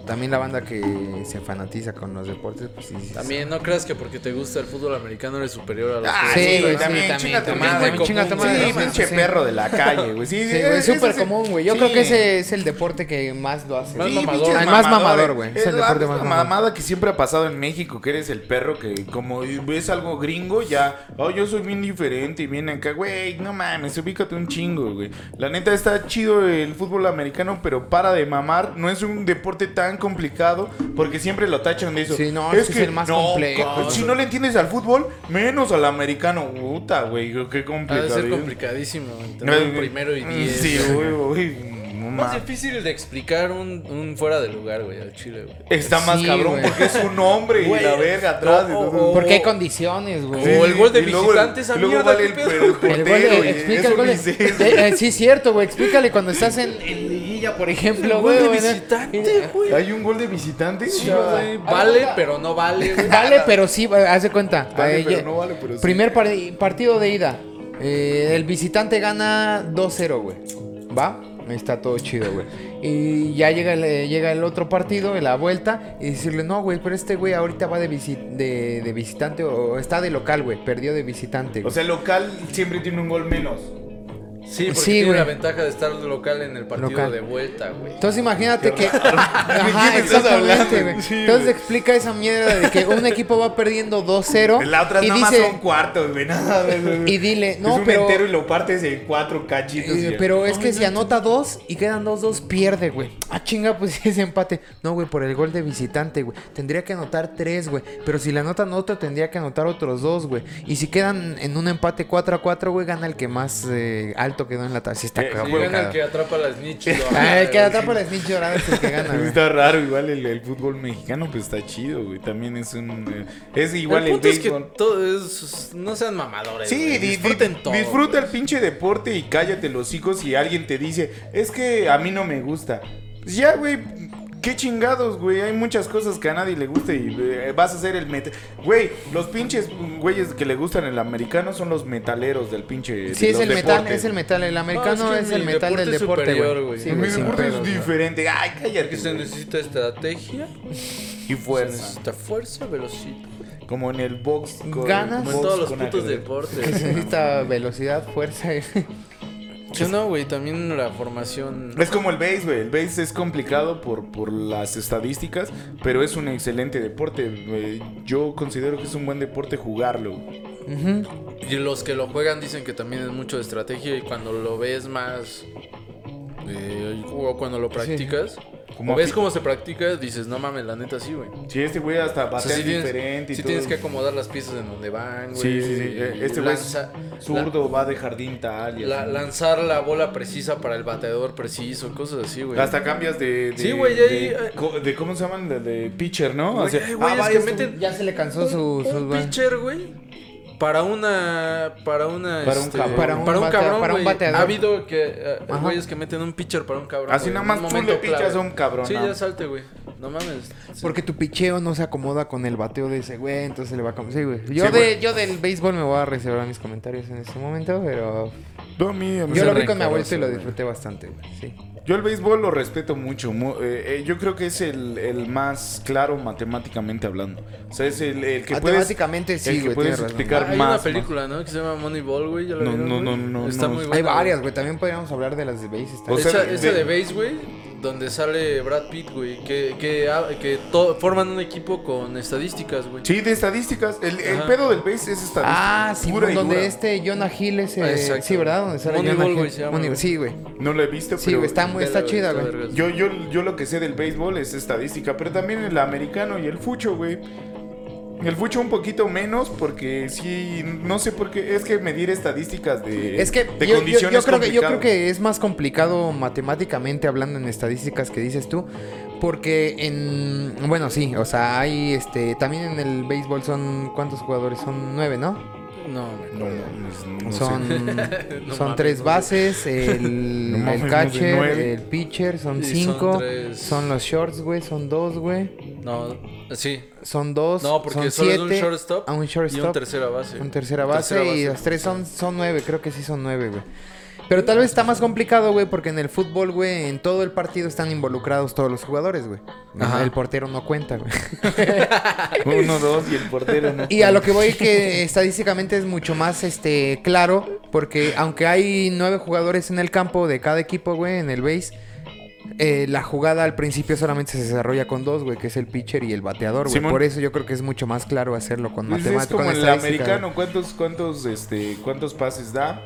Speaker 3: También la banda que se fanatiza con los deportes, pues sí. sí, sí.
Speaker 2: También no creas que porque te gusta el fútbol americano eres superior a los
Speaker 1: Ah,
Speaker 2: que-
Speaker 1: sí, güey, también,
Speaker 3: sí, también,
Speaker 1: chinga tu
Speaker 2: también,
Speaker 1: madre.
Speaker 2: también, chinga tu
Speaker 1: común,
Speaker 2: madre,
Speaker 1: Sí,
Speaker 2: no mames,
Speaker 1: pinche
Speaker 3: sí.
Speaker 1: perro de la calle, güey. Sí,
Speaker 3: Sí,
Speaker 1: sí,
Speaker 3: güey, es
Speaker 1: ese
Speaker 3: súper
Speaker 1: el-
Speaker 3: común, güey. Yo
Speaker 1: sí.
Speaker 3: creo que ese es el deporte que más lo hace. Ah,
Speaker 2: Más
Speaker 1: Sí,
Speaker 2: mamador.
Speaker 1: pinches
Speaker 3: El más
Speaker 1: mamadas,
Speaker 3: mamador, güey. Es el
Speaker 1: la-
Speaker 3: deporte más
Speaker 1: la
Speaker 3: mamador.
Speaker 1: mamada que siempre ha pasado en México, que eres el perro que como ves algo gringo, ya, oh, yo soy bien diferente y bien acá, güey, no mames, ubícate un chingo, güey. La neta está chido el fútbol americano, pero para de mamar, no es un deporte tan complicado, porque siempre lo tachan de eso.
Speaker 3: Sí, no, es que es el más complejo.
Speaker 1: cabrón, Si no le entiendes al fútbol, menos al americano. Puta, güey, qué
Speaker 2: Ha de
Speaker 1: complicado. mm,
Speaker 2: ser complicadísimo. güey, tener un primero y diez.
Speaker 1: Sí,
Speaker 2: güey.
Speaker 1: güey, güey. No
Speaker 2: Más
Speaker 1: mames.
Speaker 2: difícil de explicar un, un fuera de lugar, güey, al chile, güey.
Speaker 1: Está más
Speaker 3: Sí,
Speaker 1: cabrón
Speaker 3: güey.
Speaker 1: porque es un hombre y
Speaker 2: Güey,
Speaker 1: la verga atrás.
Speaker 2: no,
Speaker 1: y
Speaker 2: o-
Speaker 1: todo.
Speaker 3: Porque hay condiciones, güey.
Speaker 2: o el gol de
Speaker 1: y luego el-
Speaker 2: visitante, esa
Speaker 1: y luego
Speaker 2: mierda,
Speaker 1: vale
Speaker 2: ¿qué
Speaker 1: el-
Speaker 2: pedo,
Speaker 1: el
Speaker 2: güey?
Speaker 1: portero,
Speaker 3: El gol de-
Speaker 1: güey,
Speaker 3: explica
Speaker 1: eso
Speaker 3: el gol. de-
Speaker 1: dices.
Speaker 3: eh, eh, sí, es cierto, güey. Explícale cuando estás en, en liguilla, por ejemplo,
Speaker 2: Gol
Speaker 3: güey.
Speaker 2: de
Speaker 3: güey, ¿no?
Speaker 2: visitante, güey.
Speaker 1: ¿Hay un gol de visitante?
Speaker 2: Sí,
Speaker 1: O sea,
Speaker 2: güey, Vale, pero no vale, güey.
Speaker 3: Vale, pero sí, güey, haz de cuenta.
Speaker 1: Vale,
Speaker 3: Eh,
Speaker 1: pero
Speaker 3: ya-
Speaker 1: no vale, pero sí.
Speaker 3: Primer par- partido de ida. Eh, el visitante gana 2-0, güey. ¿Va? Está todo chido, güey. Y ya llega el, eh, llega el otro partido, en la vuelta, y decirle, no, güey, pero este güey ahorita va de, visi- de, de visitante o, o está de local, güey. Perdió de visitante.
Speaker 1: O
Speaker 3: güey.
Speaker 1: sea, el local siempre tiene un gol menos.
Speaker 2: Sí, porque
Speaker 3: Sí,
Speaker 2: tiene
Speaker 3: güey.
Speaker 2: la ventaja de estar local en el partido
Speaker 3: Local.
Speaker 2: de vuelta, güey.
Speaker 3: Entonces imagínate que...
Speaker 1: ¿De
Speaker 3: Ajá,
Speaker 1: quién me estás
Speaker 3: exactamente,
Speaker 1: hablando?
Speaker 3: güey.
Speaker 1: Sí,
Speaker 3: Entonces
Speaker 1: güey.
Speaker 3: explica esa mierda de que un equipo va perdiendo 2-0
Speaker 1: La otra
Speaker 3: y
Speaker 1: nada más
Speaker 3: dice...
Speaker 1: son cuartos, güey. Nada, güey, güey.
Speaker 3: Y dile, no,
Speaker 1: es un
Speaker 3: pero-
Speaker 1: entero y lo partes en cuatro cachitos. y
Speaker 3: Eh,
Speaker 1: ya.
Speaker 3: pero es que si anota dos y quedan dos, dos, pierde, güey. Ah, chinga, pues ese empate. No, güey, por el gol de visitante, güey. Tendría que anotar tres, güey. Pero si le anotan otro, tendría que anotar otros dos, güey. Y si quedan en un empate 4 a 4, güey, gana el que más eh, alto quedó en la tabla. Sí, está
Speaker 1: Eh,
Speaker 2: Si
Speaker 3: cagado.
Speaker 2: gana el que atrapa las nichas.
Speaker 3: Ah, el que atrapa el snitch dorado es el que gana, güey.
Speaker 1: Está raro, igual el, el fútbol mexicano, pues está chido, güey. También es un. eh, Es igual
Speaker 2: el
Speaker 1: el,
Speaker 2: punto es que
Speaker 1: béisbol.
Speaker 2: todo es- no sean mamadores.
Speaker 1: Sí,
Speaker 2: güey,
Speaker 1: di- di-
Speaker 2: disfruten todo.
Speaker 1: Disfruta
Speaker 2: güey.
Speaker 1: el pinche deporte y cállate los hijos si alguien te dice, es que a mí no me gusta. Pues ya, güey, qué chingados, güey. Hay muchas cosas que a nadie le gusta y eh, vas a ser el metal. Güey, los pinches mm, güeyes que le gustan el americano son los metaleros del pinche. de
Speaker 3: Sí, es
Speaker 1: los
Speaker 3: el metal,
Speaker 1: deportes.
Speaker 3: es el metal. El americano
Speaker 2: No, es
Speaker 3: es,
Speaker 2: que mi
Speaker 3: el metal
Speaker 2: deporte
Speaker 3: del
Speaker 2: es
Speaker 3: deporte,
Speaker 2: superior,
Speaker 3: güey.
Speaker 2: güey.
Speaker 3: Sí,
Speaker 1: Mi
Speaker 3: güey, sin
Speaker 1: deporte es
Speaker 3: pedos, güey.
Speaker 1: diferente. Ay, cállate.
Speaker 2: Que se necesita estrategia,
Speaker 1: Pues Y
Speaker 2: se
Speaker 1: fuerza.
Speaker 2: necesita fuerza, velocidad.
Speaker 1: Como en el box. con-
Speaker 3: Ganas.
Speaker 2: Como
Speaker 1: box
Speaker 2: en todos los
Speaker 1: con ajedrez.
Speaker 2: putos
Speaker 3: Que se
Speaker 2: deportes.
Speaker 3: necesita velocidad, fuerza. y-
Speaker 2: Sí, no, güey, también la formación.
Speaker 1: Es como el base, güey. El base es complicado por, por las estadísticas, pero es un excelente deporte. güey. Yo considero que es un buen deporte jugarlo. güey.
Speaker 3: Ujú.
Speaker 2: Y los que lo juegan dicen que también es mucho de estrategia y cuando lo ves más... eh, o cuando lo practicas,
Speaker 1: Como
Speaker 2: o ves
Speaker 1: afi-
Speaker 2: cómo se practica, dices, no mames, la neta sí, güey.
Speaker 1: Sí, este güey hasta
Speaker 2: O
Speaker 1: batea
Speaker 2: sea, sí
Speaker 1: diferente
Speaker 2: tienes, sí
Speaker 1: y todo.
Speaker 2: tienes que acomodar las piezas en donde van, güey.
Speaker 1: Sí, sí, sí. Eh, Este güey es
Speaker 2: Lanza-
Speaker 1: zurdo, va de jardín tal. y
Speaker 2: la-
Speaker 1: así.
Speaker 2: lanzar la bola precisa para el bateador preciso, cosas así, güey.
Speaker 1: Hasta cambias de. de-
Speaker 2: Sí, güey, ya
Speaker 1: de,
Speaker 2: hay-
Speaker 1: co- de ¿Cómo se llaman? De, de pitcher, ¿no?
Speaker 2: Güey, hay güeyes
Speaker 1: va
Speaker 2: que
Speaker 1: este-
Speaker 2: meten-
Speaker 3: Ya se le cansó su...
Speaker 2: un,
Speaker 3: su-
Speaker 2: un
Speaker 3: bueno.
Speaker 2: pitcher, güey. Para una. Para una.
Speaker 1: Para un
Speaker 2: este,
Speaker 1: cabrón.
Speaker 2: Para un,
Speaker 3: batea-
Speaker 2: cabrón.
Speaker 3: para un
Speaker 2: güey.
Speaker 3: bateador.
Speaker 2: Ha habido que. eh,
Speaker 3: Ajá.
Speaker 2: güeyes que meten un pitcher para un cabrón.
Speaker 1: Así
Speaker 2: güey,
Speaker 1: nada
Speaker 2: en
Speaker 1: más
Speaker 2: un
Speaker 1: tú
Speaker 2: momento
Speaker 1: le pichas
Speaker 2: clave.
Speaker 1: a un cabrón,
Speaker 2: Sí,
Speaker 1: ¿no?
Speaker 2: ya salte, güey. No mames. Sí.
Speaker 3: Porque tu picheo no se acomoda con el bateo de ese güey, entonces le va a... com- Sí, güey. Yo,
Speaker 1: Sí,
Speaker 3: de,
Speaker 1: güey.
Speaker 3: yo del béisbol me voy a reservar mis comentarios en este momento, pero...
Speaker 1: No, a mí- a mí
Speaker 3: Yo
Speaker 1: se
Speaker 3: lo
Speaker 1: me
Speaker 3: vi con mi abuelito
Speaker 1: encarosa,
Speaker 3: y lo
Speaker 1: güey.
Speaker 3: disfruté bastante, güey. Sí.
Speaker 1: Yo el béisbol lo respeto mucho. mu- eh, eh, yo creo que es el, el más claro matemáticamente hablando. O sea, es el, el que
Speaker 3: Ah,
Speaker 1: puedes...
Speaker 3: Matemáticamente sí,
Speaker 1: el que
Speaker 3: güey,
Speaker 1: puedes
Speaker 3: tienes razón.
Speaker 1: explicar
Speaker 2: Ah, Hay
Speaker 1: más.
Speaker 2: una película, ¿no? Que se llama Moneyball, güey. ¿Ya la
Speaker 1: No,
Speaker 2: vieron,
Speaker 1: no,
Speaker 2: güey?
Speaker 1: no, no,
Speaker 2: Está
Speaker 1: no.
Speaker 2: muy buena.
Speaker 3: Hay varias,
Speaker 2: güey.
Speaker 3: güey. También podríamos hablar de las de base. está-
Speaker 1: O sea,
Speaker 2: esa,
Speaker 1: de-
Speaker 2: esa de base, güey, donde sale Brad Pitt, güey, que, que, ha- que to- forman un equipo con estadísticas, güey.
Speaker 1: Sí, de estadísticas. El, el
Speaker 2: Ajá.
Speaker 1: pedo del base es estadística.
Speaker 3: ah, sí,
Speaker 1: pura y
Speaker 3: donde
Speaker 1: dura. Ah,
Speaker 3: este Jonah Hill es... eh,
Speaker 2: Exacto.
Speaker 3: sí, ¿verdad? Donde sale
Speaker 2: Moneyball,
Speaker 3: Jonah Hill.
Speaker 2: güey, se llama.
Speaker 3: Moneyball, Sí, güey.
Speaker 1: No lo he visto,
Speaker 3: Sí,
Speaker 1: pero...
Speaker 3: güey, está muy...
Speaker 2: Vela,
Speaker 3: Está
Speaker 2: güey,
Speaker 3: chida,
Speaker 2: está
Speaker 3: güey.
Speaker 2: vergas.
Speaker 1: Yo, yo, yo lo que sé del béisbol es estadística, pero también el americano y el fucho, güey. El fucho un poquito menos porque sí, no sé por qué, es que medir estadísticas de,
Speaker 3: Es que
Speaker 1: de
Speaker 3: yo, yo- yo
Speaker 1: condiciones
Speaker 3: creo que yo creo
Speaker 1: complicado.
Speaker 3: que es más complicado matemáticamente hablando en estadísticas que dices tú, porque en bueno sí, o sea hay este también en el béisbol son cuántos jugadores son nueve, ¿no?
Speaker 2: No, güey.
Speaker 1: No, no, no, no sé.
Speaker 3: son
Speaker 2: No
Speaker 3: son
Speaker 2: mames, no
Speaker 3: tres
Speaker 2: sé.
Speaker 3: bases, el,
Speaker 1: No mames,
Speaker 3: el
Speaker 1: no sé,
Speaker 3: catcher,
Speaker 1: nueve.
Speaker 3: el pitcher, son
Speaker 2: Y son
Speaker 3: cinco, son,
Speaker 2: tres.
Speaker 3: los shorts, güey, son dos, güey,
Speaker 2: No, sí.
Speaker 3: son dos,
Speaker 2: No, porque
Speaker 3: son
Speaker 2: solo es
Speaker 3: siete,
Speaker 2: un shortstop,
Speaker 3: a un
Speaker 2: Y un
Speaker 3: shortstop,
Speaker 2: tercera
Speaker 1: Este,
Speaker 2: base.
Speaker 3: Un tercera base y
Speaker 2: base.
Speaker 3: los tres son, son nueve, creo que sí son nueve, güey. Pero tal vez está más complicado, güey, porque en el fútbol, güey, en todo el partido están involucrados todos los jugadores, güey.
Speaker 2: Ajá.
Speaker 3: El portero no cuenta, güey.
Speaker 1: Uno, dos y el portero no.
Speaker 3: Y a lo que voy que estadísticamente es mucho más este claro, porque aunque hay nueve jugadores en el campo de cada equipo, güey, en el base, eh, la jugada al principio solamente se desarrolla con dos, güey, que es el pitcher y el bateador, güey.
Speaker 1: Simón.
Speaker 3: Por eso yo creo que es mucho más claro hacerlo con
Speaker 1: Pues Es
Speaker 3: matemáticas.
Speaker 1: como
Speaker 3: con
Speaker 1: el
Speaker 3: estadística,
Speaker 1: americano, ¿cuántos, cuántos, este, cuántos pases da?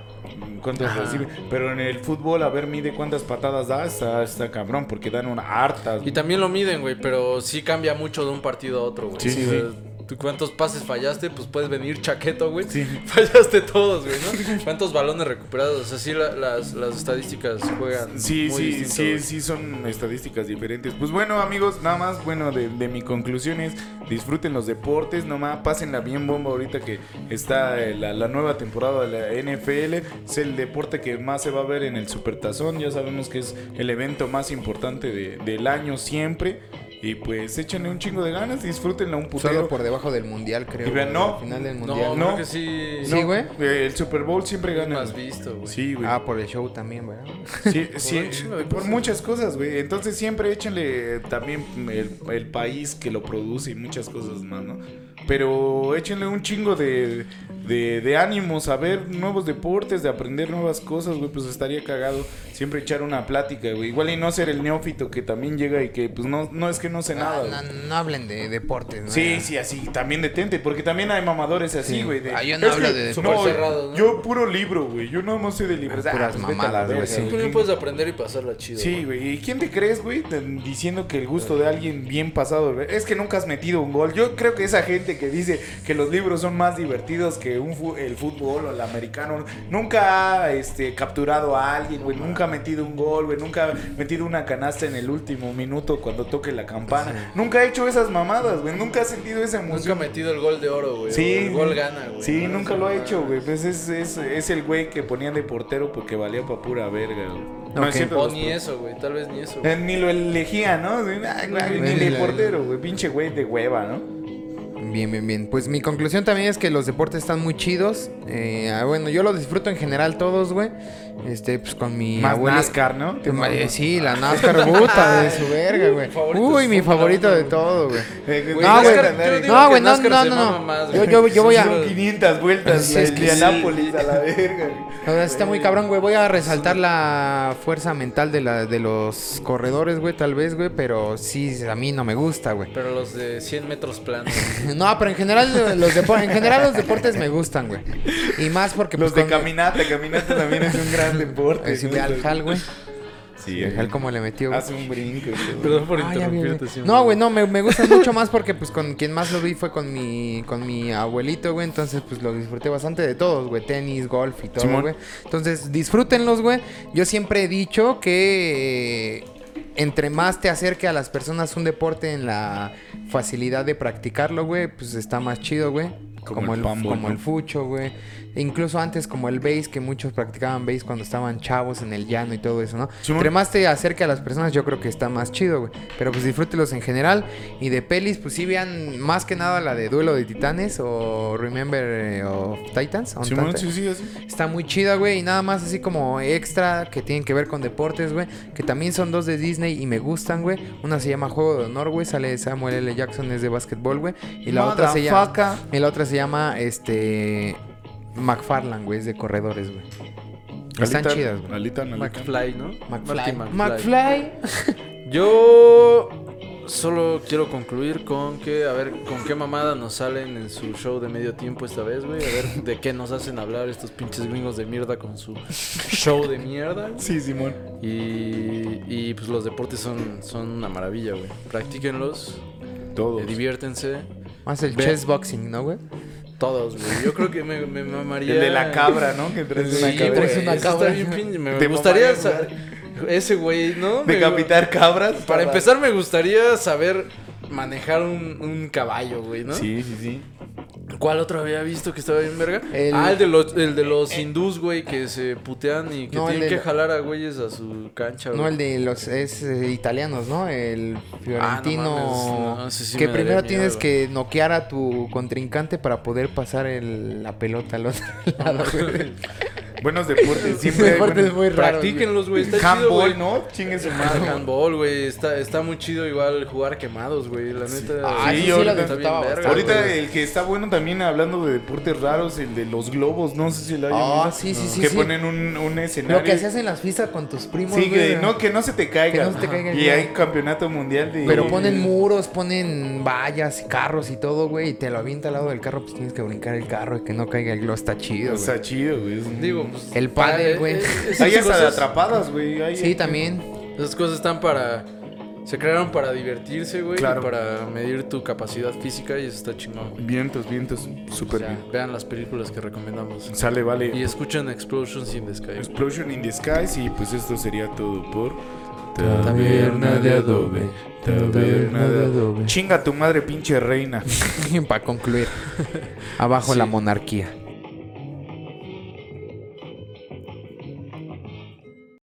Speaker 1: ¿Cuántos
Speaker 2: Ajá.
Speaker 1: recibe? Pero en el fútbol, a ver, mide cuántas patadas da, está, está cabrón, porque dan una harta.
Speaker 2: Y también lo miden, güey, pero sí cambia mucho de un partido a otro, güey.
Speaker 1: Sí, sí,
Speaker 2: O sea,
Speaker 1: sí.
Speaker 2: ¿Tú cuántos pases fallaste? Pues puedes venir chaqueto, güey.
Speaker 1: Sí.
Speaker 2: Fallaste todos, güey, ¿no? ¿Cuántos balones recuperados? O sea, sí, la- las, las estadísticas juegan.
Speaker 1: Sí,
Speaker 2: muy
Speaker 1: sí,
Speaker 2: distinto,
Speaker 1: sí,
Speaker 2: güey.
Speaker 1: sí, son estadísticas diferentes. Pues bueno, amigos, nada más, bueno, de, de mi conclusión es disfruten los deportes, nomás pásenla bien bomba ahorita que está eh, la, la nueva temporada de la NFL. Es el deporte que más se va a ver en el Supertazón, ya sabemos que es el evento más importante de- del año siempre. Y pues échenle un chingo de ganas, disfrútenla un
Speaker 3: Solo
Speaker 1: putero.
Speaker 3: por debajo del mundial, creo.
Speaker 1: Y vean,
Speaker 3: güey,
Speaker 1: no.
Speaker 3: al final del mundial.
Speaker 2: No,
Speaker 1: No.
Speaker 2: creo que sí.
Speaker 3: Sí,
Speaker 2: No,
Speaker 3: güey.
Speaker 1: Eh, El Super Bowl siempre
Speaker 2: no
Speaker 1: gana.
Speaker 2: has visto, güey.
Speaker 1: Sí, güey.
Speaker 3: Ah, por el show también, ¿verdad?
Speaker 1: Sí, sí,
Speaker 2: un chingo de
Speaker 1: por
Speaker 2: cosas.
Speaker 1: muchas cosas, güey. Entonces siempre échenle eh, también el, el país que lo produce y muchas cosas más, ¿no? Pero échenle un chingo de, de, de ánimos a ver nuevos deportes, de aprender nuevas cosas, güey. Pues estaría cagado siempre echar una plática, güey. Igual y no ser el neófito que también llega y que, pues, no, no es que no sé nada.
Speaker 3: Ah,
Speaker 1: güey.
Speaker 3: no, no hablen de deportes, ¿no?
Speaker 1: Sí, sí, así, también detente, porque también hay mamadores así,
Speaker 3: Sí.
Speaker 1: güey. de-
Speaker 3: Ah, yo no
Speaker 1: "Es
Speaker 3: hablo
Speaker 1: que-
Speaker 3: de
Speaker 1: no,
Speaker 2: deportes". cerrado, ¿no?
Speaker 1: Yo puro libro, güey. Yo no más soy de libros.
Speaker 3: Ah, Puras
Speaker 1: pues, vete a la
Speaker 3: mamadas, güey,
Speaker 1: verga,
Speaker 3: sí.
Speaker 2: Tú también puedes aprender y pasarla chido.
Speaker 1: Sí,
Speaker 2: güey.
Speaker 1: güey. ¿Y quién te crees, güey? Te- Diciendo que el gusto de alguien bien pasado güey, es que nunca has metido un gol. Yo creo que esa gente que dice que los libros son más divertidos que un fu- el fútbol o el americano nunca ha este, capturado a alguien, güey. Nunca ha metido un gol, güey. Nunca ha metido una canasta en el último minuto cuando toque la campana. Nunca ha hecho esas mamadas, güey. Nunca ha sentido esa
Speaker 2: Nunca ha
Speaker 1: emoción.
Speaker 2: metido el gol de oro, güey.
Speaker 1: Sí.
Speaker 2: o El gol gana, güey.
Speaker 1: Sí,
Speaker 2: ¿no?
Speaker 1: nunca
Speaker 2: Esa
Speaker 1: lo ha
Speaker 2: mamada.
Speaker 1: hecho, güey. Pues es, es, es el güey que ponían de portero porque valía pa' pura verga, güey.
Speaker 3: Ok.
Speaker 1: es cierto,
Speaker 2: O
Speaker 1: los
Speaker 2: ni eso, güey. Tal vez ni eso. güey.
Speaker 1: Eh, Ni lo elegía, ¿no? Ay, güey, Ni
Speaker 3: Ni
Speaker 1: de
Speaker 3: la-
Speaker 1: portero, güey. Pinche güey de hueva, ¿no?
Speaker 3: Bien, bien, bien. Pues mi conclusión también es que los deportes están muy chidos. Eh, ah, bueno, yo lo disfruto en general todos, güey. Este, pues con mi
Speaker 1: Más
Speaker 3: abuela-
Speaker 1: NASCAR, ¿no?
Speaker 3: Eh, Sí, la NASCAR puta de su verga, güey.
Speaker 2: favorito
Speaker 3: Uy,
Speaker 2: es
Speaker 3: mi
Speaker 2: Fórmula
Speaker 3: favorito
Speaker 2: Uno,
Speaker 3: de
Speaker 2: güey.
Speaker 3: todo, güey.
Speaker 1: Eh,
Speaker 2: Güey,
Speaker 3: No, güey.
Speaker 2: NASCAR, yo digo
Speaker 3: No,
Speaker 2: que
Speaker 3: güey, no,
Speaker 2: NASCAR
Speaker 3: no,
Speaker 2: se
Speaker 3: no,
Speaker 2: mama
Speaker 3: no.
Speaker 2: más,
Speaker 3: Yo,
Speaker 2: güey.
Speaker 3: yo, yo voy a.
Speaker 1: Son 500 vueltas
Speaker 3: Pues
Speaker 1: la
Speaker 3: es que
Speaker 1: Indianápolis a la verga.
Speaker 3: La verdad está muy cabrón, güey. Voy a resaltar la fuerza mental de, la, de los corredores, güey, tal vez, güey. Pero sí, a mí no me gusta, güey.
Speaker 2: Pero los de 100 metros planos.
Speaker 3: No, pero en general los, depo- en general los deportes me gustan, güey. Y más porque...
Speaker 1: Los
Speaker 3: pues,
Speaker 1: de
Speaker 3: con-
Speaker 1: caminata, caminata también es un gran deporte.
Speaker 3: Sí,
Speaker 1: ¿no?
Speaker 3: ve al Jal, güey.
Speaker 1: Sí, Ah,
Speaker 3: El Jal como le metió, güey.
Speaker 1: Hace un brinco. güey.
Speaker 2: Perdón por
Speaker 3: Ah, ya vi,
Speaker 2: interrumpirte
Speaker 3: güey.
Speaker 2: siempre.
Speaker 3: No, güey, no, me, me gustan mucho más porque pues con quien más lo vi fue con mi con mi abuelito, güey, entonces pues lo disfruté bastante de todos, güey, tenis, golf y todo,
Speaker 1: Simón.
Speaker 3: güey. Entonces, disfrútenlos, güey. Yo siempre he dicho que eh, entre más te acerque a las personas un deporte en la facilidad de practicarlo, güey, pues está más chido, güey.
Speaker 1: Como
Speaker 3: Como,
Speaker 1: el
Speaker 3: el,
Speaker 1: pambol,
Speaker 3: como
Speaker 1: ¿no?
Speaker 3: el fucho, güey. E Incluso antes como el bass, que muchos practicaban bass cuando estaban chavos en el llano y todo eso, ¿no?
Speaker 1: Simón.
Speaker 3: Entre más te acerque a las personas, yo creo que está más chido, güey. Pero pues disfrútelos en general. Y de pelis, pues sí vean más que nada la de Duelo de Titanes o Remember eh, of Titans. on
Speaker 1: Simón,
Speaker 3: Titan.
Speaker 1: sí, sí, así.
Speaker 3: Está muy chida, güey. Y nada más así como extra que tienen que ver con deportes, güey. Que también son dos de Disney y me gustan, güey. Una se llama Juego de Honor, güey. Sale Samuel L. Jackson, es de básquetbol, güey. Y la otra se llama...
Speaker 1: Motherfucker.
Speaker 3: Y la otra se llama, este... McFarland, güey. Es de corredores, güey. Están
Speaker 1: Alita-
Speaker 3: chidas, güey.
Speaker 1: Alita, no, Alita.
Speaker 2: McFly, ¿no? Marty
Speaker 3: McFly.
Speaker 2: Yo solo quiero concluir con que, a ver, con qué mamada nos salen en su show de medio tiempo esta vez, güey. A ver, de qué nos hacen hablar estos pinches gringos de mierda con su show de mierda. güey.
Speaker 1: Sí, Simón.
Speaker 2: Y, y pues los deportes son, son una maravilla, güey. Practíquenlos,
Speaker 1: Todo.
Speaker 2: eh, diviértense.
Speaker 3: Más el
Speaker 2: Ve-
Speaker 3: chess boxing, ¿no, güey?
Speaker 2: Todos, güey. Yo creo que me, me mamaría.
Speaker 1: El de la cabra, ¿no? Que traes
Speaker 2: Sí,
Speaker 1: una cabra.
Speaker 2: güey,
Speaker 3: una
Speaker 2: eso
Speaker 3: cabra.
Speaker 2: está bien pinche. Me,
Speaker 1: Te
Speaker 2: gustaría.
Speaker 1: mamaría
Speaker 2: sa- Ese güey, ¿no? Me-
Speaker 1: Decapitar cabras.
Speaker 2: Para empezar, me gustaría saber manejar un, un caballo, güey, ¿no?
Speaker 1: Sí, sí, sí.
Speaker 2: ¿Cuál otro había visto que estaba bien verga?
Speaker 3: El-
Speaker 2: Ah, el de los, el de los hindús, güey, que se putean y que
Speaker 3: No, el
Speaker 2: tienen que
Speaker 3: de-
Speaker 2: jalar a güeyes a su cancha, güey.
Speaker 3: No, el de los es eh, italianos, ¿no? El fiorentino.
Speaker 2: Ah, mames, no, ese sí
Speaker 3: que
Speaker 2: me daría
Speaker 3: primero
Speaker 2: miedo,
Speaker 3: tienes
Speaker 2: güey.
Speaker 3: que noquear a tu contrincante para poder pasar el- la pelota al otro lado, güey.
Speaker 1: Buenos deportes. Siempre hay
Speaker 3: Aparte es
Speaker 1: buenos-
Speaker 3: muy raro.
Speaker 2: Practíquenlos, güey. Está chido,
Speaker 1: Handball,
Speaker 2: güey.
Speaker 1: ¿no? Chingue su
Speaker 2: Ah,
Speaker 1: madre.
Speaker 2: handball, güey. Está, está muy chido igual jugar quemados, güey. La neta.
Speaker 3: Ah,
Speaker 1: Sí,
Speaker 3: eso sí
Speaker 1: ahorita
Speaker 3: lo
Speaker 1: está
Speaker 3: disfrutaba
Speaker 2: bien verga,
Speaker 3: bastante,
Speaker 1: Ahorita
Speaker 3: güey.
Speaker 1: el que está bueno también hablando de deportes raros, el de los globos, no sé si lo hayan
Speaker 3: Ah,
Speaker 1: visto.
Speaker 3: sí, sí, sí,
Speaker 1: Que
Speaker 3: sí.
Speaker 1: ponen un, un escenario.
Speaker 3: Lo que hacías en las fiestas con tus primos,
Speaker 1: Sí, que
Speaker 3: güey.
Speaker 1: no, que no se te caiga.
Speaker 3: no se te caiga el
Speaker 1: Y
Speaker 3: globo.
Speaker 1: hay campeonato mundial de.
Speaker 3: Pero ponen muros, ponen vallas y carros y todo, güey. Y te lo avienta al lado del carro, pues tienes que brincar el carro y que no caiga el globo. Está chido,
Speaker 1: O
Speaker 3: güey.
Speaker 1: sea, chido, güey. es un-
Speaker 2: Digo, pues,
Speaker 3: El pádel,
Speaker 2: para-
Speaker 3: güey.
Speaker 2: eh, esas
Speaker 1: Hay hasta de
Speaker 2: cosas-
Speaker 1: atrapadas, güey. hay-
Speaker 3: Sí, también.
Speaker 2: Esas cosas están para Se crearon para divertirse, güey.
Speaker 1: Claro.
Speaker 2: Y para medir tu capacidad física y eso está chingón, güey.
Speaker 1: Vientos, vientos,
Speaker 2: O
Speaker 1: súper
Speaker 2: sea,
Speaker 1: bien.
Speaker 2: vean las películas que recomendamos.
Speaker 1: Sale, vale.
Speaker 2: Y escuchen Explosions in the Sky. güey.
Speaker 1: Explosion in the Skies y pues esto sería todo por
Speaker 2: Taberna de Adobe,
Speaker 1: Taberna de Adobe. Chinga tu madre, pinche reina.
Speaker 3: Para concluir, abajo
Speaker 2: Sí.
Speaker 3: la monarquía.